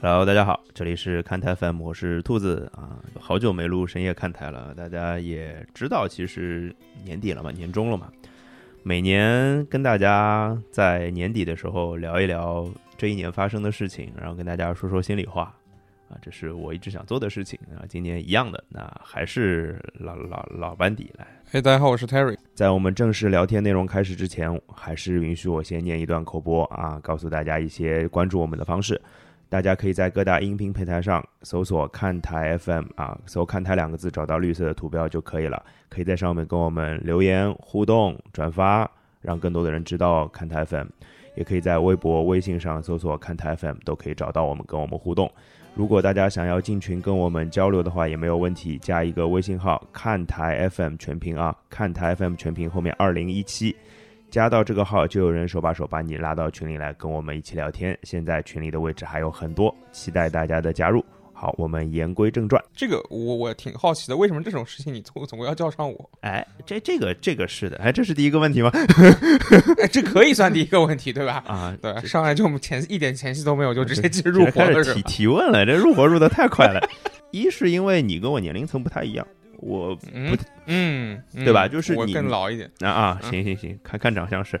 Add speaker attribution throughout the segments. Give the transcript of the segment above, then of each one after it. Speaker 1: Hello，大家好，这里是看台 FM，我是兔子啊，好久没录深夜看台了。大家也知道，其实年底了嘛，年终了嘛，每年跟大家在年底的时候聊一聊这一年发生的事情，然后跟大家说说心里话啊，这是我一直想做的事情啊。今年一样的，那还是老老老班底来。
Speaker 2: 嘿，哎大家好，我是 Terry。
Speaker 1: 在我们正式聊天内容开始之前，还是允许我先念一段口播啊，告诉大家一些关注我们的方式。大家可以在各大音频平台上搜索“看台 FM” 啊，搜“看台”两个字，找到绿色的图标就可以了。可以在上面跟我们留言互动、转发，让更多的人知道看台 FM。也可以在微博、微信上搜索“看台 FM”，都可以找到我们，跟我们互动。如果大家想要进群跟我们交流的话，也没有问题，加一个微信号“看台 FM 全屏”啊，“看台 FM 全屏”后面二零一七，加到这个号就有人手把手把你拉到群里来跟我们一起聊天。现在群里的位置还有很多，期待大家的加入。好，我们言归正传。
Speaker 2: 这个我我挺好奇的，为什么这种事情你总总要叫上我？
Speaker 1: 哎，这这个这个是的，哎，这是第一个问题吗？
Speaker 2: 哎，这可以算第一个问题，对吧？
Speaker 1: 啊，
Speaker 2: 对，
Speaker 1: 这
Speaker 2: 上来就前一点前戏都没有，就直接进入
Speaker 1: 这
Speaker 2: 活
Speaker 1: 开
Speaker 2: 了，
Speaker 1: 始
Speaker 2: 是
Speaker 1: 提
Speaker 2: 吧？
Speaker 1: 提问了，这入活入的太快了。 一是因为你跟我年龄层不太一样，我
Speaker 2: 嗯嗯，嗯
Speaker 1: 对吧就是
Speaker 2: 我
Speaker 1: 你
Speaker 2: 更老一点，
Speaker 1: 啊啊，
Speaker 2: 嗯
Speaker 1: 行行行，看看长相是。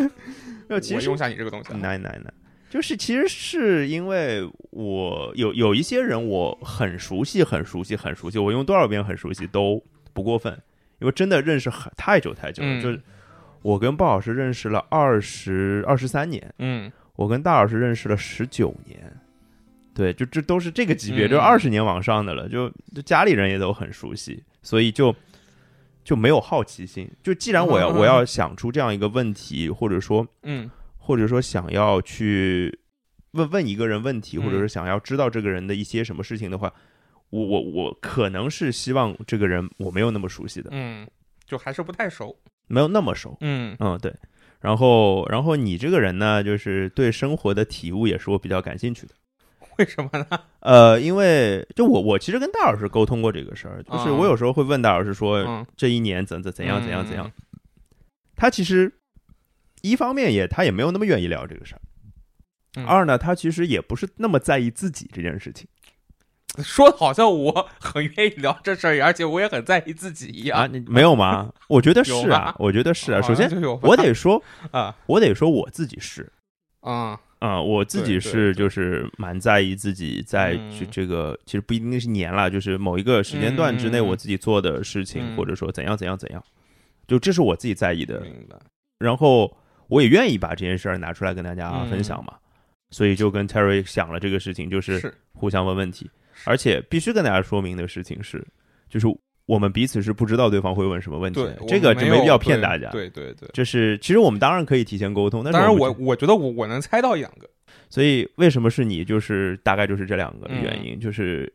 Speaker 1: 那其
Speaker 2: 我
Speaker 1: 实
Speaker 2: 用下你这个东西啊。
Speaker 1: 难难难，就是其实是因为我有有一些人我很熟悉，很熟悉，很熟悉，我用多少遍很熟悉都不过分，因为真的认识很太久太久了，
Speaker 2: 嗯
Speaker 1: 就是我跟鲍老师认识了二十二十三年，
Speaker 2: 嗯，
Speaker 1: 我跟大老师认识了十九年，对，就这都是这个级别，
Speaker 2: 嗯
Speaker 1: 就二十年往上的了，就就家里人也都很熟悉，所以就就没有好奇心。就既然我要
Speaker 2: 嗯
Speaker 1: 我要想出这样一个问题，或者说
Speaker 2: 嗯
Speaker 1: 或者说想要去问问一个人问题，
Speaker 2: 嗯
Speaker 1: 或者是想要知道这个人的一些什么事情的话，我我我可能是希望这个人我没有那么熟悉的，
Speaker 2: 嗯，就还是不太熟。
Speaker 1: 没有那么熟，
Speaker 2: 嗯
Speaker 1: 嗯，对。然后，然后你这个人呢，就是对生活的体悟也是我比较感兴趣的。
Speaker 2: 为什么呢？
Speaker 1: 呃，因为就我我其实跟大老师沟通过这个事儿，就是
Speaker 2: 啊
Speaker 1: 我有时候会问大老师说、
Speaker 2: 嗯，
Speaker 1: 这一年怎怎怎样怎样怎样
Speaker 2: 嗯，，
Speaker 1: 他其实一方面也他也没有那么愿意聊这个事儿，
Speaker 2: 嗯
Speaker 1: 二呢他其实也不是那么在意自己这件事情
Speaker 2: 嗯说的好像我很愿意聊这事儿，而且我也很在意自己一
Speaker 1: 啊，
Speaker 2: 样。
Speaker 1: 你没有吗？我觉得是
Speaker 2: 有
Speaker 1: 啊
Speaker 2: 吧，
Speaker 1: 我觉得是啊。
Speaker 2: 好
Speaker 1: 首
Speaker 2: 像
Speaker 1: 先
Speaker 2: 就有吧
Speaker 1: 我得说，
Speaker 2: 啊
Speaker 1: 我得说我自己是，
Speaker 2: 啊
Speaker 1: 啊、我自己
Speaker 2: 对对
Speaker 1: 是
Speaker 2: 对
Speaker 1: 就是蛮在意自己在这
Speaker 2: 嗯
Speaker 1: 这个，其实不一定是年啦，就是某一个时间段之内
Speaker 2: 嗯嗯嗯
Speaker 1: 我自己做的事情，
Speaker 2: 嗯
Speaker 1: 或者说怎样怎样怎样，就这是我自己在意的。
Speaker 2: 明白。
Speaker 1: 然后我也愿意把这件事儿拿出来跟大家
Speaker 2: 嗯
Speaker 1: 分享嘛，所以就跟 Terry 想了这个事情，就是
Speaker 2: 是
Speaker 1: 互相问问题，
Speaker 2: 是
Speaker 1: 而且必须跟大家说明的事情是，就是我们彼此是不知道对方会问什么问题
Speaker 2: 对
Speaker 1: 的，，
Speaker 2: 我
Speaker 1: 这个就
Speaker 2: 没
Speaker 1: 没
Speaker 2: 有
Speaker 1: 必要骗
Speaker 2: 对
Speaker 1: 大家。
Speaker 2: 对对对，
Speaker 1: 这是其实我们当然可以提前沟通，但是
Speaker 2: 当然
Speaker 1: 们
Speaker 2: 我我觉得我我能猜到一两个，
Speaker 1: 所以为什么是你？就是大概就是这两个
Speaker 2: 嗯
Speaker 1: 原因，就是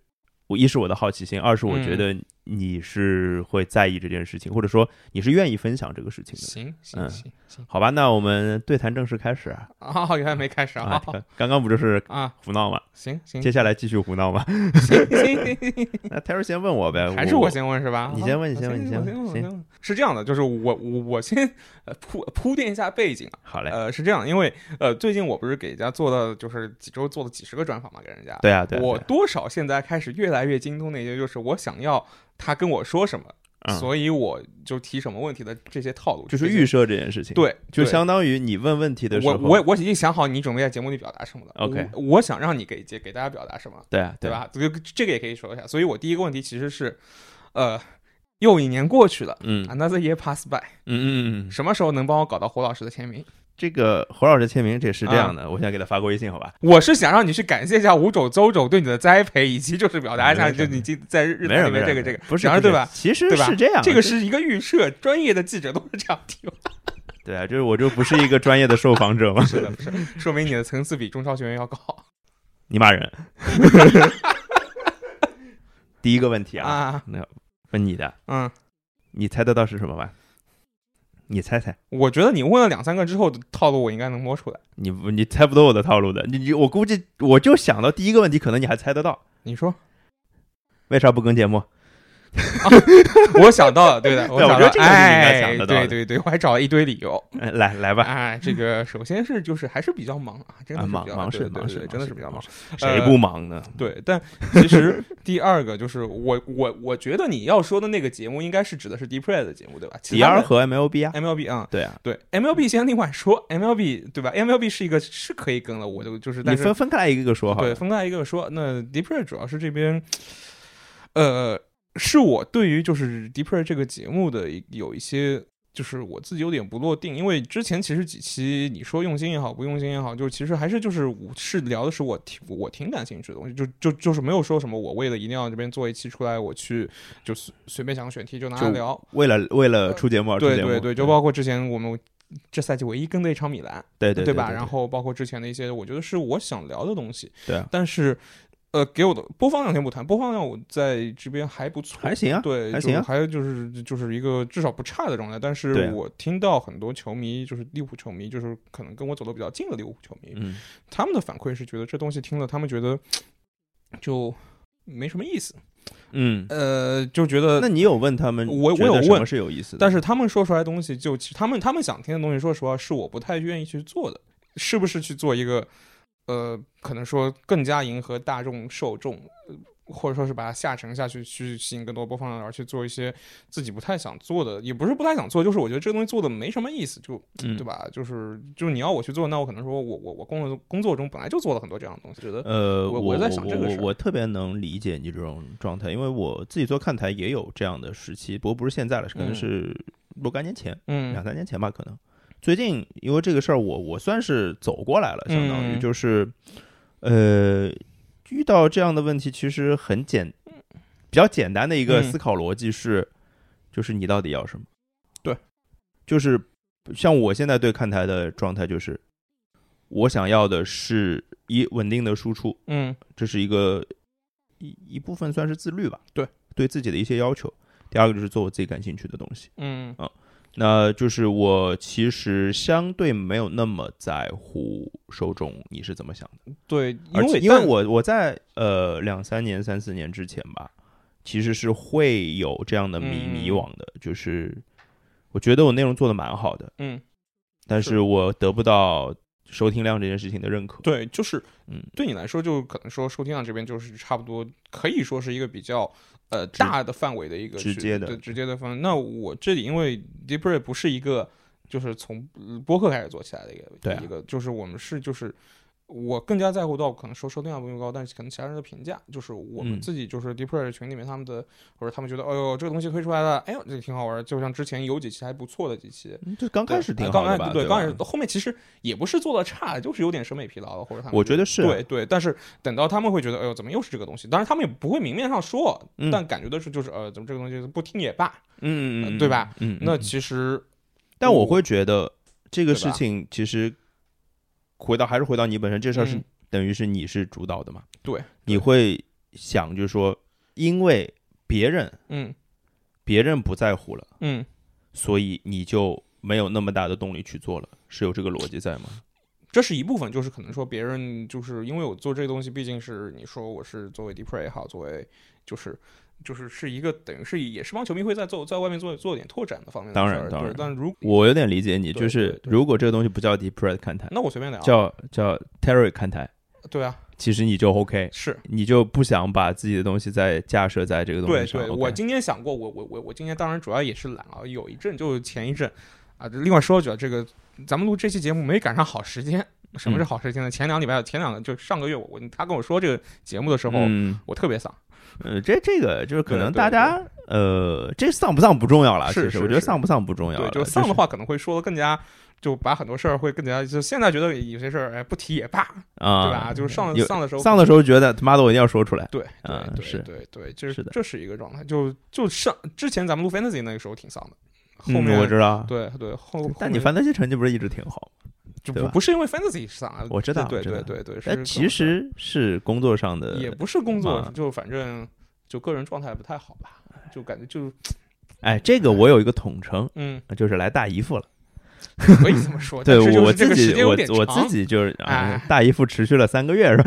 Speaker 1: 我一是我的好奇心，二是我觉得你是会在意这件事情，或者说你是愿意分享这个事情的。
Speaker 2: 行
Speaker 1: 嗯
Speaker 2: 行行 行
Speaker 1: 好吧，那我们对谈正式开始啊！
Speaker 2: 啊，原来没开始
Speaker 1: 啊
Speaker 2: 啊，
Speaker 1: 刚刚不就是
Speaker 2: 啊，
Speaker 1: 胡闹吗？
Speaker 2: 行行
Speaker 1: 接下来继续胡闹吗？
Speaker 2: 行行行，
Speaker 1: 那 Terry 先呃问我呗，
Speaker 2: 还是我先问是吧？
Speaker 1: 你先问
Speaker 2: 啊
Speaker 1: 你先问
Speaker 2: 行
Speaker 1: 你先
Speaker 2: 我
Speaker 1: 问
Speaker 2: 我
Speaker 1: 行
Speaker 2: 问是这样的，就是我我我先呃铺铺垫一下背景啊，
Speaker 1: 好嘞，
Speaker 2: 呃是这样，因为呃最近我不是给人家做的就是几周做了几十个专访嘛，给人家，
Speaker 1: 对啊对啊，
Speaker 2: 我
Speaker 1: 对啊
Speaker 2: 多少现在开始越来越精通的一些，就是我想要他跟我说什么，
Speaker 1: 嗯
Speaker 2: 所以我就提什么问题的这些套路，
Speaker 1: 就是
Speaker 2: 这些
Speaker 1: 预设这件事情，，
Speaker 2: 对，
Speaker 1: 就
Speaker 2: 对
Speaker 1: 相当于你问问题的时
Speaker 2: 我
Speaker 1: 候，
Speaker 2: 我我已经想好你准备在节目里表达什么了。
Speaker 1: OK
Speaker 2: 我我想让你给给给大家表达什么，
Speaker 1: 对啊
Speaker 2: 对
Speaker 1: 啊
Speaker 2: 吧？这个这个也可以说一下。所以我第一个问题其实是，呃，又一年过去了
Speaker 1: 嗯嗯
Speaker 2: ，another year pass by，
Speaker 1: 嗯嗯嗯，
Speaker 2: 什么时候能帮我搞到胡老师的签名？
Speaker 1: 这个侯老师签名这也是这
Speaker 2: 啊
Speaker 1: 样的，我现在给他发个微信，好吧？
Speaker 2: 我是想让你去感谢一下五种周种对你的栽培，以及就是表达一下，
Speaker 1: 没事
Speaker 2: 就你今在日
Speaker 1: 没事
Speaker 2: 本里
Speaker 1: 没
Speaker 2: 面
Speaker 1: 事，
Speaker 2: 这个这个，
Speaker 1: 不是
Speaker 2: 然
Speaker 1: 不
Speaker 2: 后
Speaker 1: 是
Speaker 2: 对吧？
Speaker 1: 其实
Speaker 2: 对吧
Speaker 1: 是这样的，
Speaker 2: 这个是一个预设，专业的记者都是这样提问。
Speaker 1: 对啊，就是我就不是一个专业的受访者嘛，
Speaker 2: 是的，不是，说明你的层次比中超学员要高
Speaker 1: 你骂人。 第一个问题啊，
Speaker 2: 啊。
Speaker 1: 问你的，
Speaker 2: 嗯，
Speaker 1: 你猜得到是什么吧？你猜猜，
Speaker 2: 我觉得你问了两三个之后，套路我应该能摸出来。
Speaker 1: 你不你猜不到我的套路的，你你我估计我就想到第一个问题，可能你还猜得到，
Speaker 2: 你说。
Speaker 1: 为啥不更节目？
Speaker 2: 我想到了，对的，我
Speaker 1: 对我
Speaker 2: 想
Speaker 1: 觉得
Speaker 2: 到了，
Speaker 1: 这个是应该
Speaker 2: 哎
Speaker 1: 想得，到
Speaker 2: 对
Speaker 1: 的
Speaker 2: 对对，我还找了一堆理由。
Speaker 1: 哎来来吧，
Speaker 2: 哎，这个首先是就是还是比较忙啊，真
Speaker 1: 啊
Speaker 2: 的是比
Speaker 1: 忙
Speaker 2: 较
Speaker 1: 忙
Speaker 2: 对
Speaker 1: 是
Speaker 2: 对
Speaker 1: 忙
Speaker 2: 对
Speaker 1: 是嗯
Speaker 2: 对真的是比较忙。，呃
Speaker 1: 谁不忙呢？
Speaker 2: 对，但其实第二个就是我我我觉得你要说的那个节目应该是指的是 Deep Red 的节目对吧？其
Speaker 1: 迪
Speaker 2: 他
Speaker 1: 尔
Speaker 2: 的
Speaker 1: 和 MLB 啊，
Speaker 2: MLB 啊、
Speaker 1: 对啊，
Speaker 2: 对 MLB 先另外说 MLB 对吧？MLB 是一个是可以跟了，我就就是
Speaker 1: 你
Speaker 2: 但是
Speaker 1: 分分开来一个一个说好
Speaker 2: 对
Speaker 1: 了，
Speaker 2: 分开一个说，那 Deep Red 主要是这边，呃，是我对于就是 Deep Red 这个节目的一有一些。就是我自己有点不落定，因为之前其实几期你说用心也好，不用心也好，就是其实还是就是我是聊的是我挺我挺感兴趣的东西，就就就是没有说什么我为了一定要这边做一期出来，我去就随随便想个选题就拿来
Speaker 1: 就
Speaker 2: 聊，
Speaker 1: 为了为了出节目而出
Speaker 2: 对
Speaker 1: 节目，
Speaker 2: 对对，就包括之前我们这赛季唯一跟的一场米兰，
Speaker 1: 对对
Speaker 2: 吧？然后包括之前的一些，我觉得是我想聊的东西。
Speaker 1: 对啊
Speaker 2: 但是呃，给我的播放量先不谈，播放量我在这边还不错，
Speaker 1: 还行啊，
Speaker 2: 对，
Speaker 1: 还
Speaker 2: 就
Speaker 1: 行啊
Speaker 2: 还有就是就是一个至少不差的状态。
Speaker 1: 对
Speaker 2: 但是
Speaker 1: 啊
Speaker 2: 我听到很多球迷，就是利物浦球迷，就是可能跟我走的比较近的利物浦球迷，
Speaker 1: 嗯，
Speaker 2: 他们的反馈是觉得这东西听了，他们觉得就没什么意思，
Speaker 1: 嗯，
Speaker 2: 呃，就觉得
Speaker 1: 那你有问他们？
Speaker 2: 我
Speaker 1: 觉得
Speaker 2: 我有
Speaker 1: 什么
Speaker 2: 问
Speaker 1: 是有意思的，
Speaker 2: 但是他们说出来的东西就，其实他们他们想听的东西，说实话是我不太愿意去做的，是不是去做一个，呃，可能说更加迎合大众受众，呃或者说是把它下沉下去，去吸引更多播放量，而去做一些自己不太想做的，也不是不太想做，就是我觉得这个东西做的没什么意思，就
Speaker 1: 嗯
Speaker 2: 对吧？就是就是你要我去做，那我可能说我我我工作工作中本来就做了很多这样的东西，觉得
Speaker 1: 呃，
Speaker 2: 我
Speaker 1: 我
Speaker 2: 我在想这个
Speaker 1: 我
Speaker 2: 事儿
Speaker 1: 我我特别能理解你这种状态，因为我自己做看台也有这样的时期，不过不是现在了，可能
Speaker 2: 嗯
Speaker 1: 是若干年前，
Speaker 2: 嗯
Speaker 1: 两三年前吧，可能。最近因为这个事儿，我我算是走过来了，相当于
Speaker 2: 嗯
Speaker 1: 就是，呃，遇到这样的问题，其实很简，比较简单的一个
Speaker 2: 嗯
Speaker 1: 思考逻辑是，就是你到底要什么？
Speaker 2: 对，
Speaker 1: 就是像我现在对看台的状态，就是我想要的是一稳定的输出，
Speaker 2: 嗯
Speaker 1: 这是一个一一部分算是自律吧，
Speaker 2: 对
Speaker 1: 对自己的一些要求。第二个就是做我自己感兴趣的东西。
Speaker 2: 嗯
Speaker 1: 那就是我其实相对没有那么在乎受众你是怎么想的，
Speaker 2: 对，因
Speaker 1: 而且
Speaker 2: 为
Speaker 1: 因为
Speaker 2: 但
Speaker 1: 我我在呃两三年、三四年之前吧，其实是会有这样的迷
Speaker 2: 嗯
Speaker 1: 迷惘的，就是我觉得我内容做的蛮好的，
Speaker 2: 嗯
Speaker 1: 但
Speaker 2: 是
Speaker 1: 是我得不到收听量这件事情的认可。，
Speaker 2: 对就是
Speaker 1: 嗯，
Speaker 2: 对你来说，就可能说收听量这边就是差不多，可以说是一个比较呃
Speaker 1: 直
Speaker 2: 大的范围的一个
Speaker 1: 直
Speaker 2: 去
Speaker 1: 接的
Speaker 2: 对直接的范围。那我这里因为 d e e p r e 不是一个就是从呃播客开始做起来的一个
Speaker 1: 对啊
Speaker 2: 一个，就是我们是就是。我更加在乎到可能说收听量不用高，但是可能其他人的评价，就是我
Speaker 1: 嗯
Speaker 2: 们自己就是 d e e p r e 群里面他们的，或者他们觉得，哎呦这个东西推出来了，哎呦这个挺好玩儿，就像之前有几期还不错的几期，
Speaker 1: 嗯就刚开
Speaker 2: 对
Speaker 1: 始挺
Speaker 2: 呃
Speaker 1: 好
Speaker 2: 刚
Speaker 1: 的
Speaker 2: 开
Speaker 1: 吧？
Speaker 2: 对，
Speaker 1: 吧
Speaker 2: 刚开始后面其实也不是做的差，就是有点审美疲劳了，或者他们
Speaker 1: 我觉得是啊
Speaker 2: 对嗯对，但是等到他们会觉得，哎呦，怎么又是这个东西？当然他们也不会明面上说，
Speaker 1: 嗯
Speaker 2: 但感觉的是就是，呃，怎么这个东西不听也罢。
Speaker 1: 嗯嗯嗯，
Speaker 2: 对吧
Speaker 1: 嗯？嗯，
Speaker 2: 那
Speaker 1: 嗯
Speaker 2: 其实，
Speaker 1: 但我
Speaker 2: 我
Speaker 1: 会觉得这个
Speaker 2: 对
Speaker 1: 事
Speaker 2: 吧
Speaker 1: 情其实回到还是回到你本身，这事儿是、
Speaker 2: 嗯
Speaker 1: 等于是你是主导的嘛？
Speaker 2: 对，
Speaker 1: 你会想就是说，因为别人
Speaker 2: 嗯
Speaker 1: 别人不在乎了，
Speaker 2: 嗯，
Speaker 1: 所以你就没有那么大的动力去做了，是有这个逻辑在吗？
Speaker 2: 这是一部分，就是可能说别人就是因为我做这个东西，毕竟是你说我是作为 Deep r a 也好，作为就是。就是是一个等于是也是帮球迷会在做在外面做做点拓展的方面的
Speaker 1: 当
Speaker 2: 事
Speaker 1: 然
Speaker 2: 儿
Speaker 1: 当
Speaker 2: 对
Speaker 1: 然
Speaker 2: 但如
Speaker 1: 我有点理解你，
Speaker 2: 对
Speaker 1: 就是
Speaker 2: 对嗯对
Speaker 1: 如果这个东西不叫 Deep Red 看台，
Speaker 2: 那我随便聊，
Speaker 1: 叫叫 Terry 看台，
Speaker 2: 对啊，
Speaker 1: 其实你就 OK，
Speaker 2: 是
Speaker 1: 你就不想把自己的东西再架设在这个东
Speaker 2: 对
Speaker 1: 西上。
Speaker 2: 对，
Speaker 1: OK
Speaker 2: 我今天想过，我我我我今天当然主要也是懒啊，有一阵就前一阵啊。这另外说一句啊，这个咱们录这期节目没赶上好时间。
Speaker 1: 嗯
Speaker 2: 什么是好时间呢？前两礼拜，前两个就上个月我，我他跟我说这个节目的时候，
Speaker 1: 嗯
Speaker 2: 我特别丧。
Speaker 1: 呃，这这个就是可
Speaker 2: 对
Speaker 1: 能
Speaker 2: 对
Speaker 1: 大家呃，这丧不丧不重要了，
Speaker 2: 是
Speaker 1: 其实
Speaker 2: 是
Speaker 1: 我觉得
Speaker 2: 是
Speaker 1: 丧不丧不重要
Speaker 2: 对
Speaker 1: 了，，
Speaker 2: 就丧的话可能会说的更加，就把很多事儿会更加，就现在觉得有些事儿哎不提也罢，
Speaker 1: 是啊，
Speaker 2: 对吧？就是上
Speaker 1: 有
Speaker 2: 丧的时候，
Speaker 1: 丧的时候觉得他妈的我一定要说出来，
Speaker 2: 对对
Speaker 1: 啊
Speaker 2: 对
Speaker 1: 是
Speaker 2: 对对，这
Speaker 1: 是的
Speaker 2: 这是一个状态。就就上之前咱们录 fantasy 那个时候挺丧的，后
Speaker 1: 嗯
Speaker 2: 面、
Speaker 1: 我知道，
Speaker 2: 对对后，后
Speaker 1: 但你
Speaker 2: 面
Speaker 1: 范德西成绩不是一直挺好吗？
Speaker 2: 就
Speaker 1: 对
Speaker 2: 不
Speaker 1: 吧
Speaker 2: 不是因为 fantasy 上啊，
Speaker 1: 我知道
Speaker 2: 对
Speaker 1: 我知
Speaker 2: 对
Speaker 1: 道
Speaker 2: 对对，是
Speaker 1: 但其实是工作上的，
Speaker 2: 也不是工作
Speaker 1: 嘛，
Speaker 2: 就反正就个人状态不太好吧，就感觉就
Speaker 1: 哎，这个我有一个统称，
Speaker 2: 嗯，
Speaker 1: 就是来大姨夫了。
Speaker 2: 可以这么说，
Speaker 1: 对
Speaker 2: 但是就
Speaker 1: 我
Speaker 2: 是这
Speaker 1: 自
Speaker 2: 个时
Speaker 1: 己，
Speaker 2: 间
Speaker 1: 我
Speaker 2: 有点长，
Speaker 1: 我自己就是啊
Speaker 2: 哎，
Speaker 1: 大姨夫持续了三个月是 吧？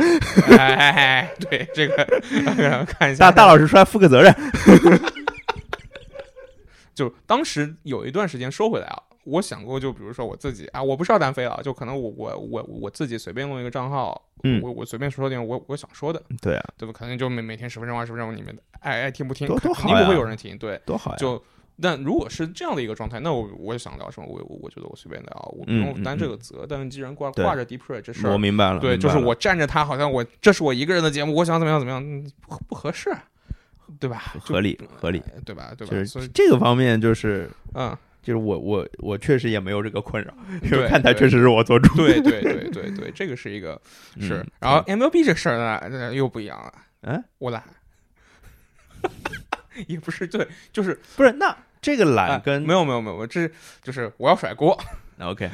Speaker 2: 哎，哎哎对这个 看一下
Speaker 1: 大大老师出来负个责任，
Speaker 2: 就当时有一段时间说回来啊，我想过，就比如说我自己啊，我不是要单飞了，就可能我我我我自己随便弄一个账号，
Speaker 1: 嗯
Speaker 2: 我我随便说说点我我想说的，
Speaker 1: 对啊，
Speaker 2: 对吧？可能就每每天十分钟、二十分钟，你们爱爱听不听，
Speaker 1: 多多
Speaker 2: 肯
Speaker 1: 好
Speaker 2: 定不会
Speaker 1: 呀
Speaker 2: 有人听，对，
Speaker 1: 多好呀！
Speaker 2: 就。但如果是这样的一个状态，那我我想聊什么，我我我觉得我随便聊，我不
Speaker 1: 嗯
Speaker 2: 用
Speaker 1: 嗯
Speaker 2: 担
Speaker 1: 嗯
Speaker 2: 这个责。但是既然挂
Speaker 1: 对
Speaker 2: 挂着 Deep Red 这事
Speaker 1: 我
Speaker 2: 儿，
Speaker 1: 明白了，
Speaker 2: 对，
Speaker 1: 明
Speaker 2: 就
Speaker 1: 白
Speaker 2: 是
Speaker 1: 了
Speaker 2: 我站着他，好像我这是我一个人的节目，我想怎么样怎么样，嗯不不合适，对吧？就
Speaker 1: 合理合理，
Speaker 2: 对吧？对吧？所
Speaker 1: 就是
Speaker 2: 以，
Speaker 1: 这个方面就是。
Speaker 2: 嗯，
Speaker 1: 就是我我我确实也没有这个困扰，因为
Speaker 2: 对
Speaker 1: 看台
Speaker 2: 对
Speaker 1: 确实是我做主。
Speaker 2: 对对对对对，这个是一个是
Speaker 1: 嗯。
Speaker 2: 然后 MLB 这事儿呢呃，又不一样了，
Speaker 1: 嗯，
Speaker 2: 我懒， 也不是对，就是
Speaker 1: 不是，那这个
Speaker 2: 哎
Speaker 1: 懒跟
Speaker 2: 没有没有没有，我这就是我要甩锅。
Speaker 1: OK，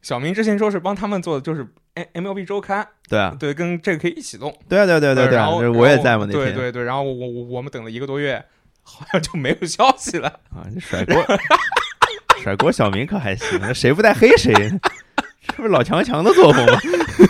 Speaker 2: 小明之前说是帮他们做的，就是 M MLB 周刊，
Speaker 1: 对啊，
Speaker 2: 对，跟这个可以一起弄。
Speaker 1: 对啊，对啊，对啊，对啊，对
Speaker 2: 然
Speaker 1: 啊，
Speaker 2: 后
Speaker 1: 就是我也
Speaker 2: 然后
Speaker 1: 在嘛那
Speaker 2: 对
Speaker 1: 天
Speaker 2: 对对，然后我我我们等了一个多月，好像就没有消息了。
Speaker 1: 啊，你甩锅，甩锅，小明可还行，谁不带黑谁，这不是老强强的作风吗？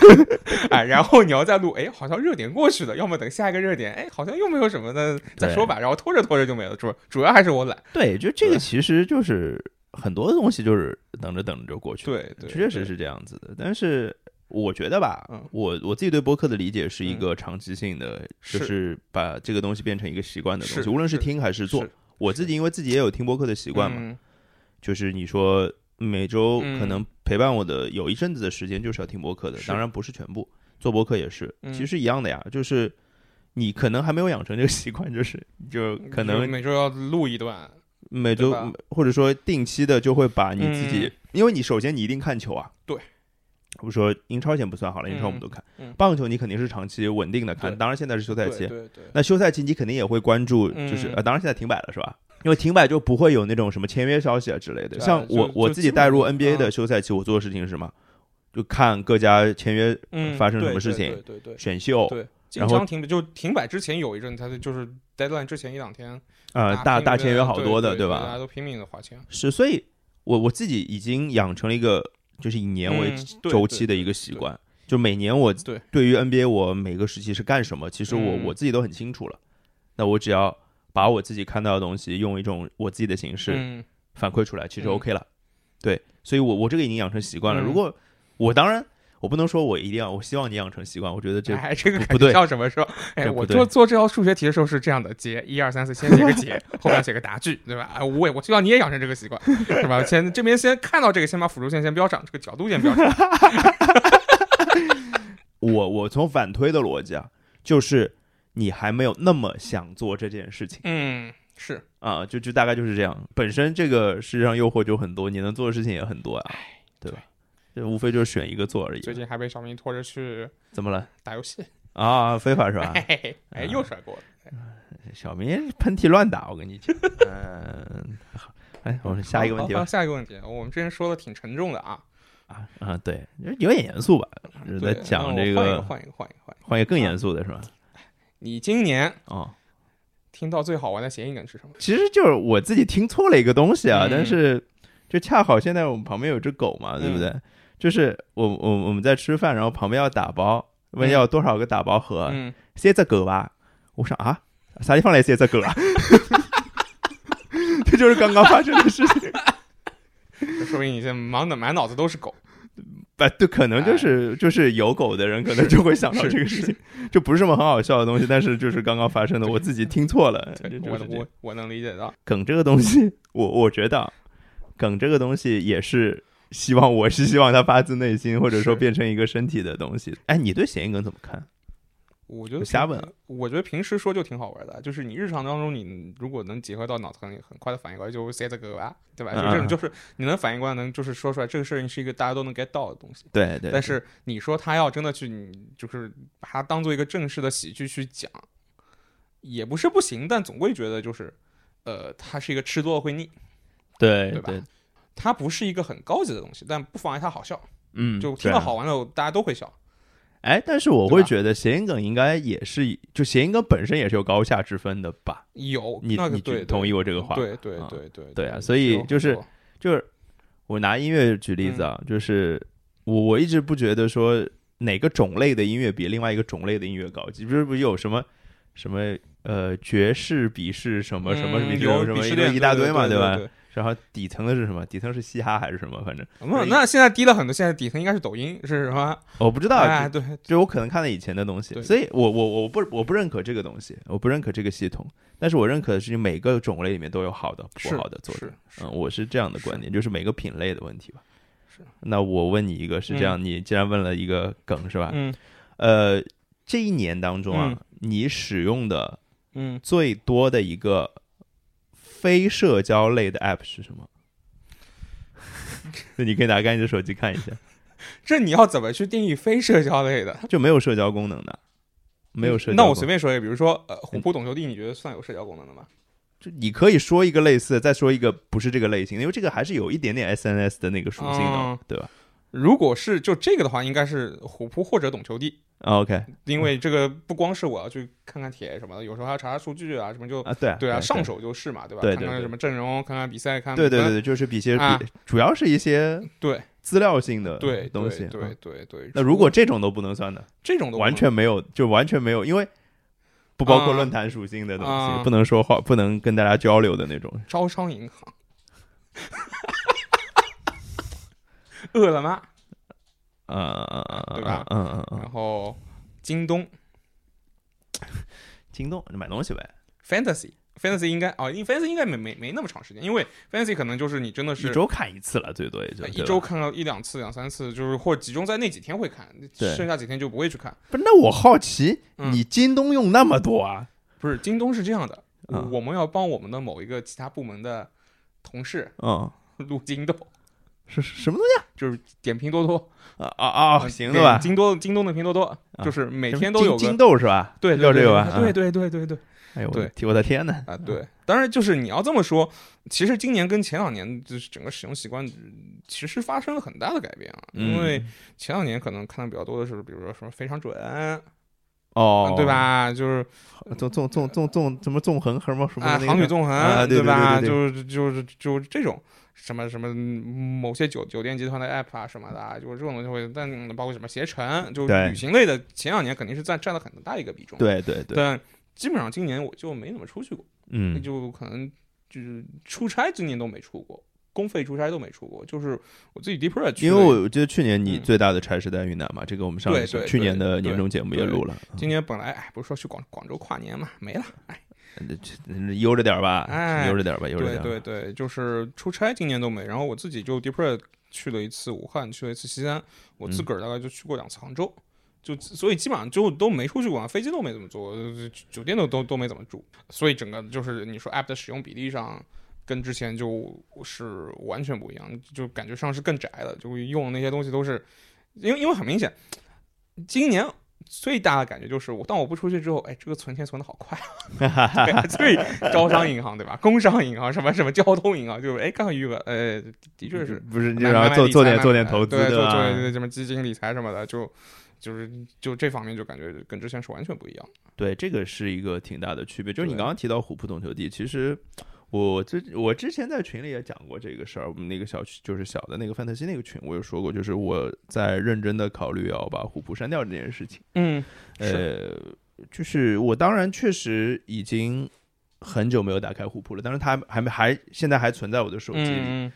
Speaker 2: 哎，然后你要再录，哎，好像热点过去了，要么等下一个热点，哎，好像又没有什么的，再
Speaker 1: 对
Speaker 2: 说吧。然后拖着拖着就没了，主主要还是我懒。
Speaker 1: 对，就这个
Speaker 2: 对
Speaker 1: 其实就是很多东西就是等着等着就过去，
Speaker 2: 对对，
Speaker 1: 确实
Speaker 2: 对
Speaker 1: 是这样子的。但是我觉得吧
Speaker 2: 嗯，
Speaker 1: 我我自己对播客的理解是一
Speaker 2: 嗯
Speaker 1: 个长期性的，就是是把这个东西变成一个习惯的东西，
Speaker 2: 是
Speaker 1: 无论是
Speaker 2: 是
Speaker 1: 听还是做
Speaker 2: 是。
Speaker 1: 我自己因为自己也有听播客的习惯嘛，
Speaker 2: 嗯
Speaker 1: 就是你说每周可
Speaker 2: 嗯
Speaker 1: 能陪伴我的有一阵子的时间就是要听播客的，
Speaker 2: 是
Speaker 1: 当然不是全部，做播客也是，
Speaker 2: 嗯
Speaker 1: 其实一样的呀，就是你可能还没有养成这个习惯，就是就可
Speaker 2: 嗯就
Speaker 1: 能
Speaker 2: 每周要录一段，
Speaker 1: 每周
Speaker 2: 对吧
Speaker 1: 或者说定期的就会把你自己，
Speaker 2: 嗯
Speaker 1: 因为你首先你一定看球啊，
Speaker 2: 对。
Speaker 1: 我说英超先不算好了，英超我们
Speaker 2: 嗯
Speaker 1: 都看，
Speaker 2: 嗯
Speaker 1: 棒球你肯定是长期稳定的看，
Speaker 2: 对
Speaker 1: 当然现在是休赛
Speaker 2: 对
Speaker 1: 期，
Speaker 2: 对对，
Speaker 1: 那休赛期你肯定也会关注，就是、
Speaker 2: 嗯
Speaker 1: 呃，当然现在停摆了是吧？因为停摆就不会有那种什么签约消息啊之类的。
Speaker 2: 对啊
Speaker 1: 像
Speaker 2: 就
Speaker 1: 我
Speaker 2: 就
Speaker 1: 我自己带入
Speaker 2: 基本
Speaker 1: NBA 的
Speaker 2: 嗯
Speaker 1: 休赛期，我做的事情是什么？就看各家签约
Speaker 2: 嗯，
Speaker 1: 发生什
Speaker 2: 对
Speaker 1: 么事情
Speaker 2: 对对对对
Speaker 1: 选秀，
Speaker 2: 对，经
Speaker 1: 然后
Speaker 2: 常停就停摆之前有一阵，他就就是 deadline 之前一两天，
Speaker 1: 呃，大
Speaker 2: 拼
Speaker 1: 大
Speaker 2: 命地
Speaker 1: 签约好多的，
Speaker 2: 啊对
Speaker 1: 吧？
Speaker 2: 大家都拼命的花钱，
Speaker 1: 是，所以我我自己已经养成了一个就是以年为
Speaker 2: 嗯对
Speaker 1: 周
Speaker 2: 对
Speaker 1: 期的
Speaker 2: 对
Speaker 1: 一个习
Speaker 2: 对
Speaker 1: 惯，就每年我
Speaker 2: 对
Speaker 1: 对于 NBA 我每个时期是干什么，其实我、
Speaker 2: 嗯
Speaker 1: 我自己都很清楚了。那我只要把我自己看到的东西用一种我自己的形式
Speaker 2: 嗯
Speaker 1: 反馈出来，其实
Speaker 2: 嗯
Speaker 1: OK 了。对，所以我我这个已经养成习惯了。
Speaker 2: 嗯
Speaker 1: 如果我当然我不能说我一定要，我希望你养成习惯，我觉得这
Speaker 2: 哎，这个
Speaker 1: 不
Speaker 2: 感
Speaker 1: 对
Speaker 2: 觉叫什么是吧？哎，
Speaker 1: 这不
Speaker 2: 我
Speaker 1: 对
Speaker 2: 做做这道数学题的时候是这样的，解一二三四，先写个 解，后面写个答句，对吧？哎，我也我希望你也养成这个习惯，是吧？先这边先看到这个，先把辅助线先标上，这个角度先 标上。
Speaker 1: 我我从反推的逻辑啊，就是你还没有那么想做这件事情。
Speaker 2: 嗯，是，
Speaker 1: 啊，就就大概就是这样。本身这个世界上诱惑就很多，你能做的事情也很多啊，
Speaker 2: 哎
Speaker 1: 对吧？这无非就是选一个做而已。
Speaker 2: 最近还被小明拖着去
Speaker 1: 怎么了？
Speaker 2: 打游戏，
Speaker 1: 啊，非法是吧？
Speaker 2: 嘿嘿嘿哎，
Speaker 1: 嗯
Speaker 2: 又甩锅了。
Speaker 1: 小明喷嚏乱打，我跟 你讲。嗯，好哎，我们下一个问题
Speaker 2: 好好
Speaker 1: 吧。
Speaker 2: 下一个问题，我们之前说的挺沉重的啊，
Speaker 1: 啊啊，对，就是有点严肃吧，就是在
Speaker 2: 对，
Speaker 1: 讲
Speaker 2: 那
Speaker 1: 这
Speaker 2: 我换一啊个，
Speaker 1: 个，
Speaker 2: 换一个，换一个，换一个。
Speaker 1: 换一个更严肃的是吧？
Speaker 2: 你今年
Speaker 1: 哦，
Speaker 2: 听到最好玩的谐音梗是什么？
Speaker 1: 其实就是我自己听错了一个东西啊，
Speaker 2: 嗯
Speaker 1: 但是就恰好现在我们旁边有只狗嘛，对不
Speaker 2: 嗯
Speaker 1: 对？就是我我我们在吃饭，然后旁边要打包，问
Speaker 2: 嗯
Speaker 1: 要多少个打包盒，
Speaker 2: 嗯，
Speaker 1: 三只狗吧？我想啊，啥地方来三只狗啊？ 这就是刚刚发生的事情，
Speaker 2: 说明你现在满脑满脑子都是狗。
Speaker 1: 不，哎对，可能就是就是有狗的人可能就会想到
Speaker 2: 哎是
Speaker 1: 这个事情， 就不是什么很好笑的东西，但是就是刚刚发生的，我自己听错了，就
Speaker 2: 对
Speaker 1: 就
Speaker 2: 我
Speaker 1: 是这样
Speaker 2: 我我能理解到。
Speaker 1: 梗这个东西， 我我觉得啊梗这个东西也是希望我是希望它发自内心，或者说
Speaker 2: 是
Speaker 1: 变成一个身体的东西。哎，你对谐音梗怎么看？
Speaker 2: 我觉得
Speaker 1: 瞎
Speaker 2: 平
Speaker 1: 问啊
Speaker 2: 我觉得平时说就挺好玩的，啊就是你日常当中，你如果能结合到脑子很很快的反应过来，就塞这个吧，对吧？
Speaker 1: 嗯
Speaker 2: 就这
Speaker 1: 嗯
Speaker 2: 种就是你能反应过来，能就是说出来这个事情是一个大家都能 get 到的东西。
Speaker 1: 对对，
Speaker 2: 但是你说他要真的去，你就是把它当做一个正式的喜剧去讲，也不是不行，但总归觉得就是，呃，它是一个吃多了会腻，
Speaker 1: 对
Speaker 2: 对吧它不是一个很高级的东西，但不妨碍它好笑，
Speaker 1: 嗯，
Speaker 2: 就听
Speaker 1: 对啊
Speaker 2: 到好玩的，大家都会笑。
Speaker 1: 哎，但是我会
Speaker 2: 对吧
Speaker 1: 觉得谐音梗应该也是，就谐音梗本身也是有高下之分的吧？
Speaker 2: 有
Speaker 1: 你
Speaker 2: 那个
Speaker 1: 你
Speaker 2: 对
Speaker 1: 同
Speaker 2: 意
Speaker 1: 意我这个话？，
Speaker 2: 对对
Speaker 1: 啊
Speaker 2: 对对
Speaker 1: 对啊所以
Speaker 2: 有
Speaker 1: 就是
Speaker 2: 有
Speaker 1: 就是我拿音乐举例子啊，
Speaker 2: 嗯
Speaker 1: 就是我我一直不觉得说哪个种类的音乐比另外一个种类的音乐高级，比如不是有什么什么。呃爵士、鄙视什么什么
Speaker 2: 嗯
Speaker 1: 鄙视
Speaker 2: 有
Speaker 1: 什么
Speaker 2: 鄙视
Speaker 1: 一
Speaker 2: 链
Speaker 1: 一大
Speaker 2: 对
Speaker 1: 堆嘛，
Speaker 2: 对
Speaker 1: 吧？
Speaker 2: 对对
Speaker 1: 然后底层的是什么？底层是嘻哈还是什么？反正
Speaker 2: 不，那现在低了很多，现在底层应该是抖音是什么？
Speaker 1: 我不知道，
Speaker 2: 哎，
Speaker 1: 就
Speaker 2: 对，
Speaker 1: 就我可能看了以前的东西，
Speaker 2: 对
Speaker 1: 所以我我我不我不认可这个东西，我不认可这个系统，但是我认可的是每个种类里面都有好的
Speaker 2: 是
Speaker 1: 不好的作
Speaker 2: 是
Speaker 1: 用。
Speaker 2: 是
Speaker 1: 嗯，我是这样的观点，就是每个品类的问题吧。
Speaker 2: 是。
Speaker 1: 那我问你一个，是这样，你既然问了一个梗是吧？
Speaker 2: 嗯
Speaker 1: 呃，这一年当中啊，你使用的
Speaker 2: 嗯，
Speaker 1: 最多的一个非社交类的 app 是什么？ 那你可以打开你的手机看一下，
Speaker 2: 这你要怎么去定义非社交类的？
Speaker 1: 就没有社交功能的，没有社交功能。嗯
Speaker 2: 那我随便说一个，比如说呃，虎扑懂球帝，你觉得算有社交功能的吗？
Speaker 1: 就你可以说一个类似的，再说一个不是这个类型的，因为这个还是有一点点 SNS 的那个属性的嘛，
Speaker 2: 嗯
Speaker 1: 对吧
Speaker 2: 如果是就这个的话，应该是虎扑或者懂球帝，
Speaker 1: 啊？OK
Speaker 2: 因为这个不光是我要去看看帖什么的，有时候还要查查数据啊，什么就
Speaker 1: 啊，对啊，
Speaker 2: 对啊，
Speaker 1: 对
Speaker 2: 上手就是嘛，对吧？
Speaker 1: 对
Speaker 2: 看
Speaker 1: 对
Speaker 2: 看
Speaker 1: 对
Speaker 2: 什么阵容，看看比赛，看
Speaker 1: 对对对
Speaker 2: 比分
Speaker 1: 对，就是比些
Speaker 2: 啊
Speaker 1: 比，主要是一些
Speaker 2: 对
Speaker 1: 资料性的
Speaker 2: 对对
Speaker 1: 东西。
Speaker 2: 对
Speaker 1: 嗯
Speaker 2: 对对。
Speaker 1: 那如果这种都不能算的，
Speaker 2: 这种的
Speaker 1: 完全没有，就完全没有，因为不包括论坛属性的东
Speaker 2: 啊
Speaker 1: 西，不能说话，不能跟大家交流的那种。
Speaker 2: 招商银行， 饿了么，
Speaker 1: 呃，嗯
Speaker 2: 对吧
Speaker 1: 嗯嗯嗯嗯，
Speaker 2: 然后京东
Speaker 1: 京东买东西呗，
Speaker 2: Fantasy。Fantasy
Speaker 1: 嗯
Speaker 2: 应该哦，因为 Fantasy 应该没没没那么长时间，因为 Fantasy 可能就是你真的是
Speaker 1: 一周看一次了，最多也就
Speaker 2: 呃一
Speaker 1: 对吧
Speaker 2: 周看到一两次、两三次，就是或者集中在那几天会看，
Speaker 1: 对
Speaker 2: 剩下几天就不会去看。
Speaker 1: 不是，那我好奇，
Speaker 2: 嗯
Speaker 1: 你京东用那么多啊？
Speaker 2: 不是，京东是这样的，
Speaker 1: 嗯
Speaker 2: 我们要帮我们的某一个其他部门的同事
Speaker 1: 嗯，
Speaker 2: 录京东，
Speaker 1: 是是什么东
Speaker 2: 就是点拼多多
Speaker 1: 西啊啊啊？行的吧啊
Speaker 2: 点？京东京东的拼多多，就是呃每天都有
Speaker 1: 金
Speaker 2: 个
Speaker 1: 金豆是吧？
Speaker 2: 对
Speaker 1: 叫
Speaker 2: 对
Speaker 1: 这
Speaker 2: 对
Speaker 1: 个吧？
Speaker 2: 对
Speaker 1: 啊，
Speaker 2: 对对对对
Speaker 1: 哎呦，我
Speaker 2: 对
Speaker 1: 的我的天呐！
Speaker 2: 啊，对，当然就是你要这么说，其实今年跟前两年就是整个使用习惯嗯其实发生了很大的改变啊，
Speaker 1: 嗯
Speaker 2: 因为前两年可能看的比较多的是，比如说什么非常准，
Speaker 1: 哦，
Speaker 2: 对？吧？就是
Speaker 1: 纵纵纵纵纵什么纵横什么什么
Speaker 2: 啊，
Speaker 1: 那个
Speaker 2: 航
Speaker 1: 叫
Speaker 2: 旅纵横，
Speaker 1: 啊对对
Speaker 2: 吧？
Speaker 1: 对
Speaker 2: 就是就是就是这种什么什么嗯某些酒酒店集团的 app 啊什么的啊，就是这种东西会，但包括什么携程，就是
Speaker 1: 对
Speaker 2: 旅行类的，前两年肯定是占占了很大一个比重，，
Speaker 1: 对对对，
Speaker 2: 但基本上今年我就没怎么出去过。
Speaker 1: 嗯，
Speaker 2: 就可能就是出差今年都没出过，公费出差都没出过，就是我自己 Deep Red 去
Speaker 1: 因
Speaker 2: 的。
Speaker 1: 为我觉得去年你
Speaker 2: 嗯
Speaker 1: 最大的差是在云南嘛，这个我们上一
Speaker 2: 对
Speaker 1: 次
Speaker 2: 对
Speaker 1: 去年
Speaker 2: 对
Speaker 1: 的
Speaker 2: 对
Speaker 1: 年终节目也录了，啊
Speaker 2: 今年本来哎，不是说去广广州跨年嘛，没了。
Speaker 1: 嗯悠着点儿吧，
Speaker 2: 哎
Speaker 1: 悠着点儿吧，悠着
Speaker 2: 对
Speaker 1: 点儿吧。
Speaker 2: 对对，就是出差今年都没，然后我自己就 Deep Red 去了一次武汉，去了一次西安，我自个儿大概就去过两次杭州。就所以基本上就都没出去过，啊飞机都没怎么坐，呃酒店都都都没怎么住，所以整个就是你说 app 的使用比例上，跟之前就是完全不一样，就感觉上是更宅了，就用的那些东西都是，因为因为很明显，今年最大的感觉就是我当我不出去之后，哎，这个存钱存的好快， 对，所以招商银行对吧？ 工商银行什么什么交通银行，就是哎，看看余额，呃，的确是
Speaker 1: 不是，
Speaker 2: 买，
Speaker 1: 就然
Speaker 2: 买
Speaker 1: 后做
Speaker 2: 理财
Speaker 1: 做点做点
Speaker 2: 买买
Speaker 1: 投资，啊
Speaker 2: 对，做
Speaker 1: 吧？
Speaker 2: 做对什么基金理财什么的，就就是就这方面就感觉跟之前是完全不一样。
Speaker 1: 对，这个是一个挺大的区别。就是你
Speaker 2: 对
Speaker 1: 刚刚提到虎扑懂球帝，其实我之我之前在群里也讲过这个事儿。我们那个小区就是小的那个范特西那个群，我有说过，就是我在认真的考虑要把虎扑删掉这件事情。
Speaker 2: 嗯，是
Speaker 1: 呃，就是我当然确实已经很久没有打开虎扑了，但是它还没还现在还存在我的手机里，
Speaker 2: 嗯嗯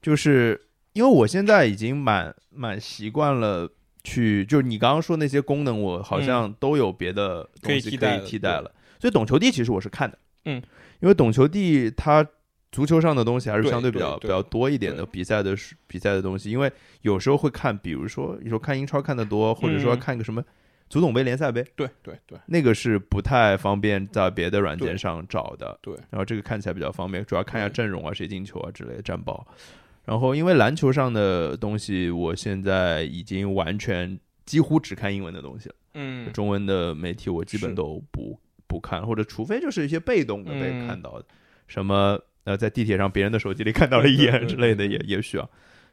Speaker 1: 就是因为我现在已经蛮蛮习惯了去，就是你刚刚说那些功能，我好像都有别的东西可
Speaker 2: 嗯可以替代
Speaker 1: 以
Speaker 2: 了
Speaker 1: 替代了。所以懂球帝其实我是看的，
Speaker 2: 嗯，
Speaker 1: 因为懂球帝它足球上的东西还是
Speaker 2: 对
Speaker 1: 相比
Speaker 2: 对
Speaker 1: 较
Speaker 2: 对
Speaker 1: 比较多一点的
Speaker 2: 对
Speaker 1: 比赛的比赛的东西，因为有时候会看，比如说有时候看英超看的多，或者说
Speaker 2: 嗯
Speaker 1: 看个什么足总杯联赛杯，
Speaker 2: 对对对，
Speaker 1: 那个是不太方便在别的软件
Speaker 2: 对
Speaker 1: 上找的。
Speaker 2: 对
Speaker 1: 然后这个看起来比较方便，主要看一下
Speaker 2: 对
Speaker 1: 阵容啊，谁进球啊之类的战报。然后因为篮球上的东西，我现在已经完全几乎只看英文的东西了，
Speaker 2: 嗯，
Speaker 1: 中文的媒体我基本
Speaker 2: 是
Speaker 1: 都不不看，或者除非就是一些被动的被
Speaker 2: 嗯
Speaker 1: 看到的，什么呃在地铁上别人的手机里看到了一
Speaker 2: 对对
Speaker 1: 眼
Speaker 2: 对
Speaker 1: 之类的
Speaker 2: 对
Speaker 1: 也也需要。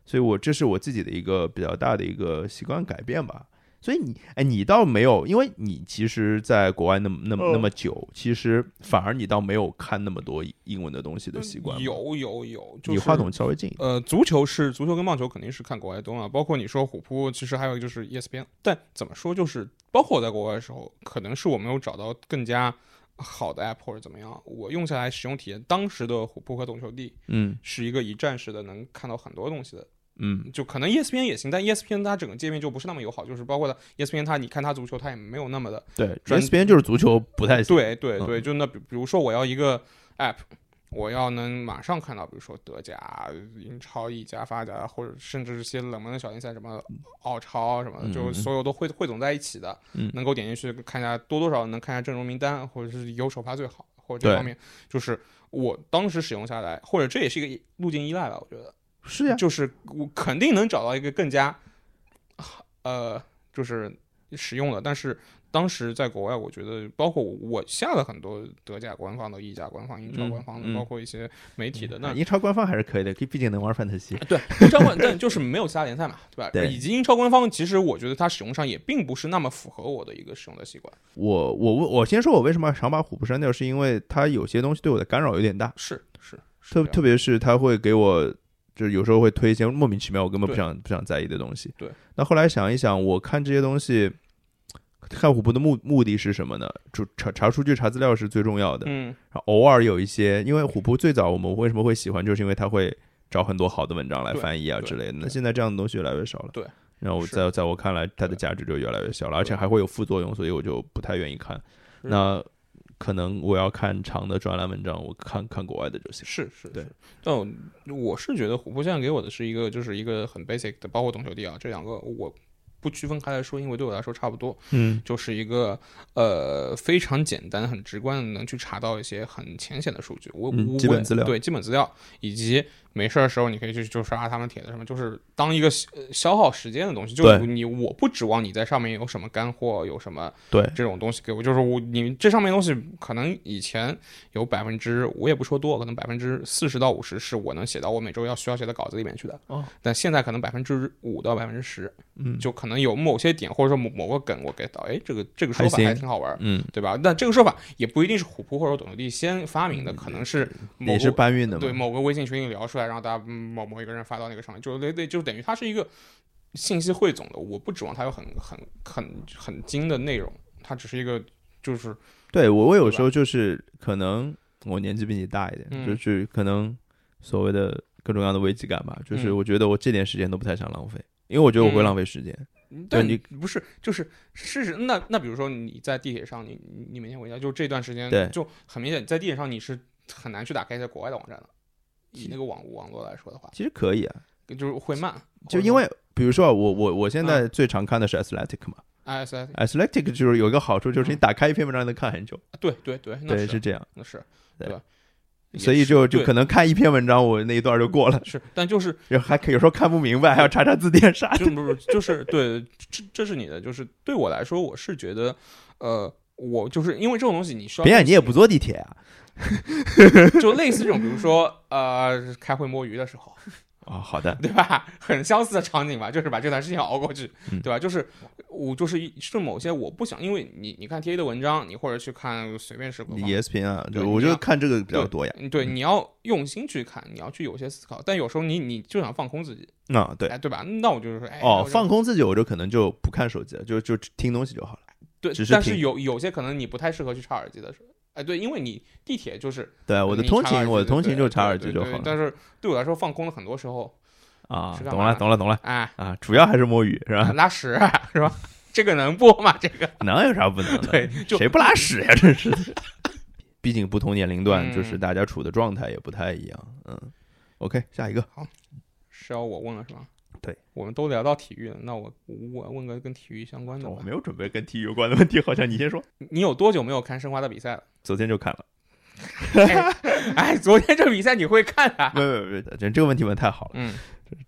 Speaker 1: 所以我这是我自己的一个比较大的一个习惯改变吧。所以你哎，你倒没有，因为你其实在国外那么那么
Speaker 2: 嗯
Speaker 1: 那么久，其实反而你倒没有看那么多英文的东西的习惯。，
Speaker 2: 嗯有有有，就是、
Speaker 1: 你话筒稍微近一点。
Speaker 2: 呃，足球是足球跟棒球肯定是看国外多了，包括你说虎扑，其实还有一个就是 E ESPN。但怎么说，就是包括我在国外的时候，可能是我没有找到更加好的 app 或者怎么样，我用下来使用体验，当时的虎扑和懂球帝
Speaker 1: 嗯
Speaker 2: 是一个一站式的，能看到很多东西的。
Speaker 1: 嗯
Speaker 2: 就可能 E ESPN 也行，但 ESPN 它整个界面就不是那么友好，就是包括它，E ESPN 它你看它足球，它也没有那么的。
Speaker 1: 对
Speaker 2: 专
Speaker 1: ，ESPN 就是足球不太行，
Speaker 2: 对对
Speaker 1: 嗯
Speaker 2: 对，就那比比如说我要一个 app，我要能马上看到，比如说德甲、英超、意甲、法甲，或者甚至是些冷门的小联赛，什么澳超啊什么的，就
Speaker 1: 嗯嗯
Speaker 2: 所有都汇汇总在一起的，
Speaker 1: 嗯
Speaker 2: 能够点进去看一下多多少能看一下阵容名单，或者是有首发最好，或者这
Speaker 1: 对
Speaker 2: 方面就是。我当时使用下来，或者这也是一个路径依赖吧，我觉得，
Speaker 1: 是呀，
Speaker 2: 就是我肯定能找到一个更加，呃，就是实用的。但是当时在国外，我觉得包括我我下了很多德甲官方的、意甲官方、英超官方的，
Speaker 1: 嗯嗯嗯
Speaker 2: 包括一些媒体的。那
Speaker 1: 啊英超官方还是可以的，毕毕竟能玩范特西，
Speaker 2: 对英超官，但就是没有其他联赛嘛，对吧？
Speaker 1: 对
Speaker 2: 以及英超官方，其实我觉得它使用上也并不是那么符合我的一个使用的习惯。
Speaker 1: 我我我我先说，我为什么想把虎扑删掉，是因为它有些东西对我的干扰有点大，
Speaker 2: 是是，
Speaker 1: 特
Speaker 2: 是这样
Speaker 1: 特别是它会给我，就是有时候会推一些莫名其妙我根本不
Speaker 2: 对
Speaker 1: 想不想在意的东西。
Speaker 2: 对，
Speaker 1: 那后来想一想，我看这些东西，看虎扑的目目的是什么呢？就查查数据、查资料是最重要的。
Speaker 2: 嗯
Speaker 1: 然后偶尔有一些，因为虎扑最早我们为什么会喜欢，就是因为它会找很多好的文章来
Speaker 2: 对
Speaker 1: 翻译啊
Speaker 2: 对
Speaker 1: 之类的。那
Speaker 2: 对
Speaker 1: 现在这样的东西越来越少了。
Speaker 2: 对。
Speaker 1: 然后
Speaker 2: 是
Speaker 1: 在在我看来，它的价值就越来越小了，而且还会有副作用，所以我就不太愿意看。
Speaker 2: 是
Speaker 1: 那可能我要看长的专栏文章，我看看国外的就行。
Speaker 2: 是是
Speaker 1: 对
Speaker 2: 是，但我我是觉得琥珀现在给我的是一个就是一个很 basic 的，包括懂球帝啊这两个我不区分开来说，因为对我来说差不多，
Speaker 1: 嗯
Speaker 2: 就是一个呃非常简单、很直观的能去查到一些很浅显的数据，我、
Speaker 1: 嗯
Speaker 2: 我
Speaker 1: 基本资料
Speaker 2: 对基本资料，以及没事儿的时候你可以去就刷他们帖子什么，就是当一个消呃消耗时间的东西，就
Speaker 1: 对
Speaker 2: 你我不指望你在上面有什么干货，有什么。
Speaker 1: 对，
Speaker 2: 这种东西给我，就是我你这上面东西可能以前有百分之，我也不说多，可能百分之四十到五十是我能写到我每周要需要写的稿子里面去的，
Speaker 1: 哦
Speaker 2: 但现在可能百分之五到百分之十，
Speaker 1: 嗯
Speaker 2: 就可能有某些点或者说某某个梗我 get 到，哎，这个这个说法
Speaker 1: 还行
Speaker 2: 还挺好玩儿。
Speaker 1: 嗯，
Speaker 2: 对吧？但这个说法也不一定是虎扑或者董球帝先发明的，可能是某
Speaker 1: 嗯也是
Speaker 2: 个
Speaker 1: 搬运的嘛。
Speaker 2: 对某个微信群里聊出来，然后大家嗯某某一个人发到那个上面，就类类就等于它是一个信息汇总的。我不指望它有很很很很精的内容，它只是一个就是
Speaker 1: 对我，我有
Speaker 2: 对吧
Speaker 1: 时候就是可能我年纪比你大一点，
Speaker 2: 嗯
Speaker 1: 就是可能所谓的各种各样的危机感吧，就是
Speaker 2: 嗯
Speaker 1: 我觉得我这点时间都不太想浪费，因为我觉得我会
Speaker 2: 嗯
Speaker 1: 浪费时间。
Speaker 2: 但
Speaker 1: 你
Speaker 2: 不是就是事实。那那比如说你在地铁上，你你你每天回家就这段时间，
Speaker 1: 对
Speaker 2: 就很明显在地铁上你是很难去打开一些国外的网站的。以那个网网络来说的话，
Speaker 1: 其实可以啊，
Speaker 2: 就是会慢，
Speaker 1: 就因为比如说啊我我我现在最常看的是 Athletic 嘛、
Speaker 2: 哎，是
Speaker 1: a t h l e t i c 就是有一个好处就是你
Speaker 2: 嗯
Speaker 1: 打开一篇文章能看很久，
Speaker 2: 对对对，那
Speaker 1: 对，
Speaker 2: 是
Speaker 1: 是这样，
Speaker 2: 那是
Speaker 1: 对
Speaker 2: 对吧？也
Speaker 1: 所以
Speaker 2: 是
Speaker 1: 就就
Speaker 2: 对
Speaker 1: 可能看一篇文章我那一段就过了，
Speaker 2: 是，但就是
Speaker 1: 然后还可有时候看不明白还要 查查字典啥的。
Speaker 2: 就不是就是对，这这是你的，就是对我来说，我是觉得，呃，我就是因为这种东西你需要
Speaker 1: 别呀，你也不坐地铁啊？
Speaker 2: 就类似这种，比如说呃，开会摸鱼的时候，
Speaker 1: 哦，好的，
Speaker 2: 对吧？很相似的场景吧，就是把这段事情熬过去，
Speaker 1: 嗯
Speaker 2: 对吧？就是我就是一是某些我不想，因为你你看 T A 的文章，你或者去看随便是个网
Speaker 1: ESPN 啊，
Speaker 2: 对
Speaker 1: 就我
Speaker 2: 你
Speaker 1: 就
Speaker 2: 要
Speaker 1: 看这个比较多呀。
Speaker 2: 嗯对，你要用心去看，你要去有些思考，但有时候你你就想放空自己，
Speaker 1: 啊，对
Speaker 2: 哎，，对吧？那我就是说，哎，那
Speaker 1: 哦
Speaker 2: 我，就
Speaker 1: 放空自己，我就可能就不看手机了，就就听东西就好了。
Speaker 2: 对，
Speaker 1: 只是
Speaker 2: 但是
Speaker 1: 听
Speaker 2: 有有些可能你不太适合去插耳机的时候，哎，对，因为你地铁就是
Speaker 1: 对，呃我的
Speaker 2: 你
Speaker 1: 通
Speaker 2: 插耳
Speaker 1: 勤，
Speaker 2: 机
Speaker 1: 我的
Speaker 2: 对
Speaker 1: 通勤
Speaker 2: 对
Speaker 1: 就插耳
Speaker 2: 对
Speaker 1: 机
Speaker 2: 对
Speaker 1: 就
Speaker 2: 对
Speaker 1: 好了
Speaker 2: 但是对我来说，放空了很多时候，
Speaker 1: 啊
Speaker 2: 是。干
Speaker 1: 懂
Speaker 2: 嘛
Speaker 1: 了，
Speaker 2: 的
Speaker 1: 懂了，懂了
Speaker 2: 哎，
Speaker 1: 啊！主要还是摸鱼是吧？
Speaker 2: 拉屎啊是吧？这个能播吗？这个
Speaker 1: 能有啥不能的？
Speaker 2: 对，就
Speaker 1: 谁不拉屎呀？真是的。 毕竟不同年龄段，
Speaker 2: 嗯
Speaker 1: 就是大家处的状态也不太一样。嗯，OK，下一个，
Speaker 2: 是要我问了是吧？
Speaker 1: 对，
Speaker 2: 我们都聊到体育了，那我我问个跟体育相关的吧
Speaker 1: 我。没有准备跟体育有关的问题，好像你先说。
Speaker 2: 你有多久没有看申花的比赛了？
Speaker 1: 昨天就看了，
Speaker 2: 哎，昨天这比赛你会看啊？
Speaker 1: 没有没有，呃这这个问题问太好了。
Speaker 2: 嗯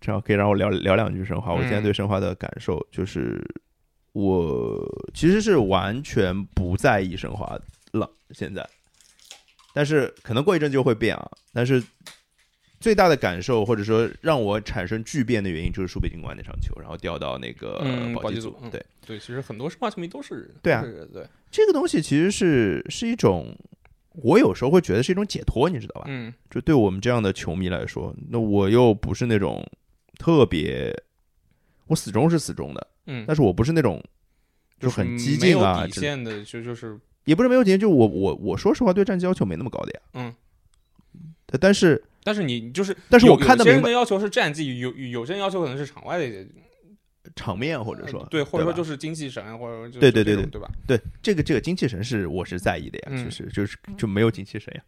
Speaker 1: 正好可以让我聊聊两句申花。我现在
Speaker 2: 嗯
Speaker 1: 对申花的感受就是，我其实是完全不在意申花了，现在，但是可能过一阵就会变啊。但是最大的感受或者说让我产生巨变的原因就是输北京国安那场球，然后掉到那个
Speaker 2: 嗯
Speaker 1: 保
Speaker 2: 保
Speaker 1: 级
Speaker 2: 级
Speaker 1: 组
Speaker 2: 组。嗯
Speaker 1: 对，
Speaker 2: 对，其实很多申花球迷都是
Speaker 1: 对啊
Speaker 2: 都是对，
Speaker 1: 这个东西其实是是一种，我有时候会觉得是一种解脱，你知道吧？
Speaker 2: 嗯
Speaker 1: 就对我们这样的球迷来说，那我又不是那种特别，我死忠是死忠的，
Speaker 2: 嗯，
Speaker 1: 但是我不是那种就
Speaker 2: 就是
Speaker 1: 很激
Speaker 2: 嗯没
Speaker 1: 进
Speaker 2: 有
Speaker 1: 啊，
Speaker 2: 底
Speaker 1: 之类
Speaker 2: 线的，就就是
Speaker 1: 也不是没有经验，就我我我说实话，对战绩要求没那么高的呀。
Speaker 2: 嗯
Speaker 1: 但，但是
Speaker 2: 但是你你就是，
Speaker 1: 但是我
Speaker 2: 有
Speaker 1: 看得
Speaker 2: 有
Speaker 1: 明
Speaker 2: 些人
Speaker 1: 白
Speaker 2: 的要求是战绩，有有有些人要求可能是场外的一些，
Speaker 1: 场面或者说、
Speaker 2: 呃对，或者说就是是经济神，啊或者说就是
Speaker 1: 对对对
Speaker 2: 这种对吧？
Speaker 1: 对这个这个精气神是我是在意的呀，
Speaker 2: 嗯
Speaker 1: 其实就是就没有精气神呀，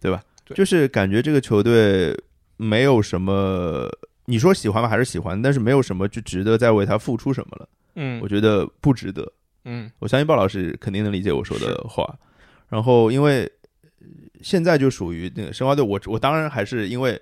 Speaker 1: 对吧？
Speaker 2: 对
Speaker 1: 就是感觉这个球队没有什么，你说喜欢吧还是喜欢，但是没有什么就值得再为他付出什么了，
Speaker 2: 嗯
Speaker 1: 我觉得不值得。
Speaker 2: 嗯
Speaker 1: 我相信鲍老师肯定能理解我说
Speaker 2: 是
Speaker 1: 的话。然后因为呃现在就属于那个申花队，我我当然还是因为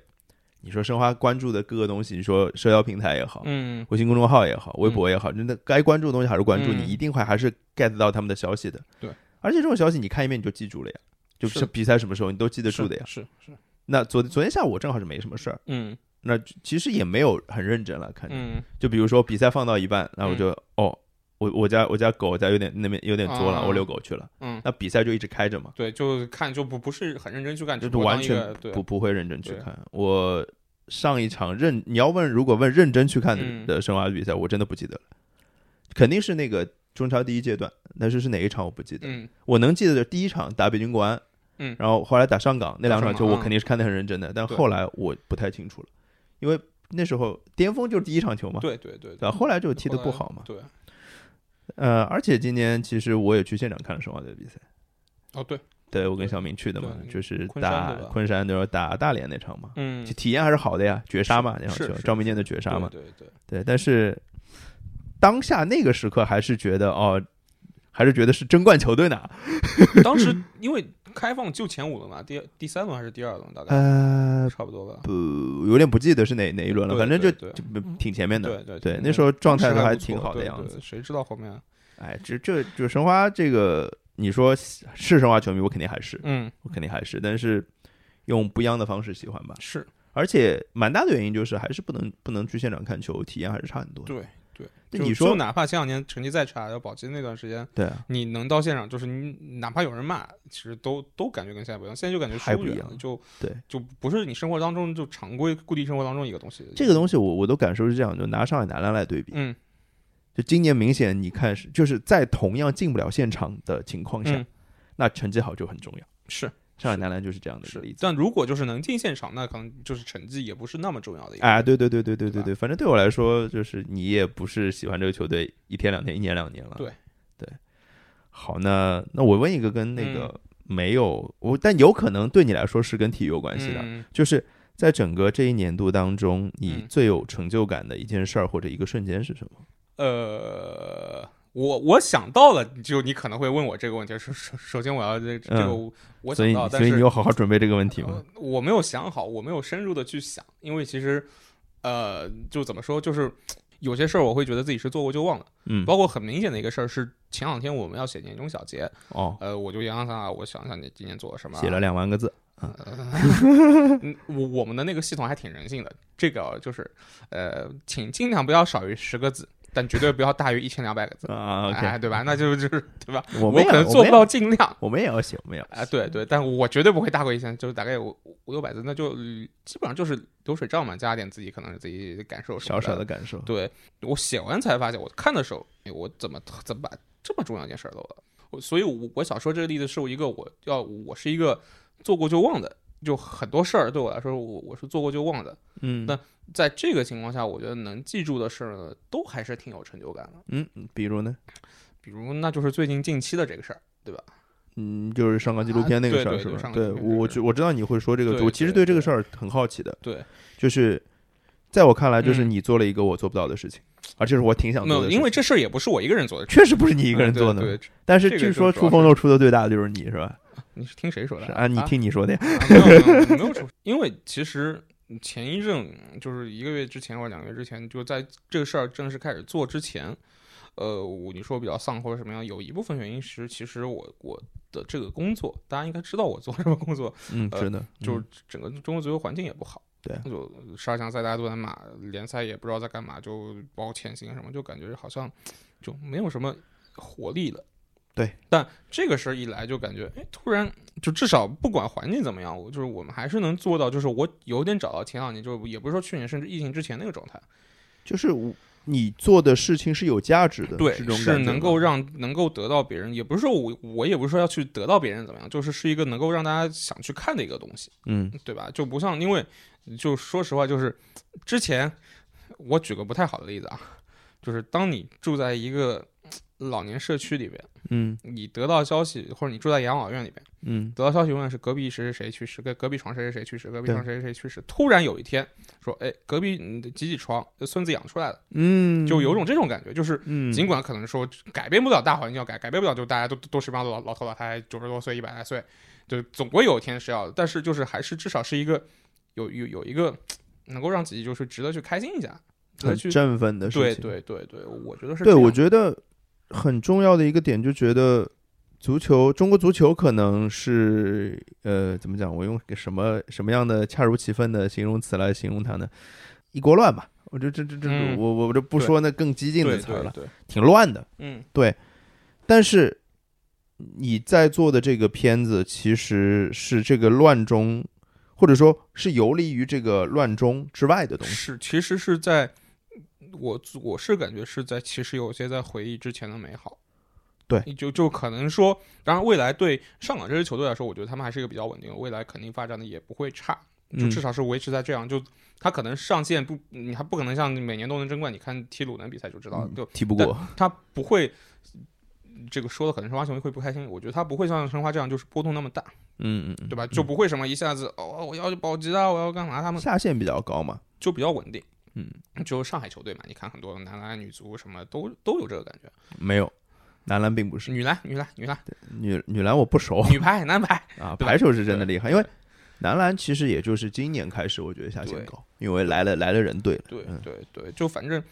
Speaker 1: 你说申花关注的各个东西，你说社交平台也好，
Speaker 2: 嗯
Speaker 1: 微信公众号也好，微博也好，真的该关注的东西还是关注，
Speaker 2: 嗯
Speaker 1: 你一定会还是 get 到他们的消息的。
Speaker 2: 对，
Speaker 1: 而且这种消息你看一遍你就记住了呀，就是是比赛什么时候你都记得
Speaker 2: 是
Speaker 1: 住的呀。
Speaker 2: 是是，
Speaker 1: 那昨昨天下午我正好是没什么事儿，
Speaker 2: 嗯
Speaker 1: 那其实也没有很认真了看着。
Speaker 2: 嗯
Speaker 1: 就比如说比赛放到一半，那我就、哦，我我家我家狗在有点那边有点作了，
Speaker 2: 啊
Speaker 1: 我遛狗去了。
Speaker 2: 嗯，
Speaker 1: 那比赛就一直开着嘛，
Speaker 2: 对，就看就不不是很认真去干，
Speaker 1: 就
Speaker 2: 只
Speaker 1: 是
Speaker 2: 不过当
Speaker 1: 完
Speaker 2: 一
Speaker 1: 全
Speaker 2: 个对
Speaker 1: 不不会认真去
Speaker 2: 对
Speaker 1: 看。我上一场认你要问，如果问认真去看
Speaker 2: 嗯
Speaker 1: 的申花比赛，我真的不记得了，肯定是那个中超第一阶段，但是是哪一场我不记得。
Speaker 2: 嗯
Speaker 1: 我能记得的第一场打北京国安，
Speaker 2: 嗯
Speaker 1: 然后后来打上港那两场球，
Speaker 2: 打上港嗯
Speaker 1: 我肯定是看得很认真的，但
Speaker 2: 对
Speaker 1: 后来我不太清楚了，因为那时候巅峰就是第一场球嘛，
Speaker 2: 对对对
Speaker 1: 对吧？后来就踢得不好嘛。
Speaker 2: 对
Speaker 1: 呃，而且今年其实我也去现场看了申花队的比赛，
Speaker 2: 哦对
Speaker 1: 对我跟小明去的嘛，
Speaker 2: 对
Speaker 1: 就是
Speaker 2: 昆山
Speaker 1: 打
Speaker 2: 对吧
Speaker 1: 昆山对吧？打大连那场嘛，
Speaker 2: 嗯
Speaker 1: 其体验还是好的呀，绝杀嘛
Speaker 2: 是
Speaker 1: 那场球
Speaker 2: 是，是
Speaker 1: 赵明剑的绝杀嘛，
Speaker 2: 对对对
Speaker 1: 对，但是当下那个时刻还是觉得哦，还是觉得是争冠球队呢，
Speaker 2: 当时因为开放就前五轮嘛，第第三轮还是第二轮，大概
Speaker 1: 呃，
Speaker 2: 差不多吧。
Speaker 1: 不，有点不记得是哪哪一轮了，
Speaker 2: 对
Speaker 1: 反正就
Speaker 2: 对
Speaker 1: 就挺前面的。
Speaker 2: 对对嗯
Speaker 1: 对，那时候状态都还挺好的
Speaker 2: 对
Speaker 1: 样
Speaker 2: 对
Speaker 1: 子。
Speaker 2: 谁知道后面？
Speaker 1: 哎，这这就申花这个，你说是申花球迷，我肯定还是，
Speaker 2: 嗯，
Speaker 1: 我肯定还是，但是用不一样的方式喜欢吧。
Speaker 2: 是
Speaker 1: 而且蛮大的原因就是还是不能不能去现场看球，体验还是差很多的。
Speaker 2: 对对。
Speaker 1: 那
Speaker 2: 就
Speaker 1: 你说
Speaker 2: 就哪怕前两年成绩再差，要保级那段时间，
Speaker 1: 对啊，
Speaker 2: 你能到现场，就是你哪怕有人骂，其实都都感觉跟现在不一样。现在就感觉
Speaker 1: 还
Speaker 2: 疏
Speaker 1: 不一
Speaker 2: 远
Speaker 1: 样
Speaker 2: 了，就
Speaker 1: 对，
Speaker 2: 就不是你生活当中就常规固定生活当中一个东西。
Speaker 1: 这个东西我我都感受是这样，就拿上海男篮来对比，
Speaker 2: 嗯，
Speaker 1: 就今年明显你看是就是在同样进不了现场的情况下，
Speaker 2: 嗯
Speaker 1: 那成绩好就很重要。
Speaker 2: 是
Speaker 1: 上海男篮就是这样的一个
Speaker 2: 是
Speaker 1: 例子。。
Speaker 2: 但如果就是能进现场，那可能就是成绩也不是那么重要的一个。
Speaker 1: 啊，对对对对对
Speaker 2: 对
Speaker 1: 对
Speaker 2: 吧
Speaker 1: 对，反正对我来说，就是你也不是喜欢这个球队一天两天、一年两年了。
Speaker 2: 对
Speaker 1: 对，好，那那我问一个跟那
Speaker 2: 嗯
Speaker 1: 个没有我，但有可能对你来说是跟体育有关系的，
Speaker 2: 嗯
Speaker 1: 就是在整个这一年度当中，你
Speaker 2: 嗯
Speaker 1: 最有成就感的一件事儿或者一个瞬间是什么？
Speaker 2: 呃，我我想到了，就你可能会问我这个问题。首首首先，我要这这个我我
Speaker 1: 嗯所
Speaker 2: 想
Speaker 1: 以
Speaker 2: 到，
Speaker 1: 你
Speaker 2: 但
Speaker 1: 所以
Speaker 2: 是
Speaker 1: 你有好好准备这个问题吗
Speaker 2: 呃？我没有想好，我没有深入的去想，因为其实呃，就怎么说，就是有些事儿我会觉得自己是做过就忘了。
Speaker 1: 嗯，
Speaker 2: 包括很明显的一个事儿是，前两天我们要写年终小结，
Speaker 1: 哦，
Speaker 2: 呃，我就洋洋洒洒，我想想你今年做了什么啊，
Speaker 1: 写了两万个字，
Speaker 2: 嗯，我我们的那个系统还挺人性的，这个就是，呃，请尽量不要少于十个字，但绝对不要大于一千两百个字，
Speaker 1: 啊
Speaker 2: 哎，
Speaker 1: ，OK，
Speaker 2: 对吧？那就就是对吧？
Speaker 1: 我
Speaker 2: 我
Speaker 1: 们也
Speaker 2: 可能
Speaker 1: 我
Speaker 2: 做
Speaker 1: 们
Speaker 2: 不
Speaker 1: 也
Speaker 2: 到尽量，
Speaker 1: 我们也要写，我们也要
Speaker 2: 哎，对对，但我绝对不会大过一千，就是大概有五五六百字，那就呃基本上就是流水账嘛，加点自己可能是自己的感受什
Speaker 1: 少
Speaker 2: 么
Speaker 1: 少
Speaker 2: 的
Speaker 1: 的。感受。
Speaker 2: 对我写完才发现，我看的时候，哎，我怎么怎么把这么重要一件事儿漏了？我所以我，我想说这个例子是我一个我要我是一个做过就忘的，就很多事儿对我来说，我我是做过就忘的。
Speaker 1: 嗯，
Speaker 2: 那在这个情况下，我觉得能记住的事儿呢，都还是挺有成就感的。
Speaker 1: 嗯，比如呢？
Speaker 2: 比如，那就是最近近期的这个事儿，对吧？
Speaker 1: 嗯，就是上港纪录片那个
Speaker 2: 啊
Speaker 1: 事儿
Speaker 2: 对
Speaker 1: 是
Speaker 2: 对
Speaker 1: 吧
Speaker 2: 上？港
Speaker 1: 对，
Speaker 2: 纪录片
Speaker 1: 我我
Speaker 2: 这个
Speaker 1: 知我知道你会说这个，
Speaker 2: 对
Speaker 1: 我其实
Speaker 2: 对
Speaker 1: 对这个
Speaker 2: 对
Speaker 1: 事儿很好奇的，
Speaker 2: 对，
Speaker 1: 就是在我看来，就是
Speaker 2: 嗯
Speaker 1: 你做了一个我做不到的事情，而且是我挺想
Speaker 2: 没
Speaker 1: 做
Speaker 2: 有，
Speaker 1: 的事情，
Speaker 2: 因为这事儿也不是我一个人做的，
Speaker 1: 确实不是你一个人做
Speaker 2: 嗯对
Speaker 1: 的，
Speaker 2: 对，
Speaker 1: 但是
Speaker 2: 这个
Speaker 1: 据
Speaker 2: 就
Speaker 1: 说
Speaker 2: 主要
Speaker 1: 出风头出的最大的就是你是吧？
Speaker 2: 你是听谁说的
Speaker 1: 是？啊，你听你说的呀，
Speaker 2: 啊没有没有没有说，因为其实前一阵就是一个月之前或者两个月之前，就在这个事儿正式开始做之前，呃，我你说我比较丧或者什么样，有一部分原因是其实我我的这个工作，大家应该知道我做什么工作，
Speaker 1: 嗯，
Speaker 2: 呃
Speaker 1: 真的，
Speaker 2: 就是
Speaker 1: 嗯
Speaker 2: 整个中国足球环境也不好。
Speaker 1: 对
Speaker 2: 就十二强赛大家都在骂，联赛也不知道在干嘛，就包括潜行什么，就感觉好像就没有什么活力了。
Speaker 1: 对，
Speaker 2: 但这个事儿一来，就感觉哎，突然就至少不管环境怎么样，我就是我们还是能做到，就是我有点找到前两年，就是也不是说去年，甚至疫情之前那个状态。
Speaker 1: 就是我你做的事情是有价值的，
Speaker 2: 对，
Speaker 1: 是这种
Speaker 2: 是
Speaker 1: 感觉
Speaker 2: 能
Speaker 1: 吗
Speaker 2: 够让能够得到别人，也不是说我我也不是说要去得到别人怎么样，就是是一个能够让大家想去看的一个东西，
Speaker 1: 嗯
Speaker 2: 对吧？就不像因为就说实话，就是之前我举个不太好的例子啊，就是当你住在一个老年社区里边，
Speaker 1: 嗯
Speaker 2: 你得到消息或者你住在养老院里边，
Speaker 1: 嗯
Speaker 2: 得到消息永远是隔壁谁谁谁去世，隔隔壁床谁谁谁去世，隔壁
Speaker 1: 对
Speaker 2: 床谁谁谁去世。突然有一天说，哎，隔壁嗯几几床孙子养出来的，
Speaker 1: 嗯，
Speaker 2: 就有种这种感觉，就是。
Speaker 1: 嗯，
Speaker 2: 尽管可能说改变不了大环境要改，改变不了就大家都都是帮老老头老太太九十多岁一百来岁，就总归有一天是要的，但是就是还是至少是一个有有有一个能够让自己就是值得去开心一下，值得
Speaker 1: 很
Speaker 2: 去
Speaker 1: 振奋的事
Speaker 2: 对
Speaker 1: 情。
Speaker 2: 对对对，我觉得是
Speaker 1: 对，
Speaker 2: 这样
Speaker 1: 我觉得很重要的一个点，就觉得足球，中国足球可能是呃，怎么讲？我用个什么什么样的恰如其分的形容词来形容它呢？一锅乱吧。我就这这这，
Speaker 2: 嗯
Speaker 1: 我我我就不
Speaker 2: 对
Speaker 1: 说那更激进的
Speaker 2: 对
Speaker 1: 词儿
Speaker 2: 对
Speaker 1: 了，
Speaker 2: 对，
Speaker 1: 挺乱的。
Speaker 2: 嗯
Speaker 1: 但是你在做的这个片子，其实是这个乱中，或者说是游离于这个乱中之外的东西。
Speaker 2: 是其实是在我我是感觉是在其实有些在回忆之前的美好。
Speaker 1: 对，
Speaker 2: 就就可能说，当然未来对上港这支球队来说，我觉得他们还是一个比较稳定的，未来肯定发展的也不会差。就至
Speaker 1: 嗯
Speaker 2: 少是维持在这样。就他可能上限不，你还不可能像每年都能争冠。你看踢鲁能比赛就知道了，就
Speaker 1: 踢不
Speaker 2: 但
Speaker 1: 过，
Speaker 2: 他不会。这个说的可能申花球迷会不开心，我觉得他不会像申花这样，就是波动那么大，
Speaker 1: 嗯嗯嗯，
Speaker 2: 对吧？就不会什么一下子哦，我要保级啊，我要干嘛？他们
Speaker 1: 下限比较高嘛。
Speaker 2: 就比较稳定。
Speaker 1: 嗯，
Speaker 2: 就上海球队嘛，你看很多男篮、女足什么都都有这个感觉。
Speaker 1: 没有，男篮并不是
Speaker 2: 女篮、女篮、女篮、
Speaker 1: 女女篮，我不 熟
Speaker 2: 女排、男排，
Speaker 1: 啊。
Speaker 2: 对吧
Speaker 1: 排球是真的
Speaker 2: 对
Speaker 1: 厉害，因为男篮其实也就是今年开始，我觉得下限
Speaker 2: 对
Speaker 1: 高，因为来了来了人队了。
Speaker 2: 对
Speaker 1: 嗯
Speaker 2: 对对，就反正，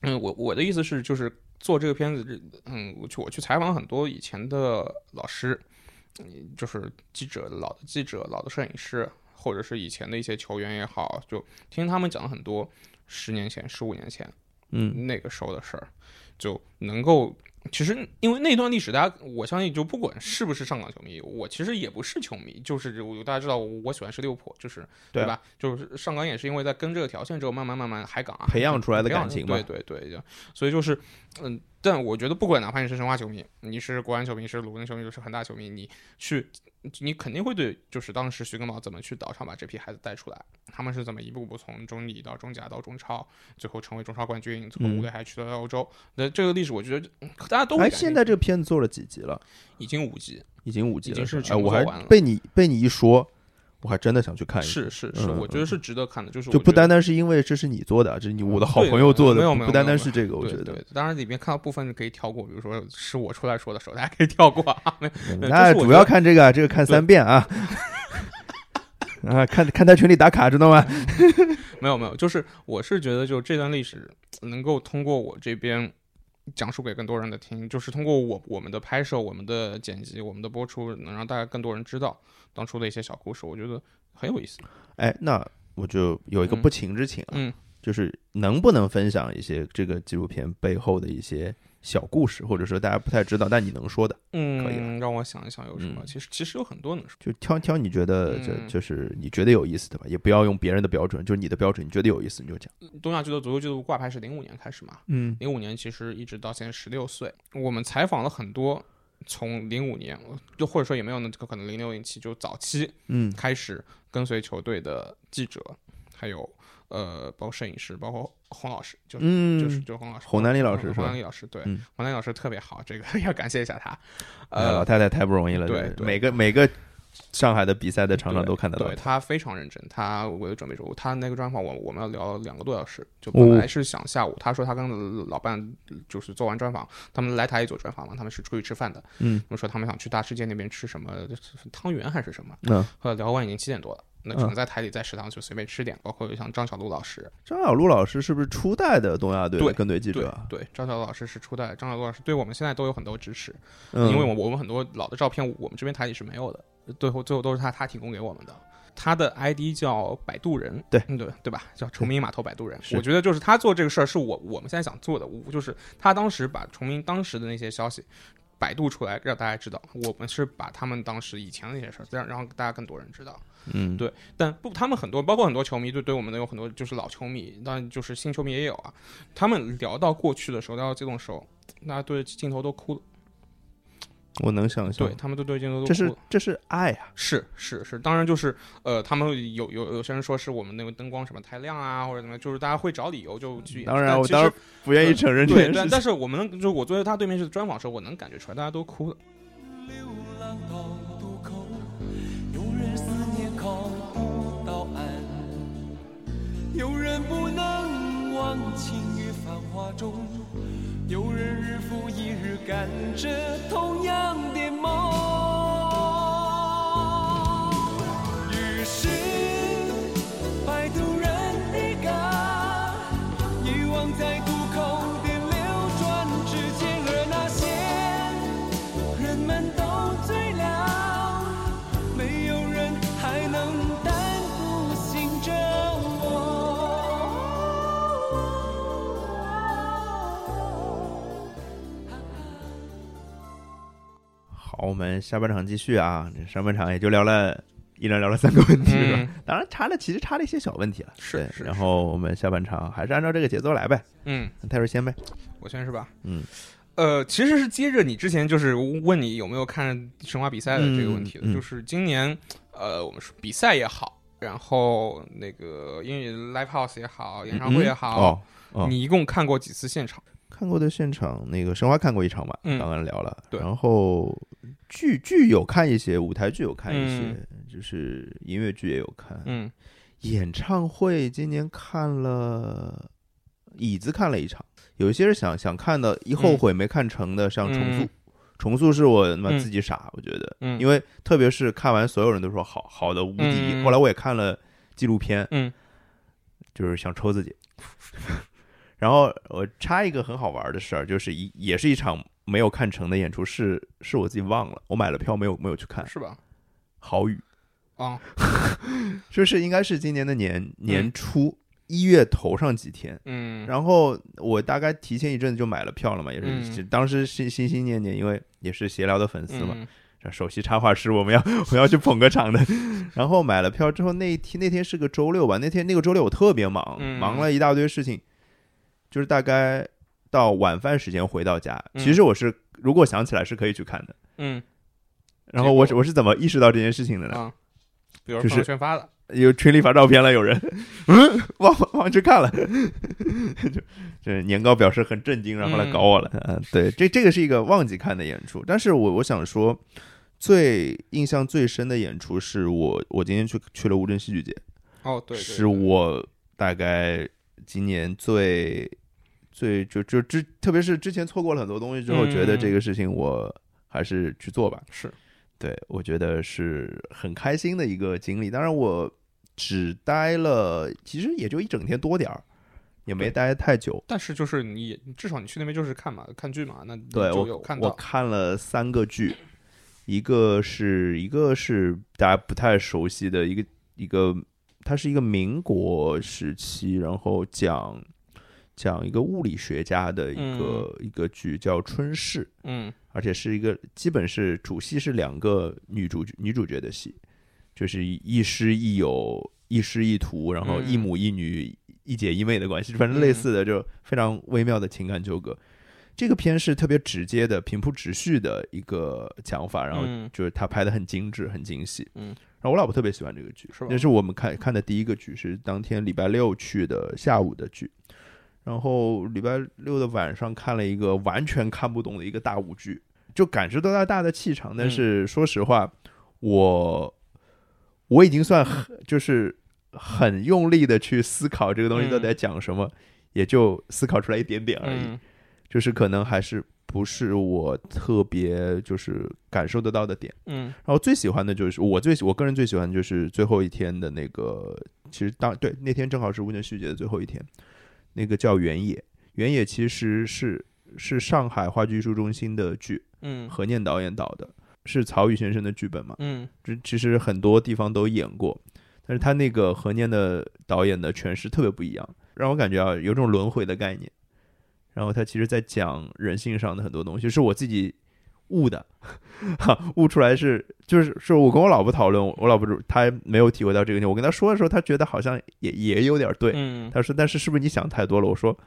Speaker 2: 嗯，我我的意思是，就是做这个片子，嗯，我去我去采访很多以前的老师，嗯就是记者、老的记者、老的摄影师，或者是以前的一些球员也好，就听他们讲很多十年前、十五年前
Speaker 1: 嗯
Speaker 2: 那个时候的事儿，就能够。其实，因为那段历史，大家我相信，就不管是不是上港球迷，我其实也不是球迷，就是我大家知道我我喜欢是利物浦，就是
Speaker 1: 对啊
Speaker 2: 吧？就是上港也是因为在跟这个条线之后，慢慢慢慢海港啊
Speaker 1: 培养出来的
Speaker 2: 培养
Speaker 1: 感情嘛
Speaker 2: 对对对，就所以就是嗯，但我觉得不管哪怕你是申花球迷，你是国安球迷，是鲁能球迷，就是恒大球迷，你去你肯定会对就是当时徐根宝怎么去岛上把这批孩子带出来，他们是怎么一步步从中乙到中甲到中超，最后成为中超冠军，从
Speaker 1: 嗯
Speaker 2: 五队还去了欧洲。那、这个历史，我觉得嗯大家都会
Speaker 1: 哎，
Speaker 2: 感兴
Speaker 1: 现
Speaker 2: 趣
Speaker 1: 在这个片子做了几集了？
Speaker 2: 已经五级，
Speaker 1: 已经五集
Speaker 2: 已
Speaker 1: 了，
Speaker 2: 经是
Speaker 1: 哎，
Speaker 2: 全部
Speaker 1: 我
Speaker 2: 做
Speaker 1: 还
Speaker 2: 完了
Speaker 1: 被你被你一说，我还真的想去看一下。
Speaker 2: 是是是，
Speaker 1: 嗯
Speaker 2: 我觉得是值得看的，就是
Speaker 1: 就
Speaker 2: 我
Speaker 1: 不
Speaker 2: 觉得
Speaker 1: 单单是因为这是你做的，啊这是你我的好
Speaker 2: 对
Speaker 1: 朋友做
Speaker 2: 没
Speaker 1: 的
Speaker 2: 有没，有
Speaker 1: 不单
Speaker 2: 没有
Speaker 1: 单是这个，我
Speaker 2: 对
Speaker 1: 觉
Speaker 2: 对
Speaker 1: 得。，
Speaker 2: 当然里面看到部分可以跳过，比如说是我出来说的时候，大家可以跳过啊。没有
Speaker 1: 嗯
Speaker 2: 对
Speaker 1: 那
Speaker 2: 就是我
Speaker 1: 主
Speaker 2: 觉
Speaker 1: 要
Speaker 2: 得
Speaker 1: 看这个啊，这个看三遍啊。啊，看看他群里打卡，知道吗？
Speaker 2: 没有没有，就是我是觉得，就这段历史能够通过我这边讲述给更多人的听，就是通过我我们的拍摄、我们的剪辑、我们的播出，能让大家更多人知道当初的一些小故事，我觉得很有意思。
Speaker 1: 哎，那我就有一个
Speaker 2: 嗯
Speaker 1: 不情之请啊，
Speaker 2: 嗯
Speaker 1: 就是能不能分享一些这个纪录片背后的一些小故事，或者说大家不太知道但你能说的，可以了
Speaker 2: 嗯，让我想一想有什么。
Speaker 1: 嗯
Speaker 2: 其实其实有很多能说，
Speaker 1: 就挑挑你觉得这
Speaker 2: 嗯
Speaker 1: 就是你觉得有意思的吧，也不要用别人的标准，就是你的标准，你觉得有意思你就讲。
Speaker 2: 东亚俱乐足球俱乐部挂牌是零五年开始嘛，
Speaker 1: 嗯
Speaker 2: 零五年其实一直到现在十六岁，我们采访了很多。从零五年，就或者说也没有呢，可能零六零七就早期，
Speaker 1: 嗯
Speaker 2: 开始跟随球队的记者，还有呃，包括摄影师，包括洪老师，就是、
Speaker 1: 嗯，
Speaker 2: 就是就是洪老师，
Speaker 1: 洪丹丽老师是吧
Speaker 2: 洪丹丽老师对，
Speaker 1: 嗯
Speaker 2: 洪丹丽老师特别好，这个 要感谢一下他。
Speaker 1: 哎老
Speaker 2: 呃，
Speaker 1: 太太太不容易了，
Speaker 2: 对
Speaker 1: 这个
Speaker 2: 对
Speaker 1: 每个每个上海的比赛的场上
Speaker 2: 对
Speaker 1: 都看得到
Speaker 2: 对
Speaker 1: 她。
Speaker 2: 他非常认真，他我有准备说，他那个专访我我们要聊两个多小时，就
Speaker 1: 哦
Speaker 2: 本来是想下午，他说他跟老伴就是做完专访，他们来台也做专访嘛，他们是出去吃饭的，
Speaker 1: 嗯，
Speaker 2: 他们说他们想去大世界那边吃什么汤圆还是什么，
Speaker 1: 嗯，
Speaker 2: 后来聊完已经七点多了，那只
Speaker 1: 嗯
Speaker 2: 能在台里在食堂就随便吃点，包括像张小璐老师，
Speaker 1: 张小璐老师是不是初代的东亚队的
Speaker 2: 对
Speaker 1: 跟队记者啊？
Speaker 2: 对，张小璐老师是初代，张小璐老师对我们现在都有很多支持，
Speaker 1: 嗯，
Speaker 2: 因为我我们很多老的照片，我们这边台里是没有的，最后最后都是他他提供给我们的。他的 ID 叫摆渡人，
Speaker 1: 对
Speaker 2: 嗯对对吧？叫崇明码头摆渡人。
Speaker 1: 是
Speaker 2: 我觉得就是他做这个事儿，是我我们现在想做的。我就是他当时把崇明当时的那些消息百度出来让大家知道，我们是把他们当时以前的那些事儿，让让大家更多人知道。
Speaker 1: 嗯，
Speaker 2: 对但不，他们很多，包括很多球迷，对对我们的有很多就是老球迷，当然就是新球迷也有啊。他们聊到过去的时候，聊到这种时候，那对着镜头都哭了，
Speaker 1: 我能想象
Speaker 2: 对，他们都对着镜头都
Speaker 1: 这
Speaker 2: 哭
Speaker 1: 是
Speaker 2: 了。
Speaker 1: 这是爱啊，
Speaker 2: 是是是，当然就是呃，他们有有有些人说是我们那个灯光什么太亮啊，或者怎么样，就是大家会找理由就去掩
Speaker 1: 嗯
Speaker 2: 饰。
Speaker 1: 当然
Speaker 2: 但
Speaker 1: 我
Speaker 2: 其
Speaker 1: 当
Speaker 2: 实
Speaker 1: 然不愿意承认这
Speaker 2: 对，
Speaker 1: 件
Speaker 2: 但
Speaker 1: 事
Speaker 2: 但
Speaker 1: 情。
Speaker 2: 是我们能，就是我作为他对面是专访的时候，我能感觉出来，大家都哭了。
Speaker 1: 嗯
Speaker 3: 流浪到渡口，有人思念靠不到岸，有人不能忘情于繁华中，有人日复一日赶着同样的梦。于是，摆渡人的歌，遗忘在渡口的流转之间，而那些。人们都醉了，没有人还能担负醒着我。
Speaker 1: 好，我们下半场继续啊，这上半场也就聊了一连聊了三个问题是吧？当然差了，其实差了一些小问题了。
Speaker 2: 嗯是
Speaker 1: 对
Speaker 2: 是
Speaker 1: 然后我们下半场还是按照这个节奏来呗，
Speaker 2: 嗯，
Speaker 1: 那泰瑞先呗。
Speaker 2: 我先是吧？
Speaker 1: 嗯，
Speaker 2: 呃，其实是接着你之前就是问你有没有看申花比赛的这个问题的，
Speaker 1: 嗯嗯
Speaker 2: 就是今年呃，我们说比赛也好，然后那个因为 live house 也好，演唱会也好，
Speaker 1: 哦哦
Speaker 2: 你一共看过几次现场？
Speaker 1: 看过的现场，那个申花看过一场吧，
Speaker 2: 嗯
Speaker 1: 刚刚聊了。
Speaker 2: 对
Speaker 1: 然后剧剧有看一些，舞台剧有看一些，
Speaker 2: 嗯
Speaker 1: 就是音乐剧也有看。
Speaker 2: 嗯
Speaker 1: 演唱会今年看了，椅子看了一场，有一些是想想看的，一后悔没看成的，像重塑。
Speaker 2: 嗯
Speaker 1: 重塑是我他妈
Speaker 2: 嗯
Speaker 1: 自己傻，我觉得，
Speaker 2: 嗯，
Speaker 1: 因
Speaker 2: 为
Speaker 1: 为特别是看完所有人都说好好的无敌，
Speaker 2: 嗯嗯嗯
Speaker 1: 后来我也看了纪录片，
Speaker 2: 嗯
Speaker 1: 就是想抽自己。 然后我插一个很好玩的事儿，就是一也是一场没有看成的演出，是是我自己忘了，我买了票没有没有去看。
Speaker 2: 是吧？
Speaker 1: 好雨，
Speaker 2: 啊，
Speaker 1: 就是应该是今年的年年初一月头上几天，
Speaker 2: 嗯，
Speaker 1: 然后我大概提前一阵子就买了票了嘛，也
Speaker 2: 嗯
Speaker 1: 是当时心心心念念，因为也是闲聊的粉丝嘛，
Speaker 2: 嗯
Speaker 1: 首席插画师，我们要我们要去捧个场的。 然后买了票之后，那一天那天是个周六吧，那天那个周六我特别忙，
Speaker 2: 嗯
Speaker 1: 忙了一大堆事情，就是大概到晚饭时间回到家。
Speaker 2: 嗯
Speaker 1: 其实我是如果想起来是可以去看的。
Speaker 2: 嗯
Speaker 1: 然后我是
Speaker 2: 结果
Speaker 1: 我是怎么意识到这件事情的呢？
Speaker 2: 啊，比如
Speaker 1: 就是
Speaker 2: 说朋友圈发的，
Speaker 1: 有群里发照片了，有人嗯忘忘去看了， 就这年糕表示很震惊，然后来搞我了。嗯，对，这这个是一个忘记看的演出，但是我我想说，最印象最深的演出是我我今天去去了乌镇戏剧节，
Speaker 2: 哦，对，对
Speaker 1: 是我大概今年最最就就之，特别是之前错过了很多东西之后，
Speaker 2: 嗯
Speaker 1: 觉得这个事情我还是去做吧。
Speaker 2: 是，
Speaker 1: 对，我觉得是很开心的一个经历。当然，我只待了，其实也就一整天多点儿，也没
Speaker 2: 对
Speaker 1: 待太久。
Speaker 2: 但是就是你也至少你去那边就是看嘛，看剧嘛，那你
Speaker 1: 对
Speaker 2: 嗯就有
Speaker 1: 我
Speaker 2: 看
Speaker 1: 我
Speaker 2: 到，
Speaker 1: 看了三个剧，一个是一个是大家不太熟悉的一个一个，它是一个民国时期，然后讲讲一个物理学家的一个、一个剧叫《春逝》，
Speaker 2: 嗯
Speaker 1: 而且是一个基本是主戏是两个女主女主角的戏，就是亦师亦友、亦师亦徒，然后
Speaker 2: 嗯
Speaker 1: 一母一女、一姐一妹的关系，反正类似的就非常微妙的情感纠葛。这个片是特别直接的、平铺直叙的一个讲法，然后
Speaker 2: 嗯
Speaker 1: 就是他拍的很精致、很精细。
Speaker 2: 嗯，
Speaker 1: 然后我老婆特别喜欢这个剧，
Speaker 2: 是吧
Speaker 1: 那是我们看看的第一个剧，是当天礼拜六去的下午的剧。然后礼拜六的晚上看了一个完全看不懂的一个大舞剧，就感受到大大的气场，
Speaker 2: 嗯
Speaker 1: 但是说实话，我我已经算很就是很用力的去思考这个东西
Speaker 2: 嗯
Speaker 1: 到底在讲什么，也就思考出来一点点而已。
Speaker 2: 嗯
Speaker 1: 就是可能还是不是我特别就是感受得到的点。
Speaker 2: 嗯
Speaker 1: 然后最喜欢的就是我最喜我个人最喜欢的就是最后一天的那个，其实当对那天正好是无间续节的最后一天，那个叫原野，原野其实是是上海话剧艺术中心的剧，
Speaker 2: 嗯
Speaker 1: 何念导演导的，是曹禺先生的剧本嘛，
Speaker 2: 嗯
Speaker 1: 这其实很多地方都演过，但是他那个何念的导演的诠释特别不一样，让我感觉啊有种轮回的概念。然后他其实在讲人性上的很多东西，是我自己悟的，哈，悟出来是就是是我跟我老婆讨论，我老婆就她没有体会到这个点，我跟她说的时候，她觉得好像也也有点对，
Speaker 2: 嗯，
Speaker 1: 他说：“但是是不是你想太多了？”我说：“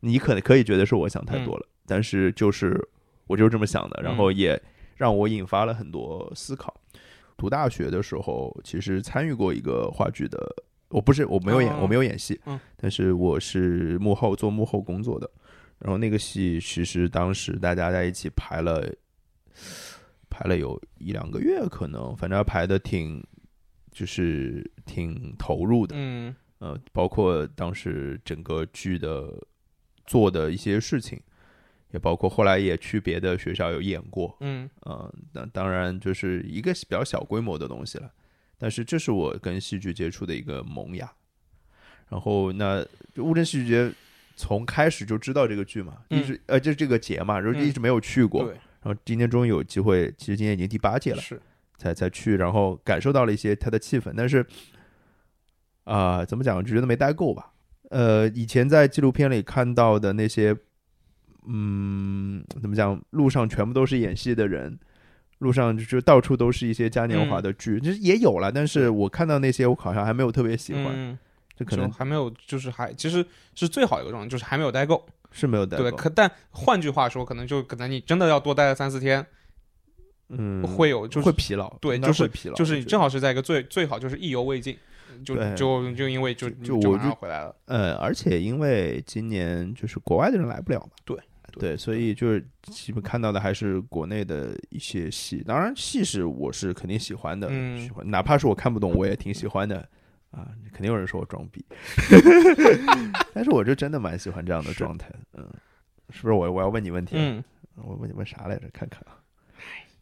Speaker 1: 你可能可以觉得是我想
Speaker 2: 嗯
Speaker 1: 太多了，但是就是我就是这么想的，然后也让我引发了很多思考。读大学的时候，其实参与过一个话剧的，我不是我没有演，
Speaker 2: 哦
Speaker 1: 我没有演戏，
Speaker 2: 嗯
Speaker 1: 但是我是幕后做幕后工作的。然后那个戏其实当时大家在一起排了排了有一两个月，可能反正排的挺就是挺投入的。
Speaker 2: 嗯
Speaker 1: 呃，包括当时整个剧的做的一些事情，也包括后来也去别的学校有演过，
Speaker 2: 嗯
Speaker 1: 呃，当当然就是一个比较小规模的东西了，但是这是我跟戏剧接触的一个萌芽。然后那乌镇戏剧节从开始就知道这个剧嘛，一
Speaker 2: 嗯
Speaker 1: 直、呃就这个节嘛，然后就一
Speaker 2: 嗯
Speaker 1: 直没有去过，
Speaker 2: 对，
Speaker 1: 然后今天终于有机会，其实今年已经第八届了，
Speaker 2: 是，
Speaker 1: 才才去，然后感受到了一些它的气氛，但是，啊、怎么讲，就觉得没待够吧。呃，以前在纪录片里看到的那些，嗯，怎么讲，路上全部都是演戏的人，路上就就到处都是一些嘉年
Speaker 2: 嗯
Speaker 1: 华的剧，就是也有了，但是我看到那些，我好像还没有特别喜欢，
Speaker 2: 嗯，
Speaker 1: 就可
Speaker 2: 就
Speaker 1: 能
Speaker 2: 还没有，就是还其实是最好一个状态，就是还没有待够，
Speaker 1: 是没有待
Speaker 2: 对，
Speaker 1: 够，
Speaker 2: 可但换句话说，可能就可能你真的要多待三四天，
Speaker 1: 嗯，
Speaker 2: 会有就是
Speaker 1: 会疲劳，
Speaker 2: 对
Speaker 1: 应该
Speaker 2: 就是
Speaker 1: 会疲劳，
Speaker 2: 就是
Speaker 1: 我
Speaker 2: 你
Speaker 1: 觉得
Speaker 2: 正好是在一个最最好就是意犹未尽，就
Speaker 1: 对
Speaker 2: 就就因为就
Speaker 1: 就
Speaker 2: 就
Speaker 1: 我
Speaker 2: 马上
Speaker 1: 就
Speaker 2: 回来了，
Speaker 1: 呃，而且因为今年就是国外的人来不了嘛，
Speaker 2: 对
Speaker 1: 对，所以就是基本看到的还是国内的一些戏。当然，戏是我是肯定喜欢的，
Speaker 2: 嗯
Speaker 1: 喜欢哪怕是我看不懂，我也挺喜欢的啊。肯定有人说我装 逼，但是我就真的蛮喜欢这样的
Speaker 2: 是
Speaker 1: 状态。嗯，是不是我我要问你问题啊？
Speaker 2: 嗯，
Speaker 1: 我问你问啥来着？看看啊，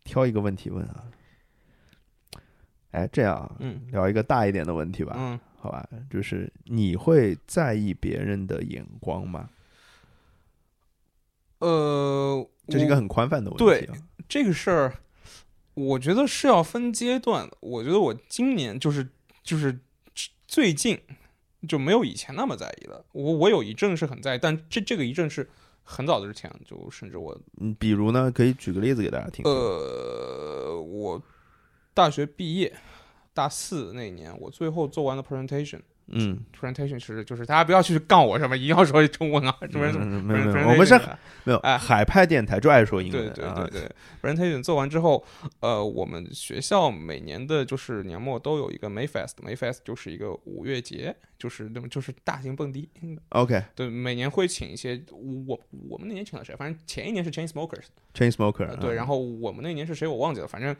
Speaker 1: 挑一个问题问啊。哎，这样啊，
Speaker 2: 嗯
Speaker 1: 聊一个大一点的问题吧。
Speaker 2: 嗯，
Speaker 1: 好吧，就是你会在意别人的眼光吗？
Speaker 2: 呃，
Speaker 1: 这是一
Speaker 2: 我
Speaker 1: 个很宽泛的问题、啊。
Speaker 2: 这个事儿，我觉得是要分阶段的。我觉得我今年就是就是最近就没有以前那么在意了。我我有一阵是很在意，但这这个一阵是很早之前，就甚至我
Speaker 1: 嗯，比如呢，可以举个例子给大家听听。
Speaker 2: 呃我大学毕业大四那年，我最后做完了 presentation。
Speaker 1: 嗯，
Speaker 2: presentation 是就是大家不要去杠我什么，一定要说中文啊，什么什么。
Speaker 1: 嗯没有没
Speaker 2: presentation
Speaker 1: 有，我们是
Speaker 2: 啊
Speaker 1: 没有
Speaker 2: 哎
Speaker 1: 海派电台就爱说英
Speaker 2: 对
Speaker 1: 文
Speaker 2: 对
Speaker 1: 啊
Speaker 2: 对。对，presentation 做完之后，呃，我们学校每年的就是年末都有一个 Mayfest，Mayfest 就是一个五月节，就是那么就是大型蹦迪，
Speaker 1: OK，Chain
Speaker 2: 对，每年会请一些我我们那年请了谁，反正前一年是 Chain Smokers，、
Speaker 1: Smoker 啊。
Speaker 2: 呃对，然后我们那年是谁我忘记了，反正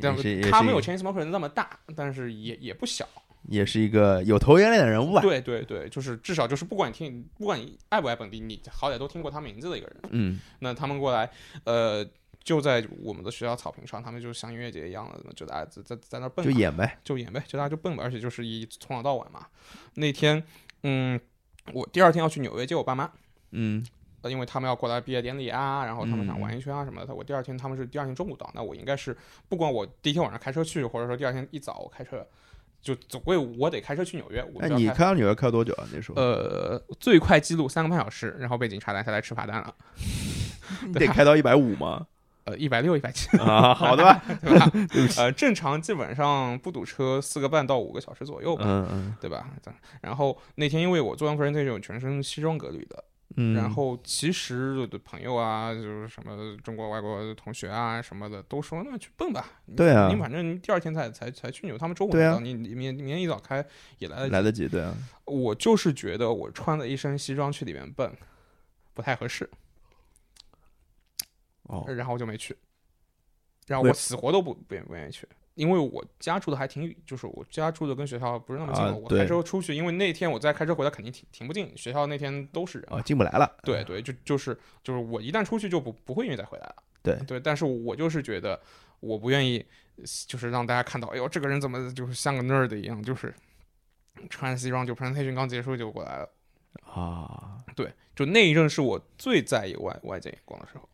Speaker 2: 但
Speaker 1: 也是也是
Speaker 2: 他
Speaker 1: 一
Speaker 2: 没有
Speaker 1: 个
Speaker 2: Chain Smokers 那么大，但是也也不小，
Speaker 1: 也是一个有头有脸的人物吧？啊
Speaker 2: 对对对，就是至少就是不管听不管你爱不爱蹦迪，你好歹都听过他名字的一个人。
Speaker 1: 嗯
Speaker 2: 那他们过来，呃，就在我们的学校草坪上，他们就像音乐节一样的，就大家在在在那儿蹦
Speaker 1: 就
Speaker 2: 嘛，
Speaker 1: 演呗。
Speaker 2: 就演呗，就大家就蹦呗，而且就是一从早到晚嘛。那天，嗯，我第二天要去纽约接我爸妈，
Speaker 1: 嗯
Speaker 2: 呃，因为他们要过来毕业典礼啊，然后他们想
Speaker 1: 嗯
Speaker 2: 玩一圈啊什么的。我第二天他们是第二天中午到，那我应该是不管我第一天晚上开车去，或者说第二天一早我开车，就总归我得开车去纽约。我
Speaker 1: 那
Speaker 2: 就要
Speaker 1: 你
Speaker 2: 开
Speaker 1: 看到纽约开多久啊？那时候
Speaker 2: 呃，最快记录三个半小时，然后被警察拦下来吃罚单了。
Speaker 1: 你得开到一百五吗？
Speaker 2: 呃，一百六、一百七，
Speaker 1: 啊，好的 吧。
Speaker 2: 对吧？呃，正常基本上不堵车四个半到五个小时左右吧，
Speaker 1: 嗯嗯
Speaker 2: 对吧？然后那天因为我做完 presentation 我全身西装革履的，
Speaker 1: 嗯。
Speaker 2: 然后其实我的朋友啊，就是什么中国外国同学啊什么的，都说那去蹦吧，你
Speaker 1: 对啊
Speaker 2: 你反正第二天才才才去纽约，他们周五
Speaker 1: 对啊
Speaker 2: 才到，你你明明天一早开也来得及。
Speaker 1: 来得及，对啊。
Speaker 2: 我就是觉得我穿了一身西装去里面蹦不太合适，
Speaker 1: 哦，
Speaker 2: 然后我就没去，然后
Speaker 1: 为
Speaker 2: 我死活都不不愿不愿意去，因为我家住的还挺远，就是我家住的跟学校不是那么近，
Speaker 1: 啊
Speaker 2: 我
Speaker 1: 对
Speaker 2: 开车出去，因为那天我再开车回来肯定停停不进，学校那天都是人，
Speaker 1: 哦，进不来了。
Speaker 2: 对对，就就是就是我一旦出去就不不会愿意再回来了，
Speaker 1: 对
Speaker 2: 对，但是我就是觉得我不愿意，就是让大家看到，哎呦这个人怎么就是像个 nerd 一样，就是穿西装就 presentation 刚结束就过来了，
Speaker 1: 啊，
Speaker 2: 对，就那一阵是我最在意外外界眼光的时候。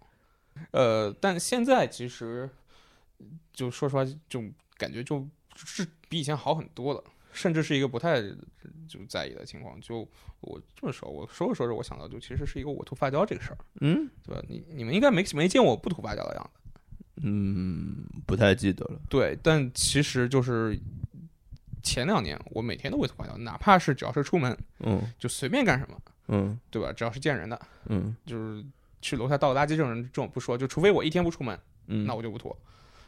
Speaker 2: 呃，但现在其实就说实话，就感觉就是比以前好很多了，甚至是一个不太就在意的情况。就我这么说，我说着说着，我想到就其实是一个我涂发胶这个事儿，
Speaker 1: 嗯
Speaker 2: 对吧？你你们应该没没见我不涂发胶的样子，
Speaker 1: 嗯，不太记得了。
Speaker 2: 对，但其实就是前两年我每天都会涂花椒，哪怕是只要是出门
Speaker 1: 嗯
Speaker 2: 就随便干什么，
Speaker 1: 嗯
Speaker 2: 对吧？只要是见人的，
Speaker 1: 嗯
Speaker 2: 就是去楼下倒个垃圾这种人这种不说，就除非我一天不出门，
Speaker 1: 嗯，
Speaker 2: 那我就不涂。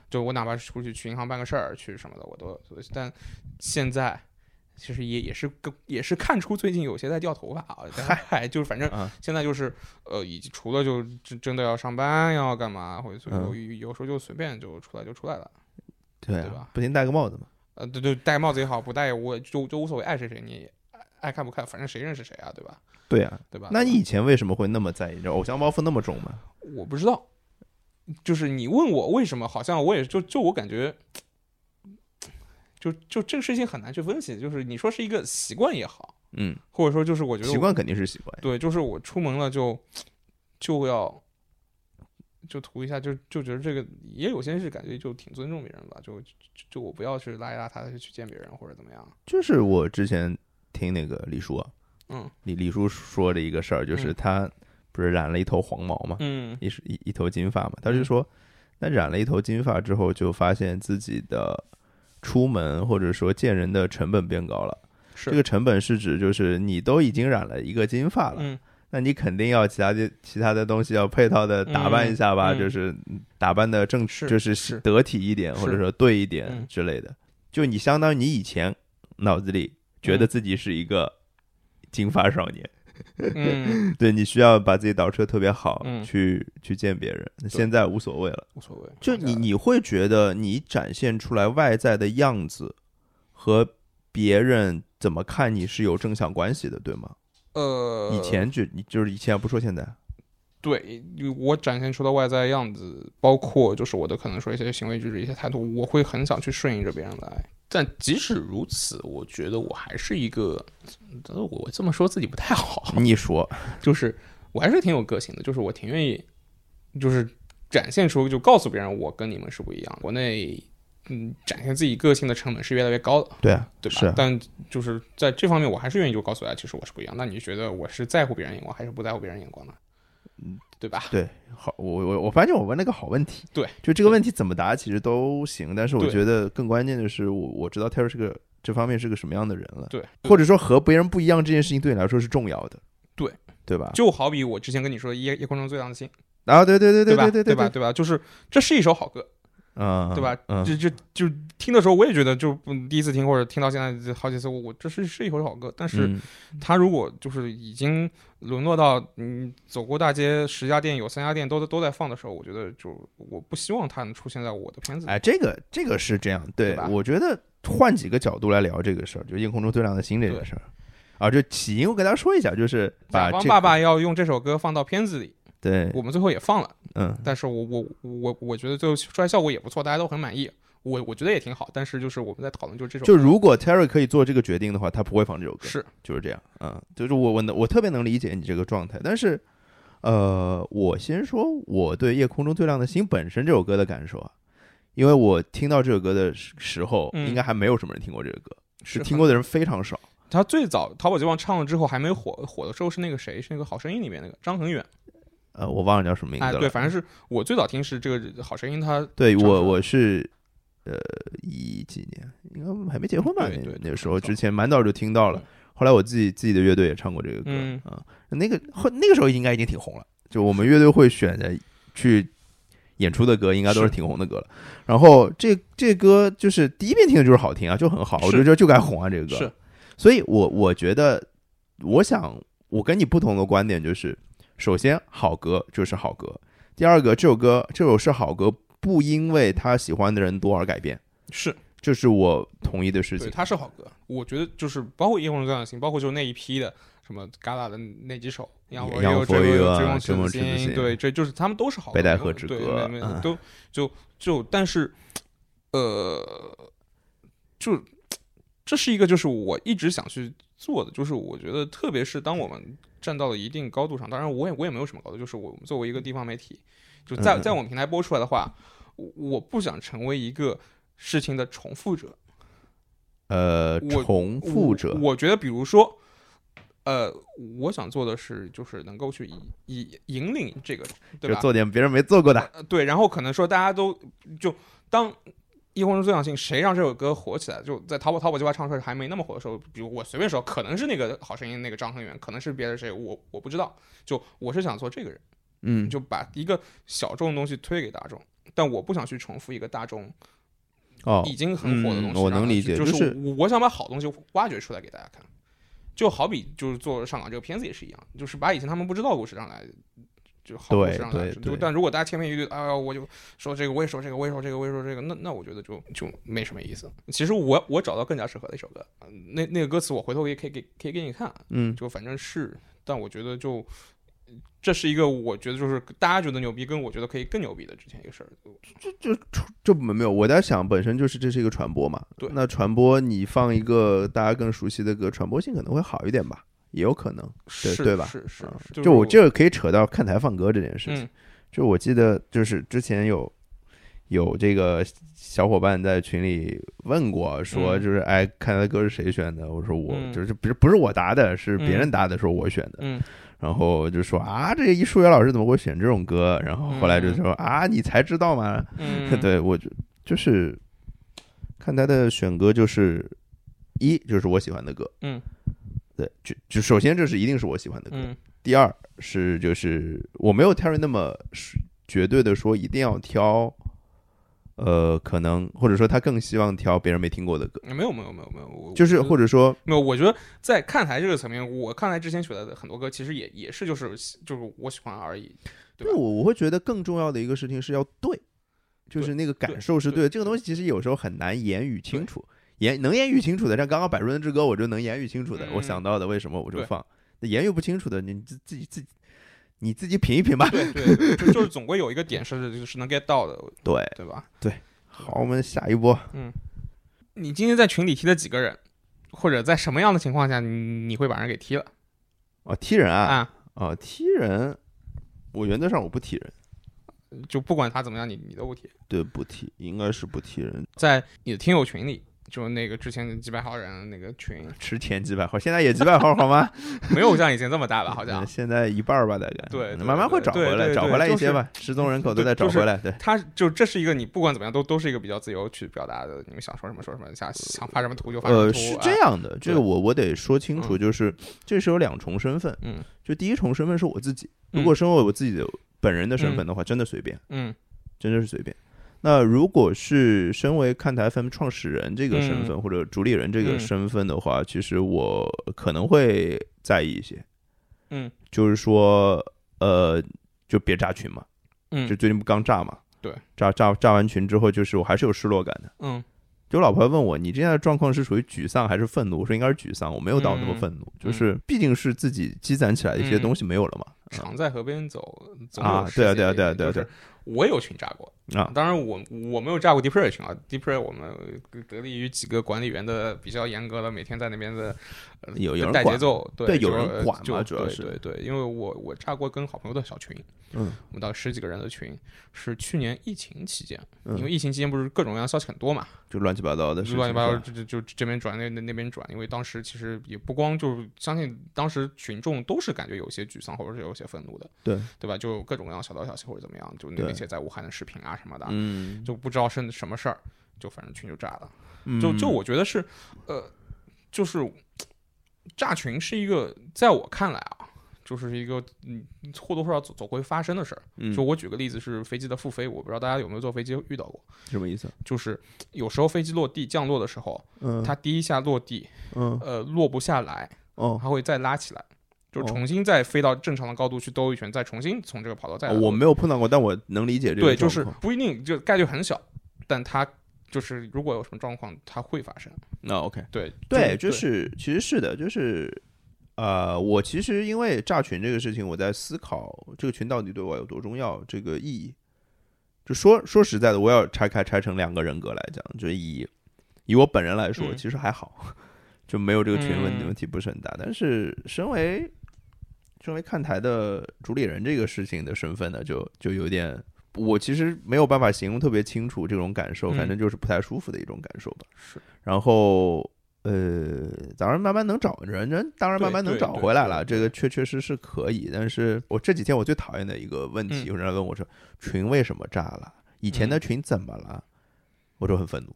Speaker 2: 就我哪怕是出去去银行办个事儿，去什么的，我都。但现在其实也也是个也是看出最近有些在掉头发啊，嗨，就是反正
Speaker 1: 啊
Speaker 2: 现在就是呃，以及除了就真真的要上班要干嘛，或者就有
Speaker 1: 嗯
Speaker 2: 有时候就随便就出来就出来了。
Speaker 1: 对
Speaker 2: 对
Speaker 1: 啊
Speaker 2: 吧，
Speaker 1: 不行戴个帽子嘛。
Speaker 2: 呃，对对，戴帽子也好，不戴也无就就无所谓，爱谁谁你也爱爱看不看，反正谁认识谁啊，对吧？
Speaker 1: 对啊，
Speaker 2: 对吧？
Speaker 1: 那你以前为什么会那么在意？这偶像包袱那么重吗？
Speaker 2: 我不知道，就是你问我为什么，好像我也就就我感觉，就就这个事情很难去分析。就是你说是一个习惯也好，
Speaker 1: 嗯，
Speaker 2: 或者说就是我觉得我
Speaker 1: 习惯肯定是习惯。
Speaker 2: 对，就是我出门了就就要就涂一下，就就觉得这个也有些是感觉就挺尊重别人吧，就就就我不要去邋里邋遢的去见别人或者怎么样。
Speaker 1: 就是我之前听那个李叔啊，
Speaker 2: 嗯
Speaker 1: 李李叔说的一个事儿，就是
Speaker 2: 嗯
Speaker 1: 他不是染了一头黄毛嘛，
Speaker 2: 嗯
Speaker 1: 一一一头金发嘛，他就说，那染了一头金发之后，就发现自己的出门或者说见人的成本变高了。
Speaker 2: 是
Speaker 1: 这个成本是指就是你都已经染了一个金发了，
Speaker 2: 嗯
Speaker 1: 那你肯定要其他的其他的东西要配套的打扮一下吧，
Speaker 2: 嗯嗯
Speaker 1: 就是打扮的正
Speaker 2: 是
Speaker 1: 就是
Speaker 2: 是
Speaker 1: 得体一点，
Speaker 2: 是
Speaker 1: 或者说对一点
Speaker 2: 嗯
Speaker 1: 之类的。就你相当于你以前脑子里觉得自己是一个金发少年，
Speaker 2: 嗯，
Speaker 1: 对你需要把自己捯饬特别好，
Speaker 2: 嗯
Speaker 1: 去去见别人。现在无所谓了，
Speaker 2: 无所谓。
Speaker 1: 就
Speaker 2: 好像
Speaker 1: 你你会觉得你展现出来外在的样子和别人怎么看你是有正向关系的，对吗？
Speaker 2: 呃
Speaker 1: 以前就你就是以前不说现在，
Speaker 2: 对我展现出的外在样子，包括就是我的可能说一些行为举止、一些态度，我会很想去顺应着别人来。但即使如此，我觉得我还是一个，呃我这么说自己不太好，
Speaker 1: 你说
Speaker 2: 就是我还是挺有个性的，就是我挺愿意，就是展现出就告诉别人我跟你们是不一样的。国内，嗯，展现自己个性的成本是越来越高的，
Speaker 1: 对啊，
Speaker 2: 对吧？
Speaker 1: 是啊
Speaker 2: 但就是在这方面，我还是愿意就告诉大家，其实我是不一样。那你觉得我是在乎别人眼光，还是不在乎别人眼光呢？嗯，对吧？
Speaker 1: 对，好，我我我发现我问了个好问题，
Speaker 2: 对，
Speaker 1: 就这个问题怎么答其实都行，但是我
Speaker 2: 对
Speaker 1: 觉得更关键的是我我知道 Terry 是个这方面是个什么样的人了，
Speaker 2: 对，
Speaker 1: 或者说和别人不一样这件事情对你来说是重要的，
Speaker 2: 对
Speaker 1: 对吧？
Speaker 2: 就好比我之前跟你说的夜《夜空中最亮的星》，
Speaker 1: 啊，对对对对
Speaker 2: 吧？
Speaker 1: 对
Speaker 2: 对吧？
Speaker 1: 对，
Speaker 2: 对吧？就是这是一首好歌，
Speaker 1: 嗯，
Speaker 2: 对吧？
Speaker 1: 嗯，
Speaker 2: 就就就听的时候，我也觉得就嗯第一次听或者听到现在好几次，我我这是是一首好歌。但是
Speaker 1: 嗯
Speaker 2: 它如果就是已经沦落到嗯走过大街十家店有三家店都都在放的时候，我觉得就我不希望它能出现在我的片子里。
Speaker 1: 哎，这个这个是这样，对
Speaker 2: 对吧
Speaker 1: 我觉得换几个角度来聊这个事儿，就夜空中最亮的星这件
Speaker 2: 对
Speaker 1: 事儿。啊，就起因我给大家说一下，就是把
Speaker 2: 甲
Speaker 1: 这
Speaker 2: 方
Speaker 1: 个
Speaker 2: 爸爸要用这首歌放到片子里，
Speaker 1: 对，
Speaker 2: 我们最后也放了。
Speaker 1: 嗯，
Speaker 2: 但是我我我我觉得最后出来效果也不错，大家都很满意，我我觉得也挺好。但是就是我们在讨论就是这首
Speaker 1: 就如果 Terry 可以做这个决定的话，他不会放这首歌，
Speaker 2: 是
Speaker 1: 就是这样，嗯，就是我我能我特别能理解你这个状态，但是，呃，我先说我对《夜空中最亮的星》本身这首歌的感受啊，因为我听到这首歌的时时候，
Speaker 2: 嗯
Speaker 1: 应该还没有什么人听过这个歌，是
Speaker 2: 是
Speaker 1: 听过的人非常少。
Speaker 2: 他最早《淘宝街望》唱了之后还没火，火的时候是那个谁，是那个《好声音》里面那个张恒远。
Speaker 1: 呃，我忘了叫什么名
Speaker 2: 哎，
Speaker 1: 字了。
Speaker 2: 对，反正是我最早听是这个《好声音》，他
Speaker 1: 对
Speaker 2: 唱
Speaker 1: 我
Speaker 2: 出来
Speaker 1: 我是呃一几年，应该还没结婚吧？
Speaker 2: 对
Speaker 1: 那
Speaker 2: 对
Speaker 1: 那
Speaker 2: 对
Speaker 1: 时候
Speaker 2: 很早
Speaker 1: 之前蛮早就听到了
Speaker 2: 嗯，
Speaker 1: 后来我自己自己的乐队也唱过这个歌
Speaker 2: 嗯
Speaker 1: 啊、那个后那个时候应该已经挺红了，就我们乐队会选的去演出的歌，应该都是
Speaker 2: 是
Speaker 1: 挺红的歌了。然后这这歌就是第一遍听的就是好听啊，就很好，我
Speaker 2: 是
Speaker 1: 就觉得就该红啊这个歌。
Speaker 2: 是
Speaker 1: 所以我我觉得，我想我跟你不同的观点就是，首先好歌就是好歌，第二个这首歌这首是好歌，不因为他喜欢的人多而改变，
Speaker 2: 是
Speaker 1: 这是我同意的事
Speaker 2: 对，
Speaker 1: 情。
Speaker 2: 他是好歌。我觉得就是包括《夜空中最亮的星》，包括就那一批的什么戛纳的那几首，然后
Speaker 1: 杨
Speaker 2: 又
Speaker 1: 佛佑啊
Speaker 2: 追梦
Speaker 1: 追梦
Speaker 2: 之
Speaker 1: 赤子心
Speaker 2: 对，这就是他们都是好歌。
Speaker 1: 北戴河之
Speaker 2: 对
Speaker 1: 歌
Speaker 2: 没没
Speaker 1: 嗯
Speaker 2: 都就就但是，呃，就这是一个就是我一直想去做的，就是我觉得特别是当我们站到了一定高度上，当然我也我也没有什么高度，就是我们作为一个地方媒体，就在
Speaker 1: 嗯
Speaker 2: 在我们平台播出来的话，我我不想成为一个事情的重复者。
Speaker 1: 呃，
Speaker 2: 我
Speaker 1: 重复者
Speaker 2: 我，我觉得比如说，呃，我想做的是，就是能够去引引引领这个，对
Speaker 1: 就
Speaker 2: 吧？
Speaker 1: 做点别人没做过的。
Speaker 2: 呃对，然后可能说大家都就当《夜空中最亮星》谁让这首歌火起来，就在淘宝淘宝计划唱出来还没那么火的时候，比如我随便说，可能是那个《好声音》那个张恒源，可能是别的谁，我我不知道。就我是想做这个人，
Speaker 1: 嗯，
Speaker 2: 就把一个小众的东西推给大众，但我不想去重复一个大众
Speaker 1: 哦，
Speaker 2: 已经很火的东西，
Speaker 1: 嗯我能
Speaker 2: 然后
Speaker 1: 理解
Speaker 2: 就
Speaker 1: 就是
Speaker 2: 是我我想把好东西挖掘出来给大家看，就好比就是做上港这个片子也是一样，就是把以前他们不知道的故事让来，就好故
Speaker 1: 对
Speaker 2: 事让来
Speaker 1: 对
Speaker 2: 知
Speaker 1: 对
Speaker 2: 但如果大家千篇一律，哎呀，我就说这个，我也说这个，我也说这个，我也说这个，那那我觉得就就没什么意思。其实我我找到更加适合的一首歌，嗯那那个歌词我回头也可以给可以给你看，
Speaker 1: 嗯，
Speaker 2: 就反正是，但我觉得就。这是一个我觉得就是大家觉得牛逼，跟我觉得可以更牛逼的之前一个事儿，
Speaker 1: 就没没有，我在想，本身就是这是一个传播嘛。
Speaker 2: 对
Speaker 1: 那传播你放一个大家更熟悉的歌，传播性可能会好一点吧，也有可能。
Speaker 2: 是
Speaker 1: 对吧
Speaker 2: 是是
Speaker 1: 嗯，
Speaker 2: 是
Speaker 1: 就我这个可以扯到看台放歌这件事情。
Speaker 2: 嗯
Speaker 1: 就我记得，就是之前有有这个小伙伴在群里问过，说
Speaker 2: 嗯
Speaker 1: 就是、哎，看台歌是谁选的？我说我、
Speaker 2: 嗯
Speaker 1: 就是不是不是我答的，是别人
Speaker 2: 嗯
Speaker 1: 答的，说我选的。
Speaker 2: 嗯，
Speaker 1: 然后就说啊，这一数学老师怎么会选这种歌？然后后来就说、啊，你才知道吗？
Speaker 2: 嗯
Speaker 1: 对我就就是看他的选歌，就是一就是我喜欢的歌，
Speaker 2: 嗯，
Speaker 1: 对，就就首先这是一定是我喜欢的歌，
Speaker 2: 嗯
Speaker 1: 第二是就是我没有 Terry 那么是绝对的说一定要挑，呃，可能或者说他更希望挑别人没听过的歌，
Speaker 2: 没有没有没有没有，我
Speaker 1: 就是
Speaker 2: 我觉得
Speaker 1: 或者说
Speaker 2: 没有，我觉得在看台这个层面，我看台之前选的很多歌，其实也也是就是就是我喜欢而已，
Speaker 1: 对
Speaker 2: 对吧
Speaker 1: 我我会觉得更重要的一个事情是要对，就
Speaker 2: 对
Speaker 1: 是那个
Speaker 2: 对
Speaker 1: 感受是
Speaker 2: 对
Speaker 1: 对的。这个东西其实有时候很难言语清楚，言能言语清楚的，像刚刚《百润之歌》，我就能言语清楚的，我想
Speaker 2: 嗯
Speaker 1: 到的为什么我就
Speaker 2: 对
Speaker 1: 放。那言语不清楚的，你自自己自己你自己品一品吧。
Speaker 2: 对对，就就是总归有一个点是就是能 get 到的，
Speaker 1: 对，
Speaker 2: 对吧？
Speaker 1: 好，我们下一波。
Speaker 2: 你今天在群里踢了几个人，或者在什么样的情况下你你会把人给踢了
Speaker 1: 哦，踢人啊，
Speaker 2: 啊？
Speaker 1: 哦，踢人，我原则上我不踢人，
Speaker 2: 就不管他怎么样，你你都不踢，
Speaker 1: 对，不踢，应该是不踢人。
Speaker 2: 在你的听友群里。就那个之前的几百号人那个群，
Speaker 1: 之前几百号，现在也几百号，好吗？
Speaker 2: 没有像以前这么大 吧？好像
Speaker 1: 嗯现在一半儿吧，大概。
Speaker 2: 对对
Speaker 1: 慢慢会
Speaker 2: 对
Speaker 1: 找
Speaker 2: 对
Speaker 1: 回来，
Speaker 2: 对
Speaker 1: 找
Speaker 2: 对
Speaker 1: 回来一
Speaker 2: 就
Speaker 1: 些
Speaker 2: 是
Speaker 1: 吧。失踪人口都
Speaker 2: 对
Speaker 1: 在找
Speaker 2: 就是
Speaker 1: 回来，对。
Speaker 2: 他就这是一个你不管怎么样都都是一个比较自由去表达的，你们想说什么说什么，想想发什么图就发什么
Speaker 1: 呃，
Speaker 2: 图。
Speaker 1: 是
Speaker 2: 啊
Speaker 1: 这，样的，这个
Speaker 2: 对
Speaker 1: 我我得说清楚，就是这是有两重身份，
Speaker 2: 嗯
Speaker 1: 就第一重身份是我自己，
Speaker 2: 嗯
Speaker 1: 如果身为我自己的本人的身份的话，真的随便，
Speaker 2: 嗯
Speaker 1: 真的是随便。那如果是身为看台 FM 创始人这个身份、或者主理人这个
Speaker 2: 嗯
Speaker 1: 身份的话，其实我可能会在意一些，
Speaker 2: 嗯
Speaker 1: 就是说，呃，就别炸群嘛，
Speaker 2: 嗯，
Speaker 1: 就最近不刚炸嘛，
Speaker 2: 对，
Speaker 1: 炸炸炸完群之后，就是我还是有失落感的。
Speaker 2: 嗯
Speaker 1: 就老婆问我，你这样的状况是属于沮丧还是愤怒？我说应该是沮丧，我没有到那么
Speaker 2: 嗯
Speaker 1: 愤怒，就是毕竟是自己积攒起来的一些东西没有了嘛。
Speaker 2: 常在河边走，总
Speaker 1: 嗯啊
Speaker 2: 有世界
Speaker 1: 对啊对啊对啊对啊对啊。
Speaker 2: 就是我也有群炸过，
Speaker 1: 啊，
Speaker 2: 当然我我没有炸过 d e e p r e 群啊 d e e p r e 我们得力于几个管理员的比较严格的，每天在那边的呃
Speaker 1: 有有人
Speaker 2: 带节
Speaker 1: 管
Speaker 2: 奏，对
Speaker 1: 对
Speaker 2: 就
Speaker 1: 有人
Speaker 2: 呃
Speaker 1: 管嘛
Speaker 2: 就
Speaker 1: 主要
Speaker 2: 对
Speaker 1: 是
Speaker 2: 对对，因为我我炸过跟好朋友的小群，
Speaker 1: 嗯，
Speaker 2: 我们到十几个人的群，是去年疫情期间，
Speaker 1: 嗯
Speaker 2: 因为疫情期间不是各种各样的消息很多嘛，
Speaker 1: 就乱七八糟的事情，
Speaker 2: 乱七八
Speaker 1: 是
Speaker 2: 糟，
Speaker 1: 吧
Speaker 2: 就就就这边转那那那边转，因为当时其实也不光就是相信当时群众都是感觉有些沮丧或者是有些愤怒的，
Speaker 1: 对，
Speaker 2: 对吧？就各种各样小道消息或者怎么样，就那
Speaker 1: 对
Speaker 2: 那些在武汉的视频啊什么的，
Speaker 1: 嗯，
Speaker 2: 就不知道是什么事儿，就反正群就炸了。
Speaker 1: 嗯
Speaker 2: 就就我觉得是，呃，就是炸群是一个在我看来啊，就是一个嗯或多或少总总会发生的事儿。
Speaker 1: 嗯
Speaker 2: 就我举个例子是飞机的复飞，我不知道大家有没有坐飞机遇到过，
Speaker 1: 什么意思？
Speaker 2: 就是有时候飞机落地降落的时候。
Speaker 1: 嗯，
Speaker 2: 它第一下落地，
Speaker 1: 嗯
Speaker 2: 呃，落不下来，
Speaker 1: 哦，
Speaker 2: 它会再拉起来，就
Speaker 1: 哦
Speaker 2: 重新再飞到正常的高度去兜一圈，再重新从这个跑道再来。
Speaker 1: 哦我没有碰到过，但我能理解这个
Speaker 2: 啊对，就
Speaker 1: 状
Speaker 2: 是
Speaker 1: 况
Speaker 2: 不一定，就概率很小，但它就是如果有什么状况，它会发生。
Speaker 1: 那哦 OK，
Speaker 2: 对，
Speaker 1: 对，就是其实是的，就是。呃，我其实因为炸群这个事情，我在思考这个群到底对我有多重要，这个意义。就说说实在的，我要拆开拆成两个人格来讲，就以以我本人来说，
Speaker 2: 嗯
Speaker 1: 其实还好， 就没有这个群问题
Speaker 2: 嗯
Speaker 1: 问题不是很大。但是身为身为看台的主理人这个事情的身份呢，就就有点，我其实没有办法形容特别清楚这种感受，
Speaker 2: 嗯
Speaker 1: 反正就是不太舒服的一种感受吧。
Speaker 2: 是，
Speaker 1: 然后呃，当然慢慢能找人，人当然慢慢能
Speaker 2: 对
Speaker 1: 找
Speaker 2: 对
Speaker 1: 回来了，
Speaker 2: 对
Speaker 1: 这个确确实是可以。但是我这几天我最讨厌的一个问题，
Speaker 2: 嗯
Speaker 1: 有人来问我说群为什么炸了？以前的群怎么了？我就很愤怒。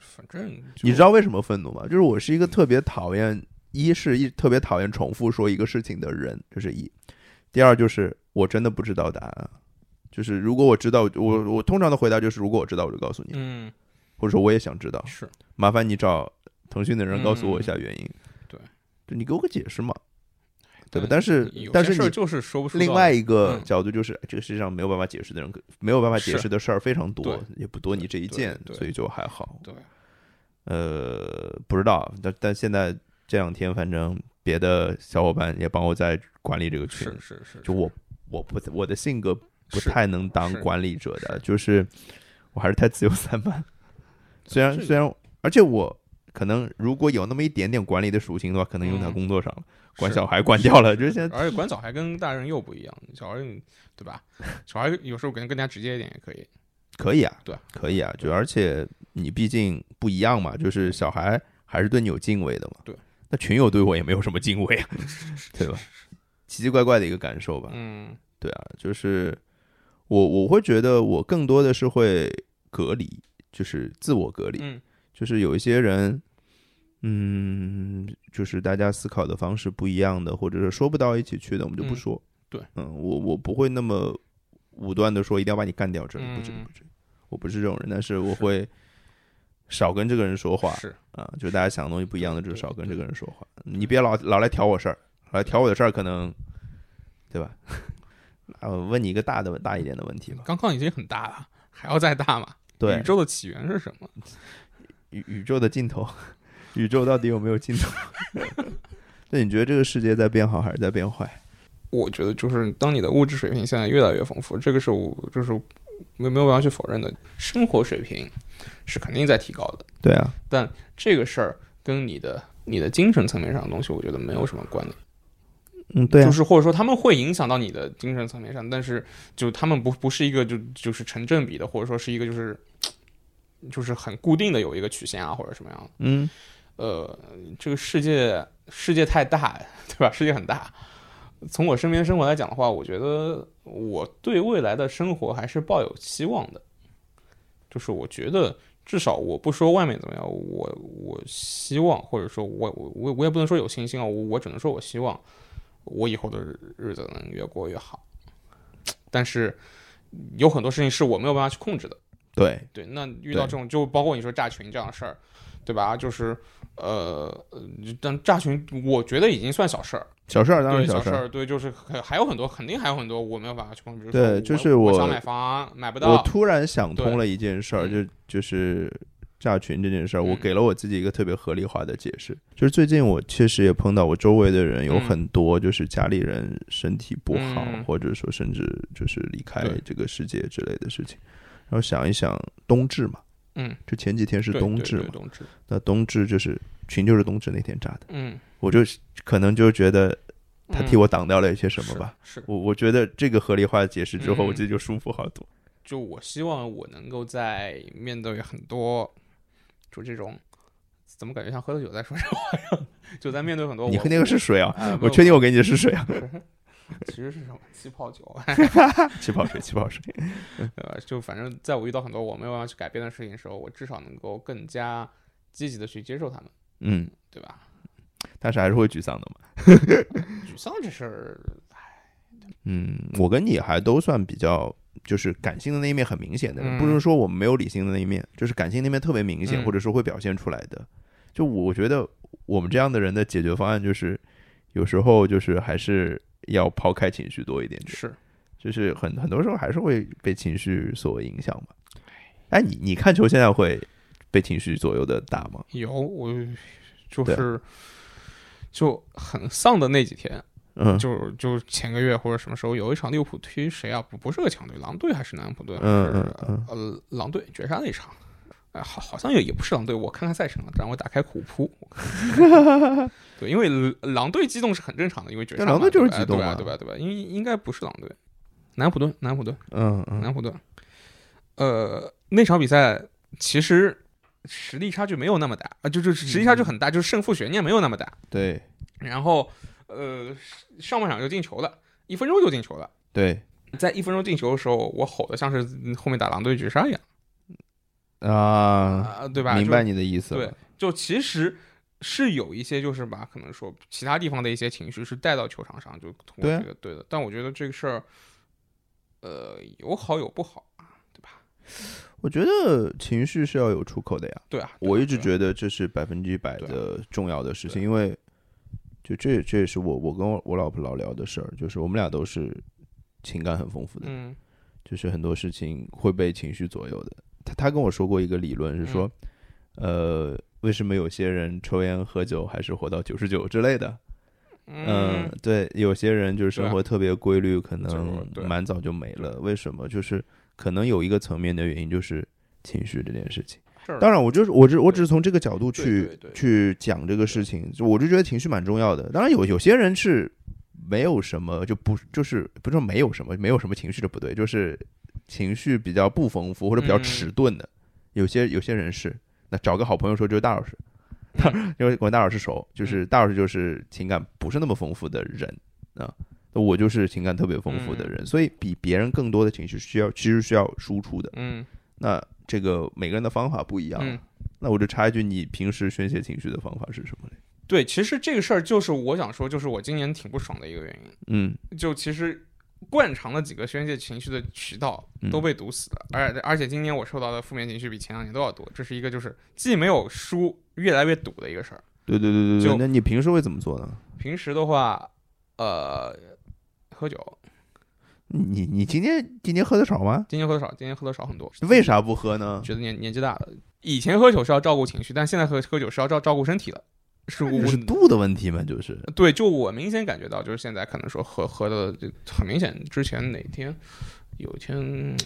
Speaker 2: 反正
Speaker 1: 你知道为什么愤怒吗？就是我是一个特别讨厌，一是一特别讨厌重复说一个事情的人，这、是一；第二就是我真的不知道答案。啊就是如果我知道，我我通常的回答就是如果我知道，我就告诉你，
Speaker 2: 嗯
Speaker 1: 或者说我也想知道，
Speaker 2: 是
Speaker 1: 麻烦你找腾讯的人告诉我一下原因。
Speaker 2: 嗯对，呃
Speaker 1: 就你给我个解释嘛，对吧？但是
Speaker 2: 有
Speaker 1: 但
Speaker 2: 些
Speaker 1: 是
Speaker 2: 事儿
Speaker 1: 你
Speaker 2: 就是说不出
Speaker 1: 另
Speaker 2: 道
Speaker 1: 外
Speaker 2: 理
Speaker 1: 一个
Speaker 2: 嗯
Speaker 1: 角度就是，哎这个世界上没有办法解释的人，没有办法解
Speaker 2: 是
Speaker 1: 释的事儿非常多
Speaker 2: 对，
Speaker 1: 也不多你这一
Speaker 2: 对
Speaker 1: 件，
Speaker 2: 对
Speaker 1: 所以就还好。
Speaker 2: 对
Speaker 1: 呃，不知道，但但现在这两天，反正别的小伙伴也帮我在管理这个群
Speaker 2: 是，是是
Speaker 1: 就我我不我的性格不
Speaker 2: 是
Speaker 1: 太能当
Speaker 2: 是
Speaker 1: 管理者的，
Speaker 2: 是
Speaker 1: 就是我还是太自由散 漫。虽然
Speaker 2: 这个
Speaker 1: 虽然，而且我可能如果有那么一点点管理的属性的话，可能用在
Speaker 2: 嗯
Speaker 1: 工作上了，管
Speaker 2: 是
Speaker 1: 小孩管掉了，就是现 在
Speaker 2: 而且管小孩跟大人又不一样，小孩对吧？小孩有时候可能更加直接一点 也可以。
Speaker 1: 可以啊，
Speaker 2: 对啊，
Speaker 1: 可以啊，就而且你毕竟不一样嘛，就是小孩还是对你有敬畏的嘛，
Speaker 2: 对，
Speaker 1: 那群友对我也没有什么敬畏 啊，对吧？奇奇怪怪的一个感受吧，
Speaker 2: 嗯
Speaker 1: 对啊，就是我我会觉得我更多的是会隔离，就是自我隔离，
Speaker 2: 嗯
Speaker 1: 就是有一些人，嗯，就是大家思考的方式不一样的，或者是说不到一起去的，我们就不
Speaker 2: 嗯
Speaker 1: 说。
Speaker 2: 对，
Speaker 1: 嗯，我我不会那么武断的说一定要把你干掉，这不至于
Speaker 2: 嗯
Speaker 1: 不至于，我不是这种人，但是我会少跟这个人说话
Speaker 2: 是
Speaker 1: 啊，就是大家想的东西不一样的，就是
Speaker 2: 对
Speaker 1: 少跟
Speaker 2: 对
Speaker 1: 这个人说话，你别老老来挑我事儿，老来挑我的事儿，可能对吧？ 啊，我问你一个大的大一点的问题吧。
Speaker 2: 刚刚已经很大了，还要再大吗？
Speaker 1: 对
Speaker 2: 宇，宙的起源是什么？
Speaker 1: 宇 宇宙的尽头，宇宙到底有没有尽头？ 那你觉得这个世界在变好还是在变坏？
Speaker 2: 我觉得就是当你的物质水平现在越来越丰富，这个是我就是没没有办法去否认的，生活水平是肯定在提高的。
Speaker 1: 对啊，
Speaker 2: 这个事儿跟你的你的精神层面上的东西，我觉得没有什么关联。
Speaker 1: 嗯，对
Speaker 2: 就是或者说他们会影响到你的精神层面上，但是就他们不不是一个就就是成正比的，或者说是一个就是就是很固定的有一个曲线啊，或者什么样的。
Speaker 1: 嗯，
Speaker 2: 呃，这个世界世界太大，对吧？世界很大。从我身边生活来讲的话，我觉得我对未来的生活还是抱有期望的。就是我觉得，至少我不说外面怎么样，我我希望，或者说我我我我也不能说有信心啊，我我只能说我希望我以后的日日子能越过越好。但是有很多事情是我没有办法去控制的。
Speaker 1: 对，
Speaker 2: 对，那遇到
Speaker 1: 对
Speaker 2: 这种就包括你说炸群这样的事儿，对吧？就是呃，呃但炸群我觉得已经算小事儿，
Speaker 1: 小事儿当然
Speaker 2: 对
Speaker 1: 是
Speaker 2: 小
Speaker 1: 事
Speaker 2: 事
Speaker 1: 儿。
Speaker 2: 儿，对，就是很还有很多，肯定还有很多我没有办法去控制。比如
Speaker 1: 对
Speaker 2: 说
Speaker 1: 就是
Speaker 2: 我
Speaker 1: 我
Speaker 2: 想买房买不
Speaker 1: 我
Speaker 2: 到，
Speaker 1: 突然想通
Speaker 2: 对
Speaker 1: 了一件事儿，就就是炸群这件事儿，我
Speaker 2: 嗯
Speaker 1: 给了我自己一个特别合理化的解释。就是最近我确实也碰到我周围的人有
Speaker 2: 嗯
Speaker 1: 很多，就是家里人身体不好，
Speaker 2: 嗯
Speaker 1: 或者说甚至就是离开
Speaker 2: 对
Speaker 1: 这个世界之类的事情。然后想一想冬至嘛，
Speaker 2: 嗯，
Speaker 1: 就前几天是
Speaker 2: 对
Speaker 1: 冬
Speaker 2: 对
Speaker 1: 至
Speaker 2: 对
Speaker 1: 嘛，
Speaker 2: 冬至，
Speaker 1: 那冬至就是群就是冬至那天炸的，
Speaker 2: 嗯，
Speaker 1: 我就可能就觉得他替
Speaker 2: 嗯
Speaker 1: 我挡掉了一些什么吧。？
Speaker 2: 是是
Speaker 1: 我我觉得这个合理化解释之后，
Speaker 2: 嗯
Speaker 1: 我自己就舒服好多。
Speaker 2: 就我希望我能够在面对很多就这种，怎么感觉像喝了酒在说这话一样？就在面对很多
Speaker 1: 你
Speaker 2: 我
Speaker 1: 喝那个是水啊？
Speaker 2: 哎
Speaker 1: 我确定我给你的是水啊，
Speaker 2: 其实是什么气泡酒，啊
Speaker 1: 气泡水，气泡 水。
Speaker 2: 对吧？呃就反正在我遇到很多我没有办法去改变的事情的时候，我至少能够更加积极的去接受他们，
Speaker 1: 嗯，
Speaker 2: 对吧？
Speaker 1: 但是还是会沮丧的嘛。
Speaker 2: 沮丧这事儿，
Speaker 1: 嗯，我跟你还都算比较。就是感性的那一面很明显的人，
Speaker 2: 嗯
Speaker 1: 不是说我们没有理性的那一面，就是感性那面特别明显，
Speaker 2: 嗯
Speaker 1: 或者说会表现出来的。就我觉得我们这样的人的解决方案就是，有时候就是还是要抛开情绪多一点点。
Speaker 2: 是
Speaker 1: 就是很很多时候还是会被情绪所影响吧。哎，你你看球现在会被情绪左右的打吗？
Speaker 2: 有我就
Speaker 1: 对
Speaker 2: 是就很丧的那几天，
Speaker 1: 嗯
Speaker 2: 就就前个月或者什么时候有一场利物浦踢谁啊？不不是个强队，狼队还是南安普顿？
Speaker 1: 嗯
Speaker 2: 还是
Speaker 1: 嗯
Speaker 2: 呃，狼队绝杀那一场。哎，好，好像也也不是狼队，我看看赛程了，然后我打开虎扑。 对，因为狼队激动是很正常的，因为绝杀
Speaker 1: 对狼
Speaker 2: 嘛
Speaker 1: 队就是
Speaker 2: 对吧
Speaker 1: 激动啊
Speaker 2: 对吧？
Speaker 1: 嘛
Speaker 2: 对吧？对吧？因为应该不是狼队，南安普顿，南安普顿，
Speaker 1: 嗯嗯
Speaker 2: 南安普顿。呃，那场比赛其实实力差距没有那么大啊，就就实
Speaker 1: 嗯
Speaker 2: 力差距很大，就是胜负悬念没有那么大。
Speaker 1: 对
Speaker 2: 然后呃，上半场就进球了，一分钟就进球了。
Speaker 1: 对
Speaker 2: 在一分钟进球的时候，我吼的像是嗯后面打狼队绝杀一样
Speaker 1: 啊，
Speaker 2: 啊、对吧？
Speaker 1: 明白你的意思
Speaker 2: 对
Speaker 1: 了。，
Speaker 2: 就其实是有一些，就是把可能说其他地方的一些情绪是带到球场上，就通过
Speaker 1: 对啊
Speaker 2: 这个对的。但我觉得这个事儿，呃，有好有不好，对吧？
Speaker 1: 我觉得情绪是要有出口的呀。
Speaker 2: 对啊，
Speaker 1: 我一直
Speaker 2: 得
Speaker 1: 觉得这是百分之百
Speaker 2: 对啊
Speaker 1: 的重要的事情，
Speaker 2: 对
Speaker 1: 因为就这这也是我我跟我我老婆老聊的事儿，就是我们俩都是情感很丰富的，
Speaker 2: 嗯
Speaker 1: 就是很多事情会被情绪左右的。他他跟我说过一个理论是说，
Speaker 2: 嗯
Speaker 1: 呃，为什么有些人抽烟喝酒还是活到九十九之类的？嗯
Speaker 2: 嗯，，
Speaker 1: 对，有些人就是
Speaker 2: 对
Speaker 1: 生
Speaker 2: 啊
Speaker 1: 活特别规律，可
Speaker 2: 这
Speaker 1: 能
Speaker 2: 个对
Speaker 1: 蛮早就没了。为什么？就是可能有一个层面的原因就是情绪这件事情。
Speaker 2: 这儿
Speaker 1: 当然，我就是我只我只是从这个角度
Speaker 2: 对
Speaker 1: 去
Speaker 2: 对对
Speaker 1: 去讲这个事情，就我就觉得情绪蛮重要的。当然有有些人是没有什么，就不就是不是说没有什么，没有什么情绪的不对，就是情绪比较不丰富或者比较
Speaker 2: 嗯
Speaker 1: 迟钝的，有些有些人是。那找个好朋友说就是大老师，大
Speaker 2: 嗯
Speaker 1: 因为我跟大老师熟，就是大老师就是情感不是那么丰富的人啊，那我就是情感特别丰富的
Speaker 2: 嗯
Speaker 1: 人，所以比别人更多的情绪需要其实需要输出的。
Speaker 2: 嗯
Speaker 1: 那这个每个人的方法不一样啊，
Speaker 2: 嗯，
Speaker 1: 那我就插一句，你平时宣泄情绪的方法是什么嘞？
Speaker 2: 对，其实这个事儿就是我想说，就是我今年挺不爽的一个原因。
Speaker 1: 嗯，
Speaker 2: 就其实惯常的几个宣泄情绪的渠道
Speaker 1: 嗯
Speaker 2: 都被堵死了，而而且今年我受到的负面情绪比前两年都要多，这是一个就是既没有输，越来越堵的一个事儿。
Speaker 1: 对对对对
Speaker 2: 就
Speaker 1: 对。那你平时会怎么做呢？
Speaker 2: 平时的话，呃，喝酒，
Speaker 1: 你你今天今天喝的少吗？
Speaker 2: 今年喝的少，今年喝的少很多。
Speaker 1: 为？啥不喝呢？
Speaker 2: 觉得年年纪大了，以前喝酒是要照顾情绪，但现在喝喝酒是要照照顾身体了，是我
Speaker 1: 就是度的问题嘛，就是
Speaker 2: 对，就我明显感觉到，就是现在可能说喝喝的就很明显。之前哪天有一天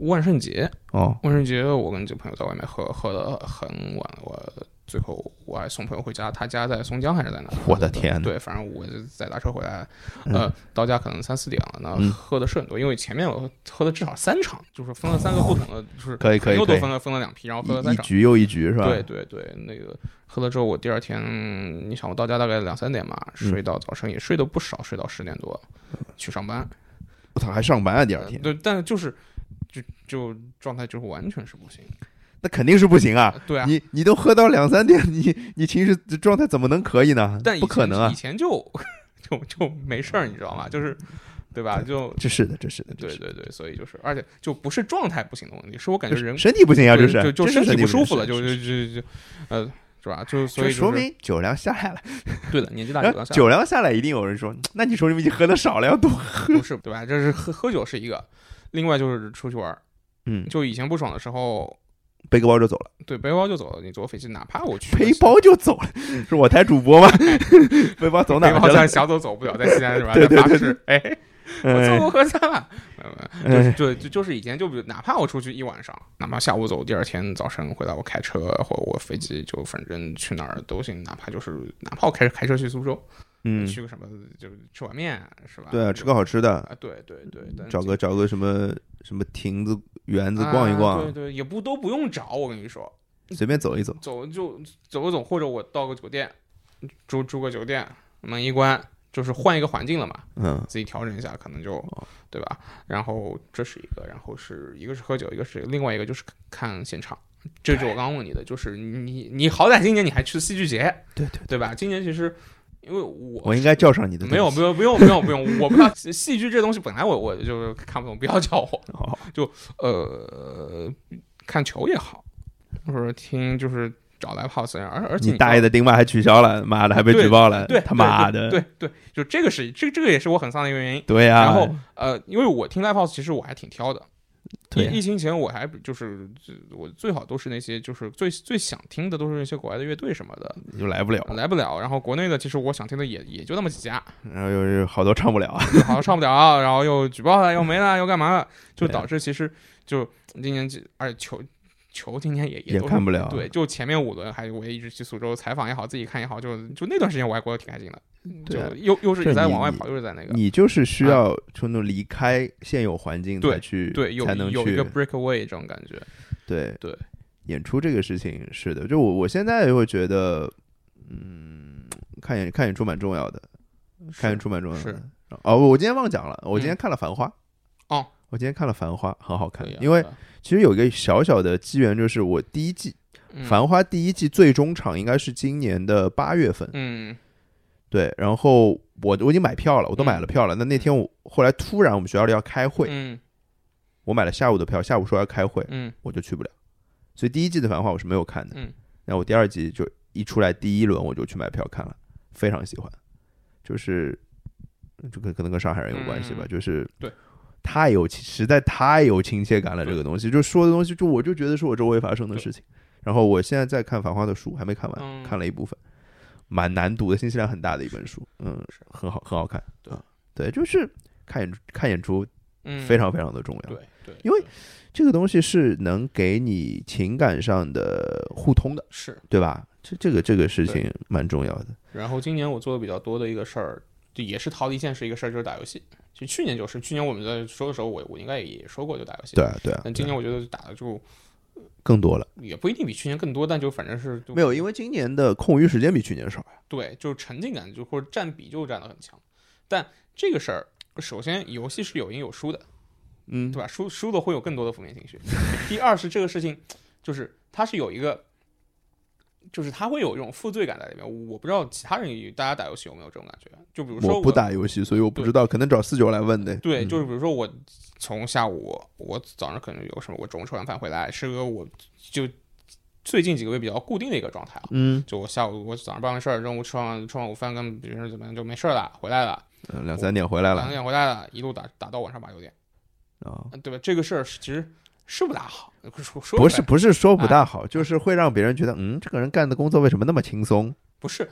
Speaker 2: 万圣节，
Speaker 1: 哦，
Speaker 2: 万圣节我跟几个朋友在外面喝喝的很晚，我最后我还送朋友回家，他家在松江还是在哪？
Speaker 1: 我的天呐
Speaker 2: 对，反正我就再打车回来，呃，到家可能三四点了，那
Speaker 1: 嗯
Speaker 2: 喝的是很多，因为前面我喝了至少三场，就是分了三个不同的，就是
Speaker 1: 可以可以
Speaker 2: 朋友
Speaker 1: 可
Speaker 2: 都
Speaker 1: 以
Speaker 2: 分了分了两批，然后喝了
Speaker 1: 一
Speaker 2: 三
Speaker 1: 一
Speaker 2: 场。
Speaker 1: 局又一局是吧？
Speaker 2: 对对对，那个喝了之后，我第二天，嗯你想我到家大概两三点嘛，
Speaker 1: 嗯
Speaker 2: 睡到早晨也睡得不少，睡到十点多去上班。
Speaker 1: 我操，还上班啊？第二
Speaker 2: 呃
Speaker 1: 天，
Speaker 2: 对，但就是就就状态就是完全是不行。
Speaker 1: 那肯定是不行啊！
Speaker 2: 对啊，
Speaker 1: 你你都喝到两三点，你你情绪状态怎么能可以呢？
Speaker 2: 但以
Speaker 1: 不可
Speaker 2: 前
Speaker 1: 能
Speaker 2: 以
Speaker 1: 啊！
Speaker 2: 前就就就没事儿，你知道吗？就是对吧？就
Speaker 1: 这是的，这是的，这
Speaker 2: 对
Speaker 1: 是的
Speaker 2: 对对，所以就是，而且就不是状态不行的问题，是我感觉
Speaker 1: 就是
Speaker 2: 人
Speaker 1: 身体不行啊，这
Speaker 2: 对
Speaker 1: 是
Speaker 2: 就就
Speaker 1: 这是
Speaker 2: 身体
Speaker 1: 体
Speaker 2: 不舒服
Speaker 1: 行
Speaker 2: 了，就是就就就呃，是吧？就所
Speaker 1: 这
Speaker 2: 以
Speaker 1: 说
Speaker 2: 就是
Speaker 1: 明呃酒量下来了。
Speaker 2: 对的，年纪大
Speaker 1: 然后
Speaker 2: 酒量下
Speaker 1: 酒量下来，一定有人说，那你说明你喝的少了， 要多喝。
Speaker 2: 不是对吧？这是喝喝酒是一个，另外就是出去玩儿，
Speaker 1: 嗯，
Speaker 2: 就以前不爽的时候，
Speaker 1: 背个包就走了，
Speaker 2: 对背包就走了，你坐飞机，哪怕我去
Speaker 1: 背包就走 了，是我台主播吗？ 背包走哪
Speaker 2: 背
Speaker 1: 儿
Speaker 2: 包
Speaker 1: 去
Speaker 2: 在
Speaker 1: 了？嗯
Speaker 2: 小走走不了，在西安是 吧？
Speaker 1: 对对
Speaker 2: 在巴
Speaker 1: 对
Speaker 2: 士，哎， 我坐过河山了，没有没有就是
Speaker 1: 哎，
Speaker 2: 就就就是以前就比如哪怕我出去一晚上，哪怕下午走，第二天早晨回来我开车或者我飞机，就反正去哪儿都行，哪怕就是哪怕我开开车去苏州，
Speaker 1: 嗯，
Speaker 2: 去个什么就是吃碗面是吧？
Speaker 1: 对啊，
Speaker 2: 就
Speaker 1: 吃个好吃的，
Speaker 2: 啊，对对对，但
Speaker 1: 找
Speaker 2: 这
Speaker 1: 个找个什么什么亭子、园子逛一
Speaker 2: 啊对
Speaker 1: 逛，
Speaker 2: 对，也不都不用找，我跟你说，
Speaker 1: 随便走一走。
Speaker 2: 走就走不走，或者我到个酒店住住个酒店，门一关就是换一个环境了嘛，
Speaker 1: 嗯，
Speaker 2: 自己调整一下，可能就
Speaker 1: 哦
Speaker 2: 对吧？然后这是一个，然后是一个是喝酒，一个是另外一个就是看现场。这就是我刚刚问你的，就是你你好歹今年你还去戏剧节，
Speaker 1: 对对，
Speaker 2: 对吧？今年其实因为我
Speaker 1: 我应该叫上你的。
Speaker 2: 没有，不用，不用，不用，不用。我不知道戏戏剧这东西，本来我我就是看不懂，不要叫我。
Speaker 1: 好
Speaker 2: 就呃，看球也好，或者听就是找 live house，而啊而且
Speaker 1: 你大爷
Speaker 2: 的
Speaker 1: 的丁麦还取消了，妈的还被
Speaker 2: 对
Speaker 1: 举报了，
Speaker 2: 对，
Speaker 1: 他妈的，
Speaker 2: 对对，对就这个是这这个也是我很丧的一个原因。
Speaker 1: 对呀。
Speaker 2: 然后呃，因为我听 live house，其实我还挺挑的。
Speaker 1: 对呀
Speaker 2: 疫疫情前我还就是呃我最好都是那些就是最最想听的都是那些国外的乐队什么的，
Speaker 1: 又来不了，
Speaker 2: 来不了。然后国内的其实我想听的也也就那么几家，
Speaker 1: 然后又又好多唱不了。啊
Speaker 2: 就好像上不了，然后又举报了，又没了，又干嘛了，就
Speaker 1: 对啊
Speaker 2: 导致其实就今年这，而且球球今年也
Speaker 1: 也
Speaker 2: 都是
Speaker 1: 看不了啊
Speaker 2: 对，就前面五轮还我也一直去苏州采访也好，自己看也好，就就那段时间我还过得挺开心的，嗯
Speaker 1: 对啊
Speaker 2: 就又又是
Speaker 1: 这
Speaker 2: 一直在
Speaker 1: 你
Speaker 2: 往外
Speaker 1: 你
Speaker 2: 跑，又是在那个。
Speaker 1: 你就是需
Speaker 2: 啊
Speaker 1: 要就那种离开现有环境
Speaker 2: 对
Speaker 1: 才去，
Speaker 2: 对，有
Speaker 1: 才能
Speaker 2: 有一
Speaker 1: 去
Speaker 2: 个 breakaway 这种感觉，
Speaker 1: 对
Speaker 2: 对，
Speaker 1: 演出这个事情是的，就我我现在会觉得，嗯，看演看演出蛮重要的，看演出蛮重要
Speaker 2: 是
Speaker 1: 的。哦，我今天忘讲了，我今天
Speaker 2: 嗯
Speaker 1: 看了《繁花》
Speaker 2: 哦，
Speaker 1: 我今天看了《繁花》，很好看
Speaker 2: 可以啊，，
Speaker 1: 因为
Speaker 2: 对啊
Speaker 1: 其实有一个小小的机缘，就是我第一季《
Speaker 2: 嗯
Speaker 1: 繁花》第一季最终场应该是今年的八月份，
Speaker 2: 嗯
Speaker 1: 对，然后我我已经买票了，我都买了票了。那那天我后来突然我们学校里要开会，
Speaker 2: 嗯
Speaker 1: 我买了下午的票，下午说要开会，
Speaker 2: 嗯
Speaker 1: 我就去不了。所以第一季的《繁花》我是没有看的。
Speaker 2: 嗯
Speaker 1: 那我第二季就一出来第一轮我就去买票看了，非常喜欢。就是这个可能跟上海人有关系吧，
Speaker 2: 嗯
Speaker 1: 就是
Speaker 2: 对，
Speaker 1: 太有亲实在太有亲切感了。这个东西就说的东西，就我就觉得是我周围发生的
Speaker 2: 对
Speaker 1: 事情。然后我现在在看《繁花》的书，还没看完，
Speaker 2: 嗯
Speaker 1: 看了一部分，蛮难读的，信息量很大的一本书，嗯，很好，很好看。
Speaker 2: 对
Speaker 1: 啊对，就是看演看演出
Speaker 2: 嗯，
Speaker 1: 非常非常的重要。
Speaker 2: 对对，
Speaker 1: 因为
Speaker 2: 对
Speaker 1: 这个东西是能给你情感上的互通的，
Speaker 2: 是。
Speaker 1: 对吧？这这个这个事
Speaker 2: 对
Speaker 1: 情蛮重要的。
Speaker 2: 然后今年我做的比较多的一个事儿，就也是逃离现实一个事儿，就是打游戏。就去年就是，去年我们在说的时候，我我应该也说过就打游戏。
Speaker 1: 对。啊，对啊。
Speaker 2: 但今
Speaker 1: 对啊
Speaker 2: 年我觉得打的就
Speaker 1: 更多了，
Speaker 2: 也不一定比去年更多，但就反正是就
Speaker 1: 没有，因为今年的空余时间比去年少呀。
Speaker 2: 对，就是沉浸感就或者占比就占得很强。但这个事儿，首先游戏是有赢有输的，
Speaker 1: 嗯
Speaker 2: 对吧？输输的会有更多的负面情绪。 第二是这个事情，就是它是有一个，就是它会有一种负罪感在里面。我不知道其他人大家打游戏有没有这种感觉？就比如说
Speaker 1: 我不打游戏，所以我不知道，可能找四九来问的。
Speaker 2: 对，
Speaker 1: 嗯
Speaker 2: 就是比如说我从下午，我早上可能有什么，我中午吃完饭回来是个我就最近几个月比较固定的一个状态啊。
Speaker 1: 嗯，
Speaker 2: 就我下午我早上办完事儿，中午吃完吃完午饭跟别人怎么样就没事儿了，回来了，
Speaker 1: 呃两三点回来了
Speaker 2: 两点回来了，一路打打到晚上八九点，
Speaker 1: 啊，
Speaker 2: 对吧？这个事儿是其实是不大好，说说
Speaker 1: 不
Speaker 2: 出
Speaker 1: 是
Speaker 2: 来哎
Speaker 1: 不是说不大好，就是会让别人觉得，嗯，这个人干的工作为什么那么轻松？
Speaker 2: 不是，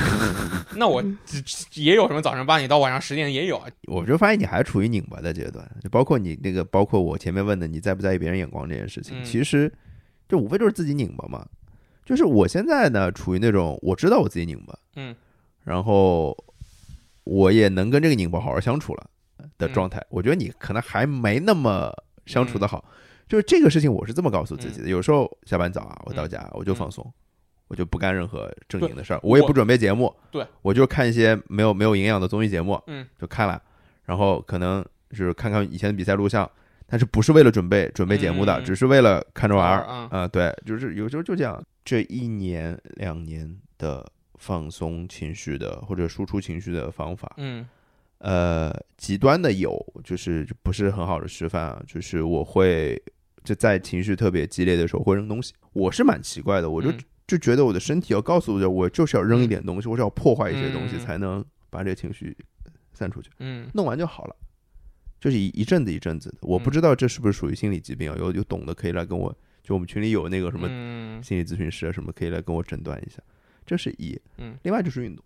Speaker 2: 那我也有什么早上八点到晚上十点也有啊，
Speaker 1: 我就发现你还处于拧巴的阶段，就包括你那个，包括我前面问的，你在不在意别人眼光这件事情，
Speaker 2: 嗯
Speaker 1: 其实就无非就是自己拧巴嘛。就是我现在呢，处于那种我知道我自己拧巴，
Speaker 2: 嗯，
Speaker 1: 然后我也能跟这个拧巴好好相处了的
Speaker 2: 嗯
Speaker 1: 状态。我觉得你可能还没那么相处的好，就是这个事情，我是这么告诉自己的。有时候下班早啊，我到
Speaker 2: 嗯
Speaker 1: 家、我就放松，我就不干任何正
Speaker 2: 对
Speaker 1: 经的事儿，我也
Speaker 2: 我
Speaker 1: 不准备节目，
Speaker 2: 对
Speaker 1: 我就看一些没有没有营养的综艺节目，
Speaker 2: 嗯，
Speaker 1: 就看了，然后可能就是看看以前的比赛录像。但是不是为了准备准备节目的，
Speaker 2: 嗯
Speaker 1: 只是为了看着玩儿
Speaker 2: 玩儿啊
Speaker 1: 啊、对，就是有时候就这样。这一年两年的放松情绪的或者输出情绪的方法，
Speaker 2: 嗯
Speaker 1: 呃，极端的有，就是就不是很好的示范啊，就是我会就在情绪特别激烈的时候会扔东西，我是蛮奇怪的，我就、
Speaker 2: 嗯
Speaker 1: 就觉得我的身体要告诉我，我就是要扔一点东西，我是要破坏一些东西
Speaker 2: 嗯
Speaker 1: 才能把这个情绪散出去，
Speaker 2: 嗯
Speaker 1: 弄完就好了。就是一一阵子一阵子的，我不
Speaker 2: 嗯
Speaker 1: 知道这是不是属于心理疾病啊？有有懂的可以来跟我，就我们群里有那个什么
Speaker 2: 嗯
Speaker 1: 心理咨询师啊什么，可以来跟我诊断一下。这是一，
Speaker 2: 嗯，
Speaker 1: 另外就是运动，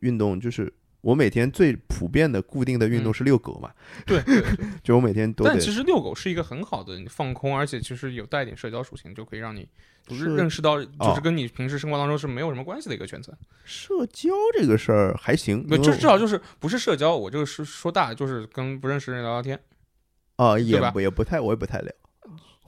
Speaker 1: 运动就是我每天最普遍的固定的运动
Speaker 2: 嗯
Speaker 1: 是遛狗嘛，
Speaker 2: 对对对。
Speaker 1: 就我每天都
Speaker 2: 但
Speaker 1: 得
Speaker 2: 其实遛狗是一个很好的放空，而且其实有带一点社交属性，就可以让你就是
Speaker 1: 是
Speaker 2: 认识到，就是
Speaker 1: 哦
Speaker 2: 跟你平时生活当中是没有什么关系的一个圈层。
Speaker 1: 社交这个事儿还行，
Speaker 2: 不，
Speaker 1: 因为
Speaker 2: 就
Speaker 1: 我
Speaker 2: 至少就是不是社交，我这个是说大了就是跟不认识人聊 聊天。
Speaker 1: 啊也
Speaker 2: 对吧嗯
Speaker 1: 不也不太我也不太聊。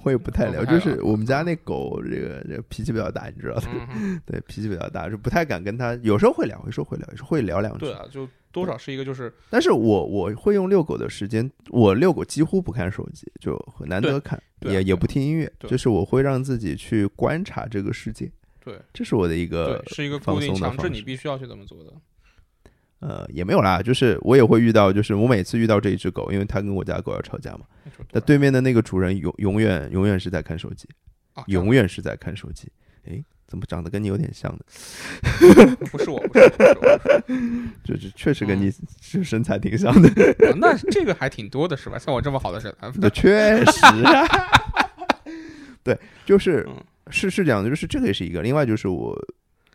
Speaker 1: 我也不太
Speaker 2: 我嗯
Speaker 1: 聊，
Speaker 2: 不太
Speaker 1: 就
Speaker 2: 聊
Speaker 1: 是我们家那狗，这个这个脾气比较大，你知道的，
Speaker 2: 嗯嗯，
Speaker 1: 对，脾气比较大，就不太敢跟它。有时候会聊，有时候会聊，有时候会聊两句
Speaker 2: 对。啊，就多少是一个就是
Speaker 1: 但是我我会用遛狗的时间，我遛狗几乎不看手机，就很难得
Speaker 2: 对
Speaker 1: 看，
Speaker 2: 对啊
Speaker 1: 也
Speaker 2: 对
Speaker 1: 也
Speaker 2: 啊
Speaker 1: 不听音乐，
Speaker 2: 对
Speaker 1: 就是我会让自己去观察这个世界，
Speaker 2: 对
Speaker 1: 这是我的一个
Speaker 2: 对，是一个
Speaker 1: 呃放
Speaker 2: 固定
Speaker 1: 松的
Speaker 2: 强制
Speaker 1: 方
Speaker 2: 你
Speaker 1: 式
Speaker 2: 必须要去这么做的。
Speaker 1: 呃也没有啦，就是我也会遇到，就是我每次遇到这一只狗，因为它跟我家狗要吵架嘛，
Speaker 2: 你说
Speaker 1: 那
Speaker 2: 对
Speaker 1: 对面的那个主人永永远永远是在看手机，
Speaker 2: 啊，这样
Speaker 1: 永远是在看手机，诶，怎么长得跟你有点像呢？
Speaker 2: 不是我，不是我不是我，不是
Speaker 1: 这这确实跟
Speaker 2: 嗯
Speaker 1: 你这身材挺像的，
Speaker 2: 我哦那这个还挺多的是吧？像我这么好的人，啊
Speaker 1: 那确实啊， 对，就是
Speaker 2: 嗯
Speaker 1: 是是这样的，就是这个也是一个。另外就是我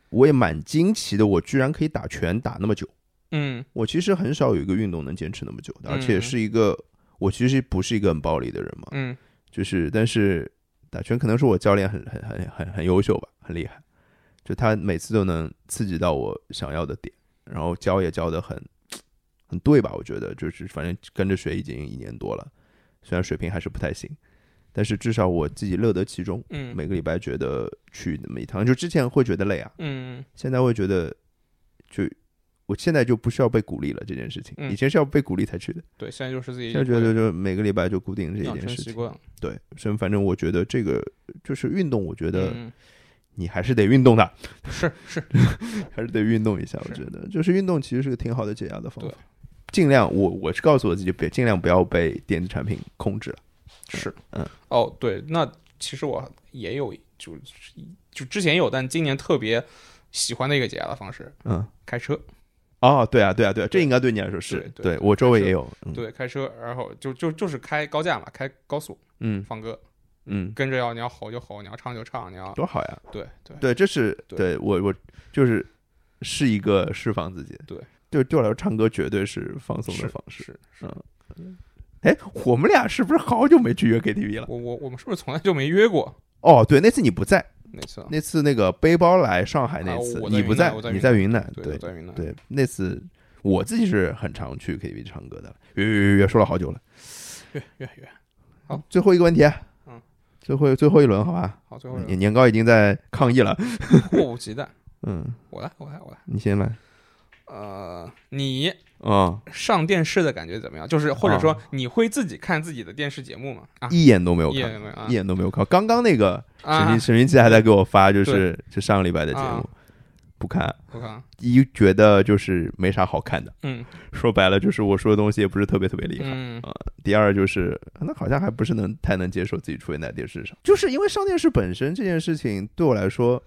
Speaker 1: 我也蛮惊奇的，我居然可以打拳打那么久。
Speaker 2: 嗯
Speaker 1: 我其实很少有一个运动能坚持那么久的，而且
Speaker 2: 嗯
Speaker 1: 是一个我其实不是一个很暴力的人嘛，
Speaker 2: 嗯
Speaker 1: 就是但是打拳可能是我教练很很很很很优秀吧，很厉害，就他每次都能刺激到我想要的点，然后教也教的很很对吧？我觉得就是反正跟着学已经一年多了，虽然水平还是不太行，但是至少我自己乐得其中。
Speaker 2: 嗯
Speaker 1: 每个礼拜觉得去那么一趟，就之前会觉得累啊，
Speaker 2: 嗯
Speaker 1: 现在会觉得就我现在就不需要被鼓励了这件事情，
Speaker 2: 嗯
Speaker 1: 以前是要被鼓励才去的，
Speaker 2: 对，现在就是自己
Speaker 1: 现在觉得就每个礼拜就固定这一
Speaker 2: 养
Speaker 1: 件
Speaker 2: 成
Speaker 1: 事
Speaker 2: 习
Speaker 1: 情。
Speaker 2: 惯，
Speaker 1: 对，所以反正我觉得这个就是运动，我觉得
Speaker 2: 嗯、
Speaker 1: 你还是得运动的，
Speaker 2: 是是，
Speaker 1: 还是得运动一下。我
Speaker 2: 是
Speaker 1: 觉得就是运动其实是个挺好的解压的方
Speaker 2: 对
Speaker 1: 法。尽量我我是告诉我自己，别尽量不要被电子产品控制了。
Speaker 2: 是，
Speaker 1: 嗯，
Speaker 2: 哦，对，那其实我也有，就就之前有，但今年特别喜欢的一个解压的方式，
Speaker 1: 嗯，
Speaker 2: 开车。
Speaker 1: 哦，对啊，对啊，对啊，这应该对你来说是
Speaker 2: 对对
Speaker 1: 我周围
Speaker 2: 是
Speaker 1: 也有，嗯
Speaker 2: 对，开车，然后就就就是开高架嘛，开高速
Speaker 1: 嗯
Speaker 2: 放歌，
Speaker 1: 嗯，
Speaker 2: 跟着要你要吼就吼，你要唱就唱，你要
Speaker 1: 多好呀！
Speaker 2: 对对
Speaker 1: 对，这是
Speaker 2: 对
Speaker 1: 对我我就是是一个释放自己的，
Speaker 2: 对，
Speaker 1: 对对我来说，唱歌绝对是放松的
Speaker 2: 是
Speaker 1: 方式。
Speaker 2: 是是，
Speaker 1: 嗯，哎，我们俩是不是好久没去约 KTV 了？
Speaker 2: 我我我们是不是从来就没约过
Speaker 1: 哦，对，那次你不在，
Speaker 2: 那次啊？
Speaker 1: 那次那个背包来上海那
Speaker 2: 啊
Speaker 1: 次，
Speaker 2: 我在
Speaker 1: 你
Speaker 2: 云
Speaker 1: 不
Speaker 2: 南我在
Speaker 1: 你
Speaker 2: 云
Speaker 1: 在云南，
Speaker 2: 对，
Speaker 1: 对
Speaker 2: 我在云南，
Speaker 1: 对，那次我自己是很常去 KTV 唱歌的，约约约约，说了好久了。
Speaker 2: 约约约。
Speaker 1: 最后一个问题啊，
Speaker 2: 嗯
Speaker 1: 最后最后一轮，好吧？
Speaker 2: 好，最后一
Speaker 1: 年
Speaker 2: 个
Speaker 1: 年糕已经在抗议了，
Speaker 2: 迫不及待，
Speaker 1: 嗯，
Speaker 2: 我来我来我来。
Speaker 1: 你先来，
Speaker 2: 呃，你
Speaker 1: 哦，
Speaker 2: 上电视的感觉怎么样？就是或者说你会自己看自己的电视节目吗？啊，
Speaker 1: 一眼都没有
Speaker 2: 一眼
Speaker 1: 看，
Speaker 2: 有没有啊
Speaker 1: 一？眼都没有看。刚刚那个沈
Speaker 2: 啊
Speaker 1: 明，沈明奇还在给我发，就是就上个礼拜的节目
Speaker 2: 啊，
Speaker 1: 不看。
Speaker 2: 我看，
Speaker 1: 一觉得就是没啥好看的，
Speaker 2: 嗯
Speaker 1: 说白了就是我说的东西也不是特别特别厉害。
Speaker 2: 嗯
Speaker 1: 第二就是，那好像还不是能太能接受自己出现在电视上，就是因为上电视本身这件事情对我来说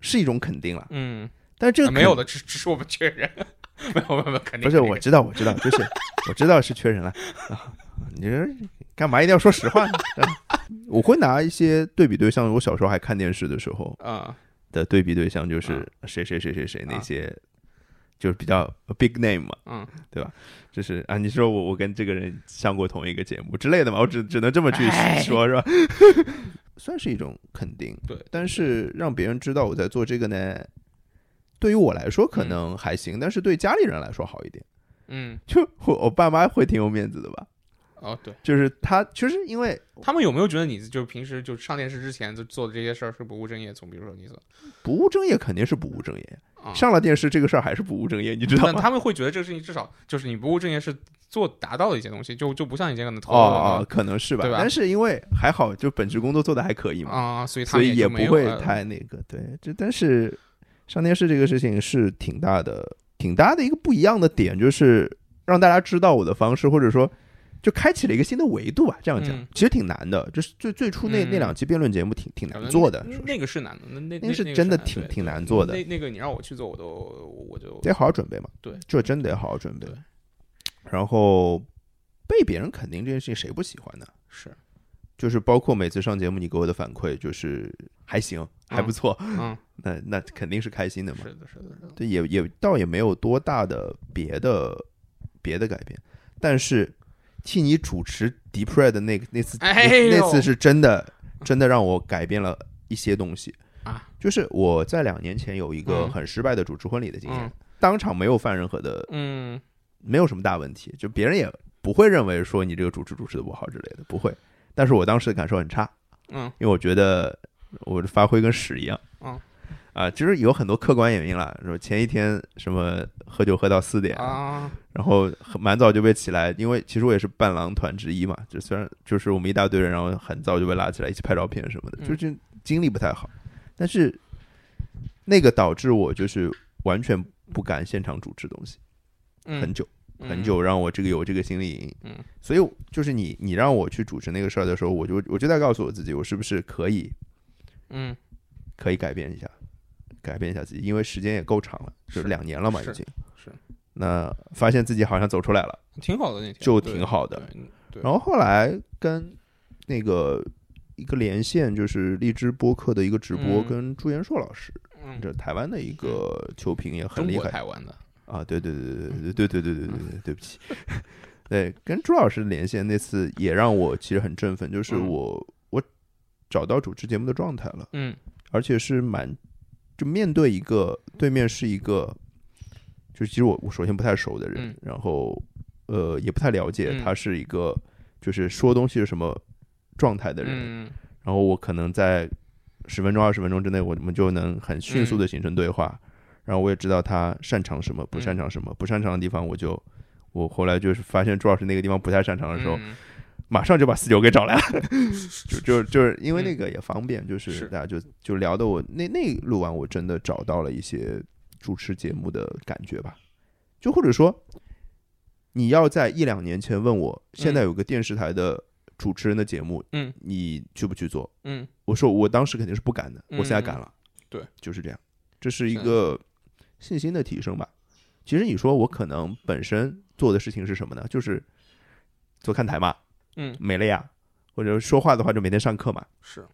Speaker 1: 是一种肯定了，
Speaker 2: 嗯，
Speaker 1: 但是这个
Speaker 2: 啊没有
Speaker 1: 的，
Speaker 2: 的，只只是我们确认， 没有没有没有，肯定
Speaker 1: 不是
Speaker 2: 肯定
Speaker 1: 我知道我知道，就是 我知道是缺人了，啊你这干嘛一定要说实话呢？ 啊我会拿一些对比对象，我小时候还看电视的时候
Speaker 2: 啊
Speaker 1: 的对比对象就是谁谁谁谁谁那些，就是比较 big name 嘛，
Speaker 2: 嗯
Speaker 1: 就是啊，你说我我跟这个人上过同一个节目之类的嘛，我只只能这么去
Speaker 2: 哎
Speaker 1: 说，是吧？算是一种肯定，
Speaker 2: 对
Speaker 1: 但是让别人知道我在做这个呢，对于我来说可能还行，但是对家里人来说好一点。
Speaker 2: 嗯
Speaker 1: 就我我爸妈会挺有面子的吧，
Speaker 2: 哦对，
Speaker 1: 就是他其实因为
Speaker 2: 他们有没有觉得你就是平时就上电视之前就做的这些事儿是不务正业？从比如说你所
Speaker 1: 不务正业肯定是不务正业，
Speaker 2: 啊，
Speaker 1: 上了啊电视这个事儿还是不务正业，你知道
Speaker 2: 但
Speaker 1: 吗？
Speaker 2: 他们会觉得这个事情至少就是你不务正业是做达到的一些东西，就就不像以前可能投
Speaker 1: 哦哦，
Speaker 2: 了啊
Speaker 1: 可能是吧，
Speaker 2: 对吧
Speaker 1: 但是因为还好，就本职工作做的还可以嘛，
Speaker 2: 啊，所以他
Speaker 1: 所
Speaker 2: 们
Speaker 1: 以也
Speaker 2: 就
Speaker 1: 不
Speaker 2: 没有
Speaker 1: 会
Speaker 2: 呃
Speaker 1: 太那个。对，这但是上电视这个事情是挺大的，挺大的一个不一样的点，就是让大家知道我的方式，或者说就开启了一个新的维度吧。这样讲、
Speaker 2: 嗯
Speaker 1: 其实挺难的，就是最最初那、
Speaker 2: 嗯
Speaker 1: 那两期辩论节目挺挺
Speaker 2: 那
Speaker 1: 难做的，
Speaker 2: 呃那
Speaker 1: 说实
Speaker 2: 那个是难的，那那
Speaker 1: 那个是
Speaker 2: 个
Speaker 1: 真的
Speaker 2: 难
Speaker 1: 挺
Speaker 2: 对
Speaker 1: 挺难做的
Speaker 2: 那那个你让我去做，我都我我就
Speaker 1: 得好好准备嘛。
Speaker 2: 对，
Speaker 1: 就真得好好准备
Speaker 2: 对。
Speaker 1: 然后被别人肯定这件事情谁不喜欢呢？
Speaker 2: 是
Speaker 1: 就是包括每次上节目你给我的反馈，就是还行，还不错，
Speaker 2: 嗯，
Speaker 1: 那那肯定是开心的嘛。
Speaker 2: 是的，是的，是的，
Speaker 1: 对，也也倒也没有多大的别的别的改变，但是替你主持 Deep Red 的那个那次、
Speaker 2: 哎
Speaker 1: 那
Speaker 2: 呦
Speaker 1: 那次是真的真的让我改变了一些东西
Speaker 2: 啊。
Speaker 1: 就是我在两年前有一个
Speaker 2: 嗯
Speaker 1: 很失败的主持婚礼的经验，
Speaker 2: 嗯
Speaker 1: 当场没有犯任何的，
Speaker 2: 嗯
Speaker 1: 没有什么大问题，就别人也不会认为说你这个主持主持的不好之类的，不会。但是我当时的感受很差，
Speaker 2: 嗯
Speaker 1: 因为我觉得我的发挥跟屎一样。
Speaker 2: 嗯
Speaker 1: 啊，其实有很多客观原因啦，说前一天什么喝酒喝到四点，
Speaker 2: 啊，
Speaker 1: 然后很蛮早就被起来，因为其实我也是伴郎团之一嘛，就虽然就是我们一大堆人，然后很早就被拉起来一起拍照片什么的，
Speaker 2: 嗯
Speaker 1: 就这精力不太好，但是那个导致我就是完全不敢现场主持东西，很
Speaker 2: 嗯
Speaker 1: 久很
Speaker 2: 嗯
Speaker 1: 久让我这个有这个心理阴影，
Speaker 2: 嗯
Speaker 1: 所以就是你你让我去主持那个事儿的时候，我就我就在告诉我自己，我是不是可以
Speaker 2: 嗯
Speaker 1: 可以改变一下，改变一下自己，因为时间也够长了，就是
Speaker 2: 是
Speaker 1: 两年了嘛，已
Speaker 2: 是
Speaker 1: 经
Speaker 2: 是
Speaker 1: 那发现自己好像走出来了，
Speaker 2: 嗯挺好的那天
Speaker 1: 就
Speaker 2: 对
Speaker 1: 挺好的
Speaker 2: 对对
Speaker 1: 然后后来跟那个一个连线，就是荔枝播客的一个直播，
Speaker 2: 嗯
Speaker 1: 跟朱元硕老师，
Speaker 2: 嗯，
Speaker 1: 这台湾的一个球评也很
Speaker 2: 中
Speaker 1: 厉
Speaker 2: 国
Speaker 1: 害
Speaker 2: 台湾的，
Speaker 1: 啊，对对
Speaker 2: 嗯
Speaker 1: 对对对对对对对对对，对不起， 对，跟朱老师连线那次也让我其实很振奋，就是
Speaker 2: 嗯
Speaker 1: 我我找到主持节目的状态了。
Speaker 2: 嗯
Speaker 1: 而且是蛮就面对一个对面是一个，就是其实我我首先不太熟的人，
Speaker 2: 嗯
Speaker 1: 然后呃也不太了解
Speaker 2: 嗯
Speaker 1: 他是一个就是说东西是什么状态的人，
Speaker 2: 嗯
Speaker 1: 然后我可能在十分钟、二十分钟之内，我们就能很迅
Speaker 2: 嗯
Speaker 1: 速的形成对话。然后我也知道他擅长什么，不擅长什
Speaker 2: 嗯
Speaker 1: 么，不擅长的地方，我就我后来就是发现朱老师那个地方不太擅长的时候，
Speaker 2: 嗯
Speaker 1: 马上就把四九给找 来了。就就就是因
Speaker 2: 嗯
Speaker 1: 为那个也方便，就是
Speaker 2: 是
Speaker 1: 大家就就聊的我那那录完，我真的找到了一些主持节目的感觉吧。就或者说，你要在一两年前问我，现在有个电视台的主持人的节目，
Speaker 2: 嗯，
Speaker 1: 你去不去做？
Speaker 2: 嗯，
Speaker 1: 我说我当时肯定是不敢的，我
Speaker 2: 嗯
Speaker 1: 现在敢了。
Speaker 2: 对，
Speaker 1: 就是这样，这是一
Speaker 2: 是
Speaker 1: 个信心的提升吧。其实你说我可能本身做的事情是什么呢？就是做看台嘛，
Speaker 2: 嗯
Speaker 1: 没了呀。或者说话的话，就每天上课嘛。
Speaker 2: 是，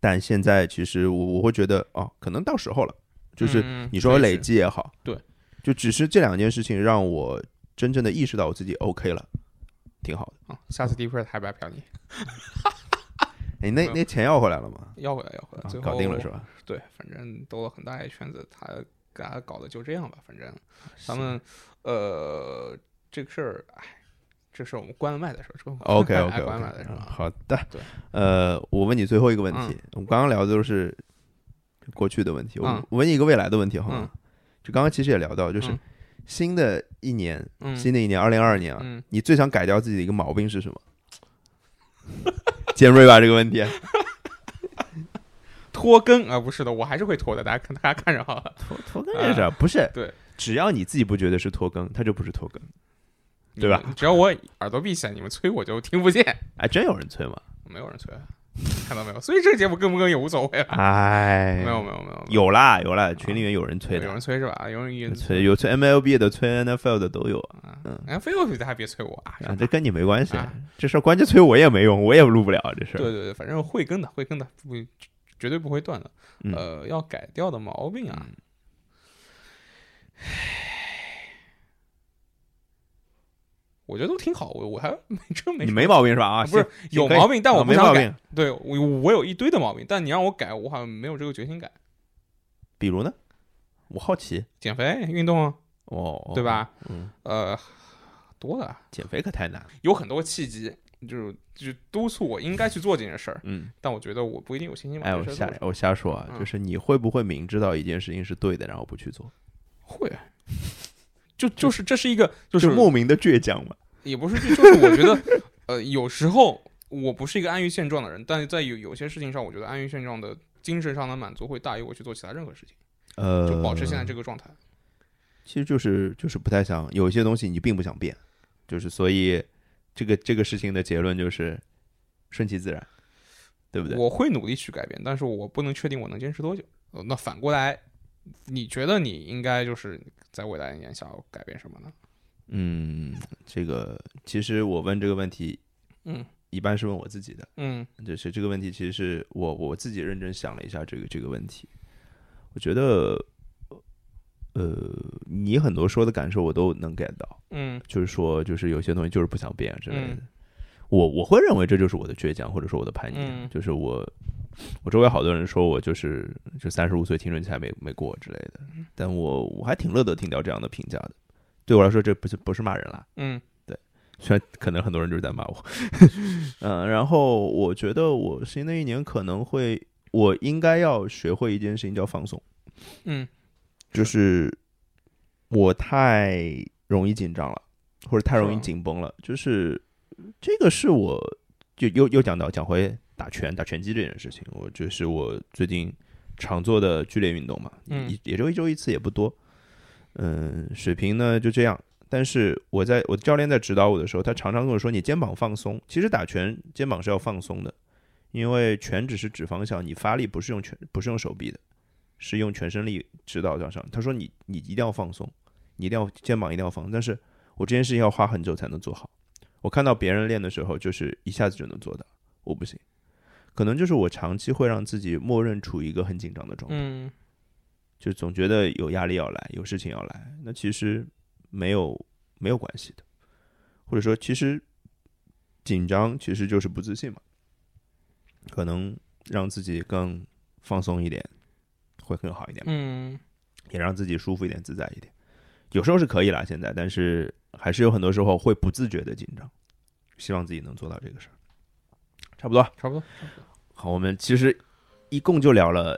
Speaker 1: 但现在其实我我会觉得，哦，可能到时候了。就是
Speaker 2: 嗯
Speaker 1: 你说累，积也好，
Speaker 2: 对，
Speaker 1: 就只是这两件事情让我真正的意识到我自己 OK 了，挺好的。
Speaker 2: 可以是啊下次 Deeper 台白嫖你，
Speaker 1: 哎，那
Speaker 2: 嗯
Speaker 1: 那钱要回来了吗？
Speaker 2: 要回来要回来，
Speaker 1: 啊
Speaker 2: 最后
Speaker 1: 搞定了是？吧？
Speaker 2: 对，反正兜了很大一圈子，他给他搞的就这样吧，反正咱们呃这个事儿，哎，这事儿我们关了麦再说，这
Speaker 1: OK OK
Speaker 2: 关了麦
Speaker 1: OK，
Speaker 2: 再说啊。
Speaker 1: 嗯好的
Speaker 2: 对。
Speaker 1: 呃，我问你最后一个问题
Speaker 2: 嗯，
Speaker 1: 我们刚刚聊的都是过去的问题，我
Speaker 2: 嗯
Speaker 1: 我问你一个未来的问题好
Speaker 2: 嗯
Speaker 1: 吗？就刚刚其实也聊到，就是
Speaker 2: 嗯
Speaker 1: 新的一年，
Speaker 2: 嗯
Speaker 1: 新的一年二零二二年啊，
Speaker 2: 嗯，
Speaker 1: 你最想改掉自己的一个毛病是什么？尖锐吧这个问 题，
Speaker 2: 拖更啊，不是的，我还是会拖的，大家看大家看着好 了。
Speaker 1: 拖拖更
Speaker 2: 这事
Speaker 1: 不是？
Speaker 2: 啊对，
Speaker 4: 只要你自己不觉得是拖更，它就不是拖更。对吧
Speaker 2: 你们？只要我耳朵闭起来，你们催我就听不见，
Speaker 1: 哎，真有人催吗？
Speaker 2: 没有人催，啊看到没有？所以这个节目更不更也无所谓了。
Speaker 1: 哎
Speaker 2: 没，有没有没有，没
Speaker 1: 有啦有啦，群里面有人催
Speaker 2: 有
Speaker 1: 的
Speaker 2: 人，催是吧？有人有人
Speaker 1: 催有催 MLB 的，催 NFL 的都有啊。
Speaker 2: 嗯，哎，非要大家别催我啊！是吧
Speaker 1: 啊，这跟你没关系
Speaker 2: 啊，
Speaker 1: 这事儿关键催我也没用，我也录不了这事儿。
Speaker 2: 对对对，反正会跟的，会跟的，不绝对不会断的。
Speaker 1: 嗯
Speaker 2: 呃，要改掉的毛病啊，我觉得都挺好，我我还没真没
Speaker 1: 你
Speaker 2: 什
Speaker 1: 没
Speaker 2: 么
Speaker 1: 毛病是吧？啊，
Speaker 2: 不是
Speaker 1: 行
Speaker 2: 有
Speaker 1: 可以
Speaker 2: 毛病，但
Speaker 1: 啊
Speaker 2: 我不
Speaker 1: 没
Speaker 2: 想
Speaker 1: 毛
Speaker 2: 改。
Speaker 1: 病。
Speaker 2: 对我我有一堆的毛病，但你让我改，我好像没有这个决心改。
Speaker 1: 比如呢，我好奇
Speaker 2: 减肥、运动啊，
Speaker 1: 哦，
Speaker 2: 对？吧？
Speaker 1: 嗯，
Speaker 2: 呃，多了，啊
Speaker 1: 减肥可太难了。
Speaker 2: 有很多契机，就是就督促我应该去做这件事儿，
Speaker 1: 嗯，
Speaker 2: 但我觉得我不一定有信心把
Speaker 1: 哎，
Speaker 2: 这
Speaker 1: 我
Speaker 2: 事儿做
Speaker 1: 瞎
Speaker 2: 出来。
Speaker 1: 我瞎说啊，
Speaker 2: 嗯
Speaker 1: 就是你会不会明知道一件事情是对的，然后不去做，
Speaker 2: 会，就就是这是一个，就是
Speaker 1: 莫名的倔强嘛？
Speaker 2: 也不是，就就是我觉得，呃，有时候我不是一个安于现状的人，但是在有有些事情上，我觉得安于现状的精神上的满足会大于我去做其他任何事情，
Speaker 1: 呃，
Speaker 2: 就保持现在这个状态。
Speaker 1: 其实就是就是不太想，有一些东西你并不想变，就是所以这个这个事情的结论就是顺其自然，对不对？
Speaker 2: 我会努力去改变，但是我不能确定我能坚持多久。呃那反过来，你觉得你应该就是在未来一年想要改变什么呢？
Speaker 1: 嗯，这个其实我问这个问题
Speaker 2: 嗯
Speaker 1: 一半是问我自己的，
Speaker 2: 嗯
Speaker 1: 就是这个问题其实是我我自己认真想了一下这个这个问题，我觉得呃，你很多说的感受我都能 get 到，
Speaker 2: 嗯
Speaker 1: 就是说，就是有些东西就是不想变之类的。我我会认为这就是我的倔强，或者说我的叛逆。
Speaker 2: 嗯
Speaker 1: 就是我，我周围好多人说我就是就三十五岁青春期还没没过之类的，
Speaker 2: 嗯
Speaker 1: 但我我还挺乐得听到这样的评价的。对我来说，这不是不是骂人啦，
Speaker 2: 嗯
Speaker 1: 虽然可能很多人就是在骂我。 嗯，然后我觉得我新的一年可能会，我应该要学会一件事情叫放松，
Speaker 2: 嗯
Speaker 1: 就是我太容易紧张了，或者太容易
Speaker 2: 是啊
Speaker 1: 紧绷了，就是这个是我就又又讲到讲回打拳打拳击这件事情，我就是我最近常做的剧烈运动嘛，
Speaker 2: 嗯
Speaker 1: 也也就一周一次也不多，嗯，水平呢就这样。但是我在我的教练在指导我的时候，他常常跟我说：“你肩膀放松。”其实打拳肩膀是要放松的，因为拳只是指方向，你发力不是用拳不是用手臂的，是用全身力指导向上。他说你你一定要放松，你一定要肩膀一定要放松。但是我这件事情要花很久才能做好。我看到别人练的时候，就是一下子就能做到，我不行。可能就是我长期会让自己默认处于一个很紧张的状态，
Speaker 2: 嗯
Speaker 1: 就总觉得有压力要来，有事情要来。那其实没有没有关系的，或者说其实紧张其实就是不自信嘛，可能让自己更放松一点会更好一点吧。
Speaker 2: 嗯
Speaker 1: 也让自己舒服一点、自在一点。有时候是可以啦，现在，但是还是有很多时候会不自觉的紧张。希望自己能做到这个事儿。差不多。
Speaker 2: 差不多。
Speaker 1: 好，我们其实一共就聊了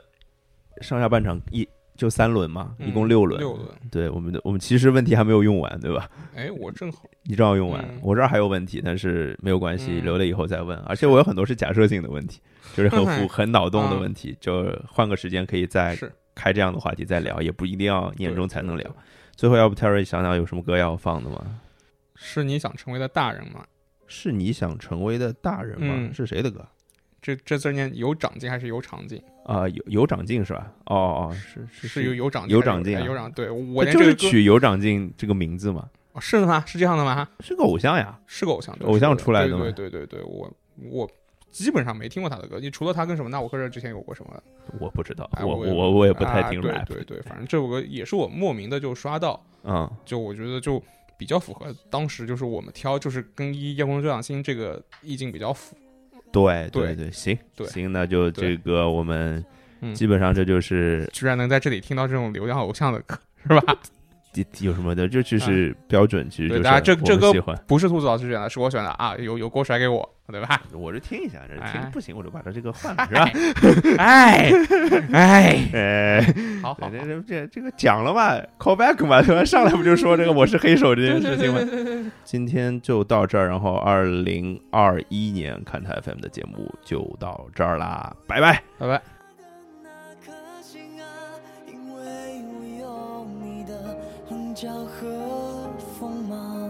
Speaker 1: 上下半场一就三轮嘛，一共
Speaker 2: 嗯
Speaker 1: 六轮。
Speaker 2: 六轮。
Speaker 1: 对，我们的我们其实问题还没有用完，对吧？
Speaker 2: 哎，我正好，
Speaker 1: 你正好用完，
Speaker 2: 嗯
Speaker 1: 我这儿还有问题，但是没有关系，
Speaker 2: 嗯
Speaker 1: 留了以后再问。而且我有很多是假设性的问题，就是 很
Speaker 2: 嗨
Speaker 1: 浮很脑洞的问题，就换个时间可以再
Speaker 2: 嗯是
Speaker 1: 开这样的话题再聊，也不一定要哎年
Speaker 2: 对
Speaker 1: 终才能
Speaker 2: 对
Speaker 1: 聊。最后，要不 Terry 想想有什么歌要放的吗？
Speaker 2: 是你想成为的大人吗？
Speaker 1: 是你想成为的大人吗？
Speaker 2: 嗯
Speaker 1: 是谁的歌？
Speaker 2: 这这字儿念有长进还是有长进？
Speaker 1: 啊、有有长进是吧？哦哦，是是
Speaker 2: 是有有长进
Speaker 1: 有
Speaker 2: 还是
Speaker 1: 长进啊
Speaker 2: 哎有长对，我
Speaker 1: 他
Speaker 2: 连
Speaker 1: 就
Speaker 2: 这
Speaker 1: 是
Speaker 2: 个歌
Speaker 1: 取有长进这个名字嘛，
Speaker 2: 哦是的吗？是这样的吗？
Speaker 1: 是个偶像呀。
Speaker 2: 是个偶像，对
Speaker 1: 偶像
Speaker 2: 是个
Speaker 1: 出来的
Speaker 2: 对
Speaker 1: 吗
Speaker 2: 对对对对，我我基本上没听过他的歌，你除了他跟什么那我克热之前有过什么？
Speaker 1: 我不知道，
Speaker 2: 哎
Speaker 1: 我
Speaker 2: 我也
Speaker 1: 我我也不太
Speaker 2: 啊
Speaker 1: 听
Speaker 2: 对
Speaker 1: rap，
Speaker 2: 对对，反正这首歌也是我莫名的就刷到，
Speaker 1: 嗯，
Speaker 2: 就我觉得就比较符合当时就是我们挑就是跟《一夜空中最想心》这个意境比较符。
Speaker 1: 对
Speaker 2: 对
Speaker 1: 对，行
Speaker 2: 对
Speaker 1: 行，那就这
Speaker 2: 对
Speaker 1: 个我们
Speaker 2: 嗯
Speaker 1: 基本上这就是
Speaker 2: 居然能在这里听到这种流量偶像的歌，是吧？
Speaker 1: 有什么的，这就是标准，其实就
Speaker 2: 啊对
Speaker 1: 是
Speaker 2: 大家这
Speaker 1: 我
Speaker 2: 这
Speaker 1: 们
Speaker 2: 个
Speaker 1: 喜欢，
Speaker 2: 不是兔子老师选的，是我选的啊！有有锅甩给我，对吧？
Speaker 1: 我就听一下，这听
Speaker 2: 哎
Speaker 1: 不行我就把它这个换 了，是吧？
Speaker 2: 哎哎，
Speaker 1: 哎，
Speaker 2: 好好
Speaker 1: 对，这这这这个讲了嘛，callback 嘛，对吧？上来不就说这个我是黑手这件事情吗？ 今天就到这儿，然后二零二一年看台 FM 的节目就到这儿啦，拜拜。
Speaker 2: 拜拜。
Speaker 3: 那颗心啊，因为我有你的棱角和锋芒。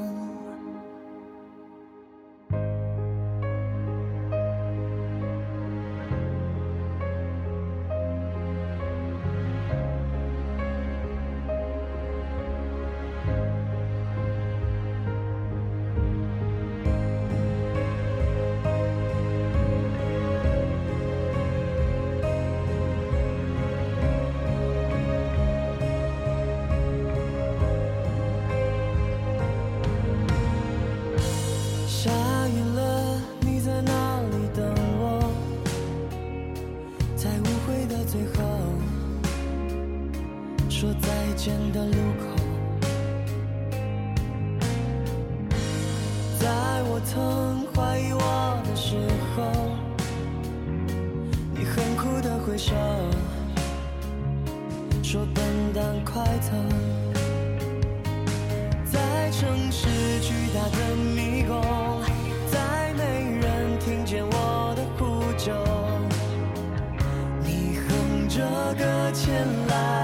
Speaker 3: 下雨了，你在哪里等我？在误会的最后，说再见的路口，在我曾怀疑我的时候，你很酷的挥手，说笨蛋快走。在城市巨大的迷宫，再没人听见我的呼救。你哼着歌前来。哦啊